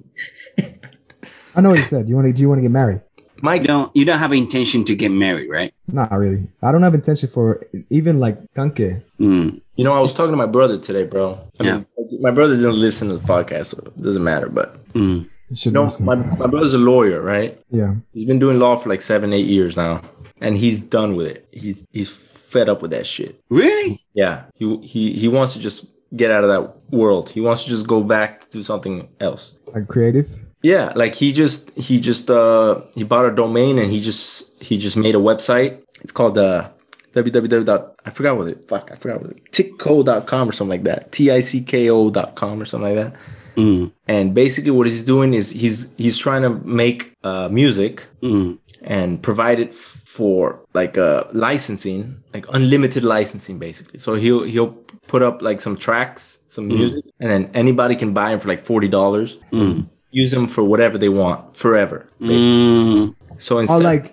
S2: I know what you said. You want to? Do you want to get married?
S1: you
S3: Mike,
S1: don't, you don't have intention to get married, right?
S2: Not really. I don't have intention for even like kanke.
S1: うん。
S3: you know, I was talking to my brother today, bro. I
S1: Yeah.
S3: mean, my brother didn't listen to the podcast, so it doesn't matter. But
S1: うん。
S2: You should
S3: no,
S2: listen.
S3: my, my brother's a lawyer, right?
S2: yeah.
S3: He's been doing law for like seven, eight years now, and he's done with it. He's he's fed up with that shit.
S1: Really?
S3: Yeah, he he he wants to just get out of that world. He wants to just go back to do something else.
S2: Like creative.
S3: Yeah, like he just he just uh he bought a domain and he just he just made a website. It's called uh www. dot- I forgot what it fuck I forgot what it tickco.com or something like that. T i c k o dot com or something like that.
S1: うん。
S3: And basically what he's doing is he's he's trying to make uh music
S1: うん。
S3: and provide it for like uh licensing, like unlimited licensing basically. So he'll he'll put up like some tracks, some music and then anybody can buy them for like $40
S1: うん。
S3: use them for whatever they want forever.
S1: Mm. うん。
S3: So
S2: Oh,
S3: instead,
S2: like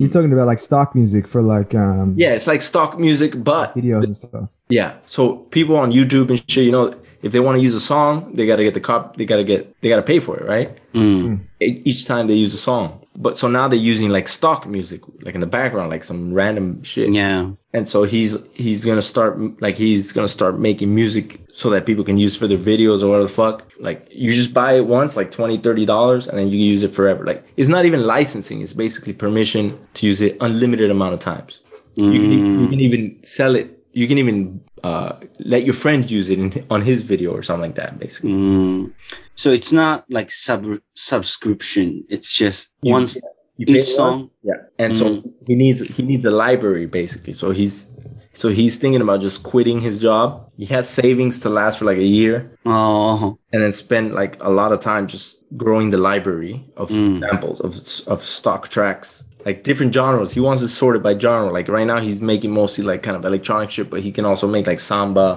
S2: you're talking about like stock music for like um
S3: yeah, it's like stock music, but
S2: videos and stuff.
S3: yeah. So people on YouTube and shit, you know, if they want to use a song, they gotta get the cop, they gotta get, they gotta pay for it, right?
S1: うん。
S3: E- Each time they use a song, but so now they're using like stock music, like in the background, like some random shit.
S1: Yeah.
S3: And so he's he's gonna start like he's gonna start making music so that people can use for their videos or whatever the fuck. Like you just buy it once, like 20 dollars, and then you use it forever. Like it's not even licensing; it's basically permission to use it unlimited amount of times. You can, e, you can even sell it. You can even uh, let your friend use it in, on his video or something like that. Basically,
S1: Mm. So it's not like sub subscription. It's just
S3: You-
S1: one
S3: you pay
S1: each
S3: one-
S1: song. Mm.
S3: Yeah, and so he needs he needs a library basically. So he's so he's thinking about just quitting his job. He has savings to last for like a year.
S1: Oh,
S3: and then spend like a lot of time just growing the library of
S1: Mm.
S3: samples of of stock tracks like different genres he wants it sorted by genre like right now he's making mostly like kind of electronic shit but he can also make like samba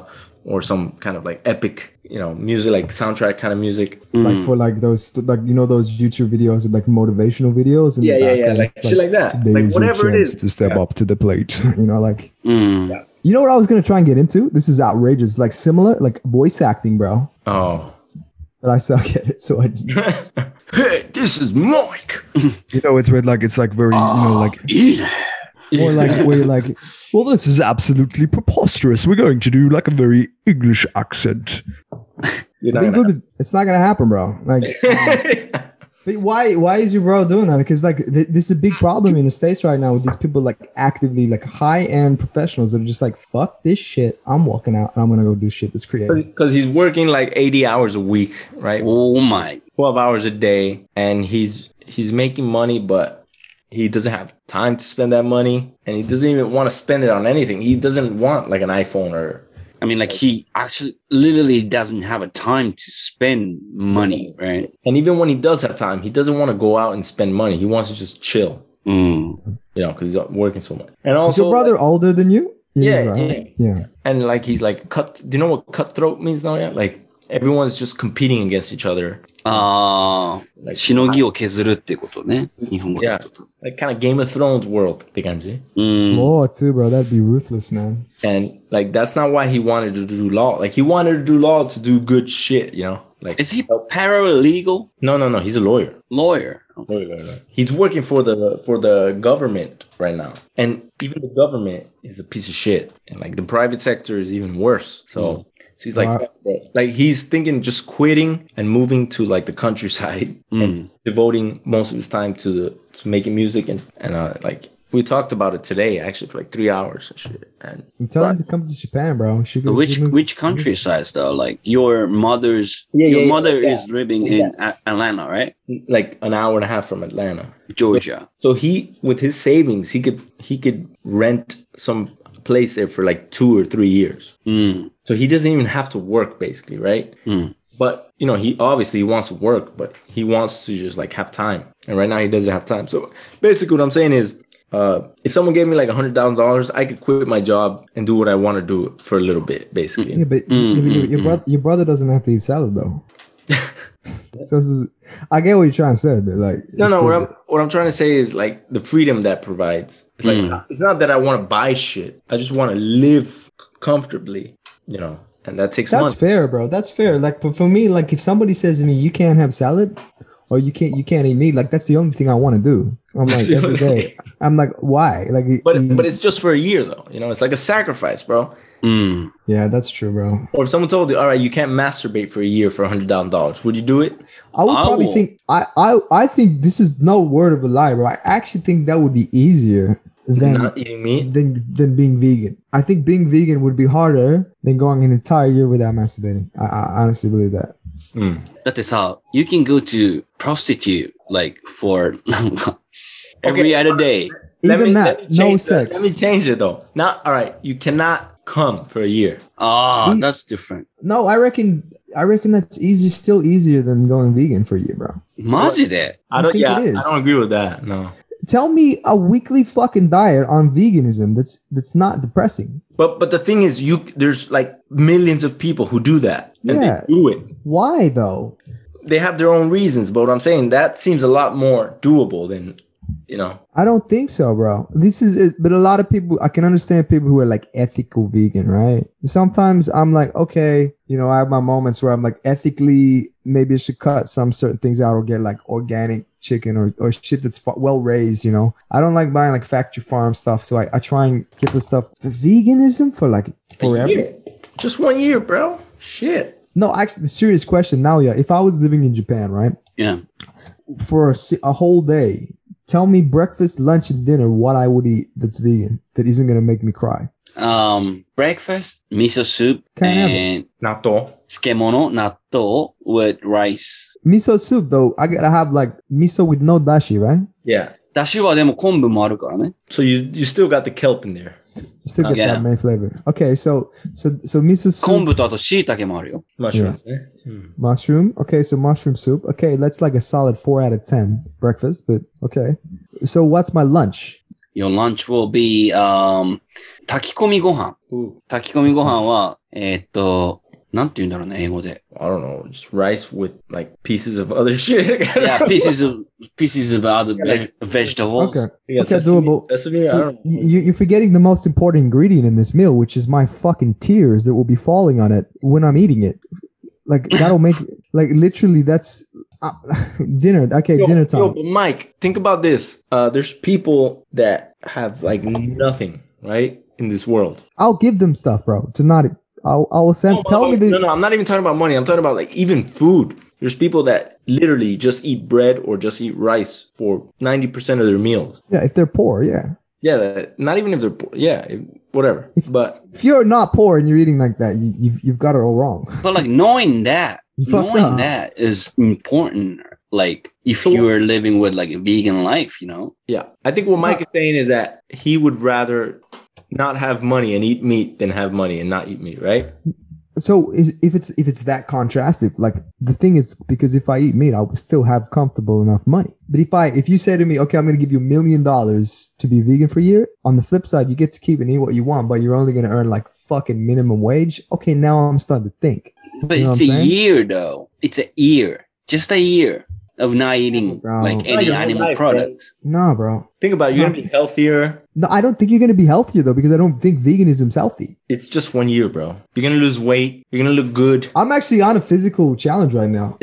S3: or some kind of like epic you know music like soundtrack kind of music
S2: Like for like those like you know those YouTube videos with like motivational videos. In
S3: yeah
S2: the
S3: yeah yeah
S2: background.
S3: like
S2: It's
S3: shit like that
S2: "Today
S3: like
S2: is your
S3: whatever it
S2: chance
S3: is
S2: to step
S3: Yeah.
S2: up to the plate. you know, like
S1: mm.
S2: you know what I was gonna try and get into. This is outrageous. Like similar, like voice acting, bro.
S3: oh
S2: But I suck at it, so I.
S3: hey this is mike
S2: You know, it's where like it's like very you know like
S1: eat it.
S2: or Ah. like where you're like
S4: Well, this is absolutely preposterous. We're going to do like a very English accent.
S3: you're
S2: be
S3: not
S2: good with- it's not gonna happen, bro. Like.
S3: gonna-
S2: But why why is your bro doing that? Because like th- this is a big problem in the states right now with these people like actively like high end professionals that are just like fuck this shit. I'm walking out and I'm gonna go do shit that's creative.
S3: because he's working like 80 hours a week right
S1: Oh my.
S3: 12 hours a day and he's he's making money but he doesn't have time to spend that money and he doesn't even want to spend it on anything he doesn't want like an iphone or
S1: I mean, like he actually literally doesn't have a time to spend money, right?
S3: and even when he does have time he doesn't want to go out and spend money he wants to just chill
S1: Mm.
S3: you know because he's working so much and
S2: Is
S3: also
S2: your brother older than you? He is,
S3: Yeah,
S2: right? yeah,
S3: and like he's like cut do you know what cutthroat means now yeah like everyone's just competing against each other
S1: ああ、
S3: like
S1: しのぎを削るってことね。日本語だと。
S3: like kind of game of thrones world they can do
S1: うん。
S2: Law too, bro. That'd be ruthless, man.
S3: and like that's not why he wanted to do law like he wanted to do law to do good shit you know like
S1: Is he paralegal?
S3: No, no, no. He's a lawyer.
S1: Lawyer.
S3: He's working for the for the government right now, and even the government is a piece of shit, and like the private sector is even worse. So, so he's like,
S2: Wow.
S3: like he's thinking just quitting and moving to like the Hmm. countryside and devoting most of his time to the to making music and and uh, like We talked about it today, actually, for like three hours and shit. And
S2: I'm telling him to come to Japan, bro. She
S1: But
S2: could-
S1: which
S2: she moved-
S1: which countryside though? Like your mother's
S3: Yeah,
S1: your
S3: yeah, yeah,
S1: mother
S3: yeah.
S1: is living in A- Atlanta, right?
S3: like an hour and a half from Atlanta.
S1: Georgia.
S3: So he, with his savings, he could he could rent some place there for like two or three years.
S1: Mm.
S3: So he doesn't even have to work, basically, right?
S1: Mm.
S3: But you know, he obviously wants to work, but he wants to just like have time. And right now, he doesn't have time. So basically, what I'm saying is, uh, if someone gave me like a hundred thousand dollars, I could quit my job and do what I want to do for a little bit, basically.
S2: Yeah, but
S1: Mm,
S2: your, your,
S1: mm,
S2: your,
S1: mm.
S2: brother, your brother doesn't have to eat salad though. so this is, I get what you're trying to say, but like
S3: No,
S2: it's
S3: no. What
S2: still-
S3: I'm what I'm trying to say is like the freedom that provides. It's like
S1: Mm.
S3: it's not that I want to buy shit. I just want to live comfortably, you know. And that takes
S2: That's
S3: money.
S2: fair, bro. That's fair. Like, but for me, like if somebody says to me, "You can't have salad," or "You can't, you can't eat meat," like that's the only thing I want to do. I'm like
S3: the
S2: every
S3: only
S2: day. I'm like, why? Like,
S3: But
S2: mm,
S3: but it's just for a year though. You know, it's like a sacrifice, bro.
S1: Mm.
S2: yeah, that's true, bro.
S3: Or if someone told you, all right, you can't masturbate for a year for a hundred thousand dollars, would you do it?
S2: I would
S3: Oh.
S1: I
S2: probably
S1: will-
S2: think I, I I think this is no word of a lie, bro. I actually think that would be easier than
S3: Not eating meat.
S2: than than being vegan. I think being vegan would be harder than going an entire year without masturbating. I, I honestly believe that. Mm.
S1: That you can go to prostitute like for every other day.
S2: Even
S3: me-
S2: that,
S3: me
S2: no
S3: change that.
S2: sex.
S3: Let me change it though. Not all right. You cannot come for a year.
S1: Ah,
S2: He-
S1: that's different.
S2: No, I reckon I reckon that's easier, still easier than going vegan for a year, bro.
S1: Majide.
S3: I
S2: I
S3: don't.
S2: think
S3: Yeah,
S2: it
S3: I
S2: is.
S3: don't agree with that. No.
S2: Tell me a weekly fucking diet on veganism that's that's not depressing.
S3: But but the thing is, you there's like millions of people who do that, and
S2: Yeah.
S3: they do it.
S2: Why though?
S3: They have their own reasons. But what I'm saying that seems a lot more doable than, you know.
S2: I don't think so, bro. This is it, but a lot of people I can understand people who are like ethical vegan, right? Sometimes I'm like, okay, you know, I have my moments where I'm like ethically maybe I should cut some certain things out or get like organic chicken or, or shit that's fu- well raised, you know. I don't like buying like factory farm stuff, so I, I try and get the stuff veganism for like
S3: a
S2: forever.
S3: year. Just one year, bro. Shit.
S2: No, actually, the serious question now, yeah. If I was living in Japan, right,
S1: Yeah.
S2: for a, se- a whole day, tell me breakfast, lunch, and dinner what I would eat that's vegan that isn't gonna make me cry.
S1: Um breakfast, miso soup
S2: Can I have it?
S1: and
S3: Natto.
S1: tsukemono, natto with rice.
S2: Miso soup though, I gotta have like miso with no dashi, right?
S3: Yeah.
S1: だしはでも昆布もあるからね。
S3: So you you still got the kelp in there.
S2: You still get
S1: Yeah.
S2: that main flavor. Okay, so so so miso
S1: 昆
S2: soup,
S1: 布とあと椎茸もあるよ。
S3: Mushrooms. eh? Hmm.
S2: mushroom. Okay, so mushroom soup. Okay, that's like a solid four out of ten breakfast. But okay, so what's my lunch?
S1: Your lunch will be, um, 炊き込みご飯。
S3: Ooh.
S1: 炊き込みご飯は、えーっと、なんて言うんだろうね、英語 で。
S3: I don't know. Just rice with like pieces of other shit.
S1: Yeah, pieces of, pieces of other veg- vegetables.
S2: Okay,
S3: Yeah,
S2: Okay,
S3: sesame-
S2: doable.
S3: sesame, I
S2: So
S3: don't know.
S2: you, you're forgetting the most important ingredient in this meal, which is my fucking tears that will be falling on it when I'm eating it. Like that'll make like literally that's uh, dinner. Okay,
S3: Yo,
S2: dinner
S3: yo,
S2: time.
S3: but Mike, think about this. Uh, there's people that have like nothing, right, in this world.
S2: I'll give them stuff, bro. To not, e, I'll I'll send. tell me the
S3: Oh, no, no, I'm not even talking about money. I'm talking about like even food. There's people that literally just eat bread or just eat rice for 90% of their meals.
S2: yeah. If they're poor, yeah.
S3: Yeah, that- not even if they're poor. Yeah, if- whatever. But
S2: If you're not poor and you're eating like that, you, you've you've got it all wrong.
S1: But like knowing that,
S2: You fucked
S1: knowing
S2: up.
S1: that is important. Like if
S3: So-
S1: you are living with like a vegan life, you know?
S3: yeah, I think what Mike is saying is that he would rather not have money and eat meat than have money and not eat meat, right?
S2: So is if it's if it's that contrastive, like the thing is because if I eat meat, I will still have comfortable enough money. But if I if you say to me, okay, I'm gonna give you a million dollars to be vegan for a year, on the flip side, you get to keep and eat what you want, but you're only gonna earn like fucking minimum wage. Okay, now I'm starting to think.
S1: But
S2: You know
S1: it's a
S2: what I'm saying?
S1: year though. It's a year. Just a year of not eating
S2: Bro.
S1: like
S3: Not
S1: any
S3: your whole
S1: animal
S3: life, bro.
S1: products.
S2: Nah, bro.
S3: Think about it. You're going to be healthier.
S2: No, I don't think you're gonna be healthier though, because I don't think veganism's healthy.
S3: It's just one year, bro. You're going to lose weight. You're going to look good.
S2: I'm actually on a physical challenge right now.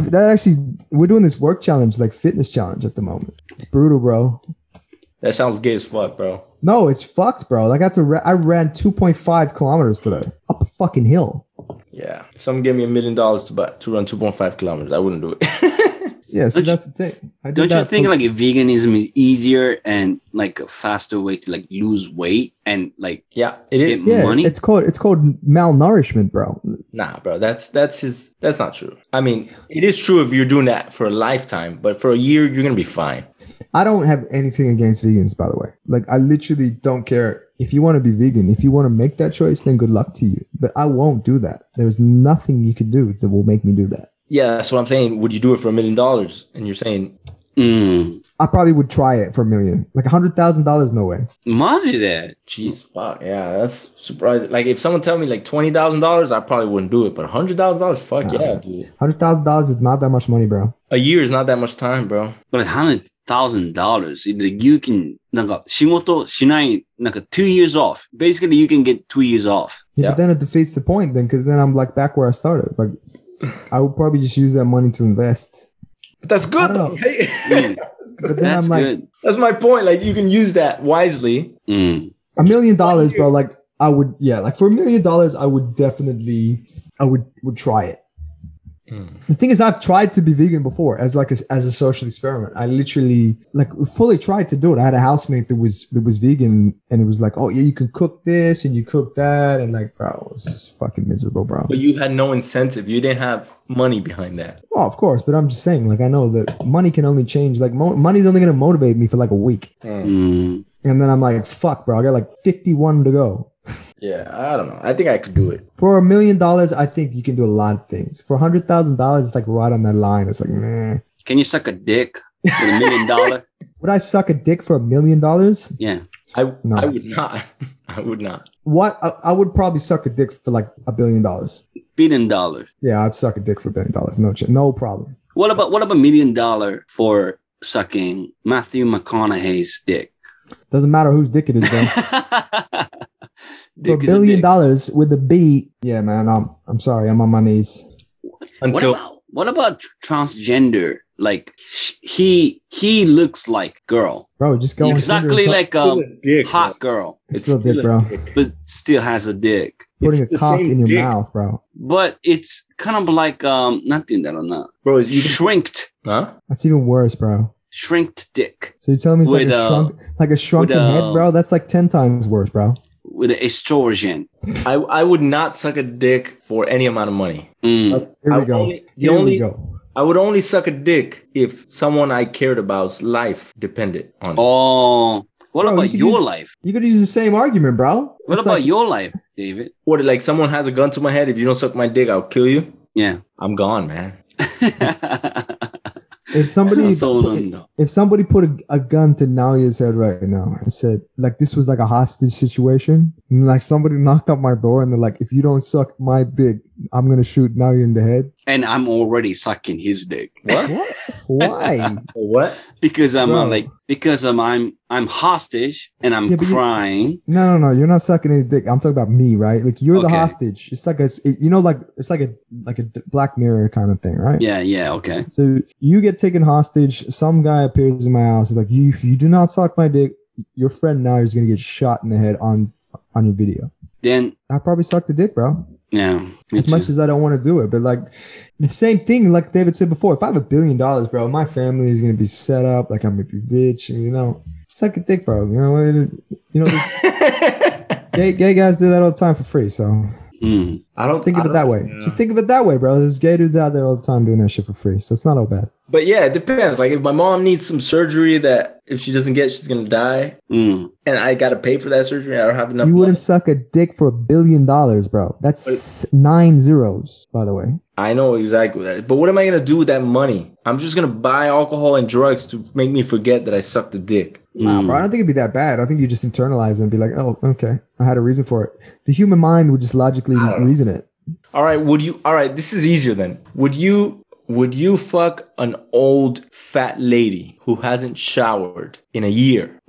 S2: That actually we're doing this work challenge, like fitness challenge at the moment. It's brutal, bro.
S3: That sounds gay as fuck, bro.
S2: No, it's fucked, bro. Like I got to. Ra- I ran 2.5 kilometers today up a fucking hill.
S3: Yeah. If someone gave me a million dollars to buy, to run 2.5 kilometers, I wouldn't do it.
S2: Yeah, so
S1: Don't you-
S2: that's the thing. I did
S1: Don't you
S2: that
S1: think
S2: for-
S1: like veganism is easier and like a faster way to like lose weight and like
S3: Yeah, it
S1: It
S3: is.
S1: m-
S2: yeah,
S1: money?
S2: It's called it's called malnourishment, bro.
S3: Nah, bro, that's that's his. That's not true. I mean, it is true if you're doing that for a lifetime, but for a year, you're gonna be fine.
S2: I don't have anything against vegans, by the way. Like I literally don't care. If you want to be vegan, if you want to make that choice, then good luck to you. But I won't do that. There's nothing you can do that will make me do that.
S3: Yeah, that's what I'm saying. Would you do it for a million dollars? And you're saying,
S1: mm,
S2: I probably would try it for a million. Like a hundred thousand dollars, no way.
S1: マジで?
S3: jeez, fuck, yeah, that's surprising. Like, if someone tell me like twenty thousand dollars, I probably wouldn't do it. But hundred thousand dollars, fuck
S2: Nah.
S3: yeah, dude.
S2: Hundred thousand dollars is not that much money, bro.
S3: A year is not that much time, bro.
S1: But hundred thousand dollars, you can なんか仕事しない、なんか two years off. Basically, you can get two years off.
S2: Yeah,
S3: Yeah.
S2: but then it defeats the point then because then I'm like back where I started. Like I would probably just use that money to invest.
S3: But that's
S2: I
S3: good.
S2: don't
S3: Though,
S2: know.
S3: right?
S1: Mm,
S2: But then
S1: that's
S2: I'm like
S1: good.
S3: that's my point. Like, you can use that wisely.
S1: Mm,
S2: a million dollars, bro. Like I would, yeah, like for a million dollars, I would definitely, I would would try it.
S3: Hmm.
S2: The thing is, I've tried to be vegan before as like a, as a social experiment. I literally like fully tried to do it. I had a housemate that was that was vegan, and it was like, oh yeah, you can cook this and you cook that, and like, bro, it was just fucking miserable, bro.
S3: But you had no incentive. You didn't have money behind that.
S2: Oh, of course, but I'm just saying, like, I know that money can only change. Like, mo- money's only gonna motivate me for like a week,
S3: Hmm.
S1: mm.
S2: and then I'm like, fuck, bro, I got like 51 to go.
S3: Yeah, I don't know. I think I could do it.
S2: For a million dollars, I think you can do a lot of things. For a hundred thousand dollars, it's like right on that line. It's like, man,
S1: Can you suck a dick for a million dollar?
S2: would I suck a dick for a million dollars?
S1: Yeah.
S3: I
S2: No.
S3: I would not. I would not.
S2: What? I, I would probably suck a dick for like a billion dollars.
S1: Billion dollar.
S2: Yeah, I'd suck a dick for a billion dollars. No, ch- no problem.
S1: What about what about million dollar for sucking Matthew McConaughey's dick?
S2: Doesn't matter whose dick it is, though. for a
S1: Dick is a
S2: billion
S1: dick.
S2: dollars with a B. Yeah, man. I'm I'm sorry. I'm on my knees.
S1: What
S3: Until
S1: about what about tr- transgender? Like sh- he he looks like girl,
S2: Bro, just go on Tinder
S1: exactly
S2: and suck-
S1: like um,
S3: dick,
S1: hot girl,
S2: It's still dick, bro.
S1: but still has a dick.
S2: putting
S3: It's
S2: a
S3: the
S2: cock
S3: same
S2: in your
S3: dick.
S2: mouth, bro.
S1: But it's kind of like um, nothing that or not.
S3: bro. You can,
S1: Shrinked,
S3: huh?
S2: That's even worse, bro.
S1: shrinked dick
S2: So you're telling me it's like
S1: With,
S2: a,
S1: uh,
S2: shrunk, like a shrunken
S1: uh,
S2: head, bro? That's like ten times worse, bro.
S1: with an estrogen.
S3: I I would not suck a dick for any amount of money.
S1: Mm.
S2: Here we
S3: I would
S2: go.
S3: Only, the
S2: Here we
S3: only
S2: go.
S3: I would only suck a dick if someone I cared about's life depended on. it.
S1: Oh, what
S2: Bro, you
S1: about
S2: could
S1: your
S2: use-
S1: life?
S2: You could use the same argument, bro.
S1: What
S2: It's
S1: about
S2: like-
S1: your life, David?
S3: What like someone has a gun to my head? If you don't suck my dick, I'll kill you.
S1: Yeah.
S3: I'm gone, man.
S2: If somebody
S1: そうなんだ。
S2: if somebody put a, a gun to Naoya's head right now and said like this was like a hostage situation, and like somebody knocked on my door and they're like, if you don't suck my dick, I'm gonna shoot Naoya in the head.
S1: And I'm already sucking his dick.
S2: What? Why?
S3: What?
S1: because I'm uh,
S2: Bro.
S1: like because I'm I'm I'm hostage and I'm
S2: Yeah, but you-
S1: crying.
S2: No, no, no. You're not sucking any dick. I'm talking about me, right? Like you're the
S1: Okay.
S2: hostage. It's like a, s- you know, like it's like a like a d- Black Mirror kind of thing, right?
S1: Yeah, yeah, okay.
S2: So you get taken hostage. Some guy appears in my house. He's like, "You, if you do not suck my dick, your friend now is gonna get shot in the head on on your video."
S1: Then
S2: I probably sucked the dick, bro.
S1: yeah, me
S2: As
S1: too.
S2: much as I don't want to do it, but like the same thing, like David said before. If I have a billion dollars, bro, my family is gonna be set up. Like I'm gonna be rich, and you know, suck a dick, bro. You know, it- you know, the gay gay guys do that all the time for free. So
S1: Mm.
S3: I don't
S2: just think of
S3: I
S2: it that
S3: don't-
S2: way.
S3: yeah.
S2: Just think of it that way, bro. There's gay dudes out there all the time doing that shit for free, so it's not all bad.
S3: But yeah, it depends. Like if my mom needs some surgery that if she doesn't get, she's gonna die,
S1: Mm.
S3: and I gotta pay for that surgery. I don't have enough.
S2: You wouldn't
S3: money.
S2: suck a dick for a billion dollars, bro. That's s- nine zeros, by the way.
S3: I know exactly that. But what am I gonna do with that money? I'm just gonna buy alcohol and drugs to make me forget that I sucked a dick.
S2: Nah,
S1: mm.
S3: Hmm.
S2: bro, I don't think it'd be that bad. I think you just internalize it and be like, oh, okay, I had a reason for it. The human mind would just logically
S3: I don't know.
S2: reason it.
S3: All right, would you? All right, this is easier then. Would you? Would you fuck an old fat lady who hasn't showered in a year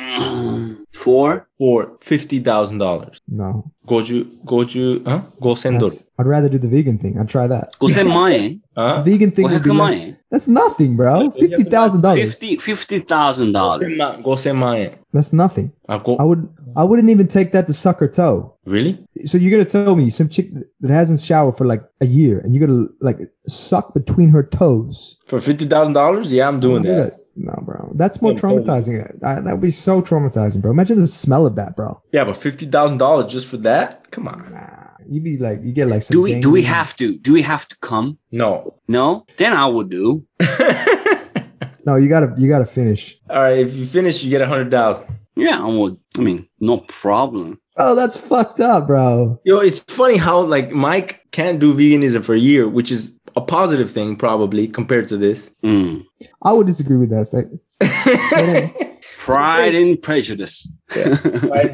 S1: Mm. Four?
S3: for fifty thousand dollars?
S2: No.
S3: Goju, goju, huh? Gosendoru,
S2: That's- I'd rather do the vegan thing. I'd try that.
S1: 5000万円
S3: huh?
S2: vegan thing
S1: Well,
S2: would be
S1: how come
S2: less-
S1: I-
S2: That's nothing, bro.
S3: Well, you have to buy
S2: $50,000.
S1: 50 $50,000.
S3: Gosenma- Gosenmaen.
S2: That's nothing.
S3: Uh, go-
S2: I would I wouldn't even take that to suck her toe.
S3: Really?
S2: So you're gonna tell me some chick that hasn't showered for like a year, and you're gonna like suck between her toes?
S3: For fifty thousand dollars? Yeah, I'm doing
S2: Don't do
S3: that.
S2: that. No, bro, that's more
S3: Yeah, totally.
S2: traumatizing. I, that would be so traumatizing, bro. Imagine the smell of that, bro.
S3: Yeah, but fifty thousand dollars just for that? Come on.
S2: Nah, you be like, you get like. Some
S1: Do we do we
S2: gangrene.
S1: have to? Do we have to come?
S3: No.
S1: No? Then I will do.
S2: No, you gotta, you gotta finish.
S3: All right, if you finish, you get a hundred thousand.
S1: Yeah, I would. I mean, no problem.
S2: Oh, that's fucked up, bro.
S3: Yo, it's funny how like Mike can't do veganism for a year, which is a positive thing probably compared to this.
S1: Mm.
S2: I would disagree with that statement.
S3: Right,
S1: Pride and prejudice.
S3: right,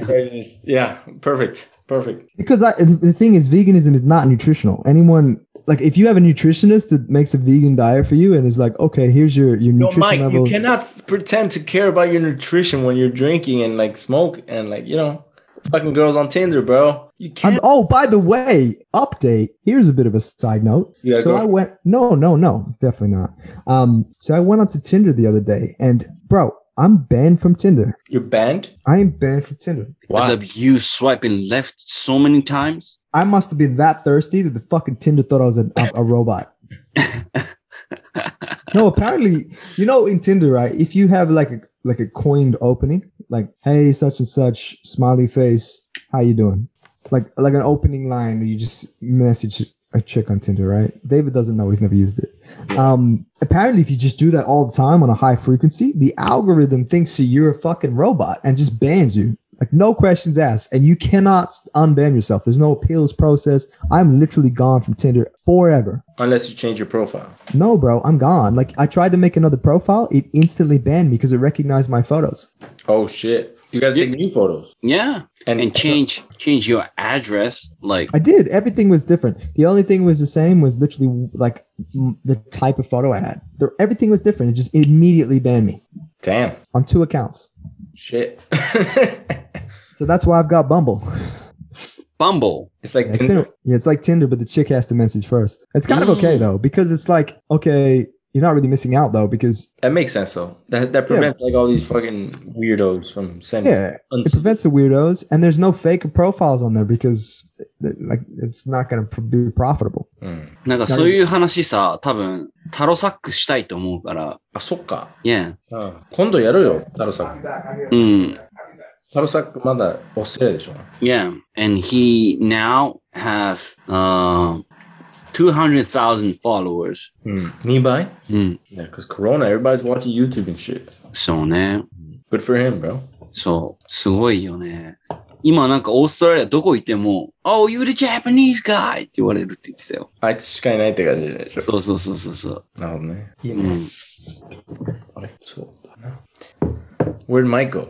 S3: yeah, perfect, perfect.
S2: Because I, the thing is, veganism is not nutritional. Anyone like if you have a nutritionist that makes a vegan diet for you and is like, okay, here's your your
S3: No,
S2: nutrition
S3: Mike,
S2: level.
S3: you cannot pretend to care about your nutrition when you're drinking and like smoke and like you know, fucking girls on Tinder, bro. You
S2: I'm,
S3: can't.
S2: oh, by the way, update. Here's a bit of a side note.
S3: Yeah,
S2: so
S3: go.
S2: I went. No, no, no, definitely not. Um, so I went onto Tinder the other day, and bro, I'm banned from Tinder.
S3: You're banned.
S2: I am banned from Tinder.
S1: Because of you swiping left so many times.
S2: I must have been that thirsty that the fucking Tinder thought I was a, a, a robot. no, apparently, you know, in Tinder, right? If you have like a like a coined opening, like "Hey, such and such," smiley face, how you doing? Like like an opening line. You just message a chick on Tinder, right? David doesn't know; he's never used it. Um, apparently, if you just do that all the time on a high frequency, the algorithm thinks that you're a fucking robot and just bans you. Like no questions asked, and you cannot unban yourself. There's no appeals process. I'm literally gone from Tinder forever.
S3: Unless you change your profile.
S2: No, bro, I'm gone. Like I tried to make another profile, it instantly banned me because it recognized my photos.
S3: Oh shit! You gotta take new photos
S1: Yeah. And change change your address. Like
S2: I did. Everything was different. The only thing was the same was literally like m- the type of photo I had. The, everything was different. It just immediately banned me
S3: Damn.
S2: on two accounts.
S3: Shit.
S2: So that's why I've got Bumble.
S1: Bumble.
S3: it's like
S2: It's
S3: Tinder.
S2: been- yeah, it's like Tinder, but the chick has to message first. It's kind of okay though, because it's like, okay, you're not really missing out though, because
S3: That makes sense though. That that prevents like all these fucking weirdos from sending.
S2: yeah, it
S3: uns-
S2: prevents the weirdos, and there's no fake profiles on there because like it's not going to be profitable.
S3: Mm.
S1: なんかそういう話さ、多分、タロサックしたいと思うから。
S3: あ、そっか。
S1: Yeah.
S3: うん Ah. 今度やろうよ、タロサック。
S1: Mm.
S3: タロサックまだオーストラリアでしょ。
S1: Yeah. And he now have uh, 200,000 followers.
S3: うん。2倍
S1: うん。
S3: Yeah, because Corona, everybody's watching YouTube and shit.
S1: そうね。
S3: Good for him, bro.
S1: そう。すごいよね。今なんかオーストラリアどこ行っても、Oh, you the Japanese guy! って言われるって言ってたよ。
S3: あいつしかいないって感じでしょ。
S1: そうそうそうそうそう。。
S3: なるほどね。いいう
S1: ん。
S3: あれそうだな。Where'd Mike go?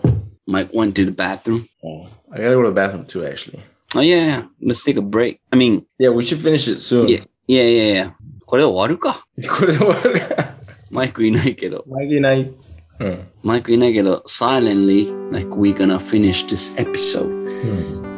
S1: Mike went to the bathroom.
S3: Oh, I gotta go to the bathroom too, actually.
S1: Oh, yeah, yeah. Let's take a break. I mean,
S3: Yeah, we should finish it soon.
S1: yeah, yeah, yeah, yeah. これ終わるか。
S3: これで終わるか。
S1: マイクいないけど。
S3: マイクいない。うん。
S1: マイクいないけど、silently, like we're gonna finish this episode.
S3: う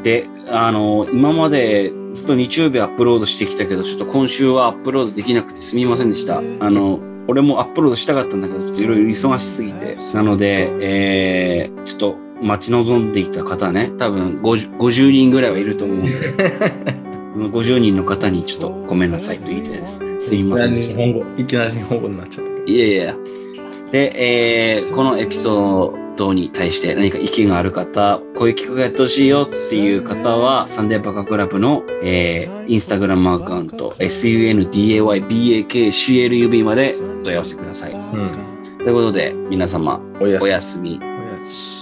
S3: ん、
S1: で、あの、今までずっと日曜日アップロードしてきたけど、ちょっと今週はアップロードできなくてすみませんでした。あの、俺もアップロードしたかったんだけど、ちょっといろいろ忙しすぎて。なので、えー、ちょっと待ち望んでいた方ね、多分 50, 50人ぐらいはいると思 うんで、
S3: Hmm.
S1: こ の50人の方にちょっとごめんなさいと言いたいです。すみませんでし
S3: 日
S1: た。
S3: 本語いきなり日本語になっちゃったけど。
S1: いやいや。で、えーこのエピソードに対して何か意見がある方、こういう企画やってほしいよっていう方は、サンデーバカクラブの、えーインスタグラムアカウント、sundaybakclub までお問い合わせください。
S3: うん。
S1: ということで、皆様、
S3: おやす
S1: お
S3: み
S1: やすみ。
S3: おやすみ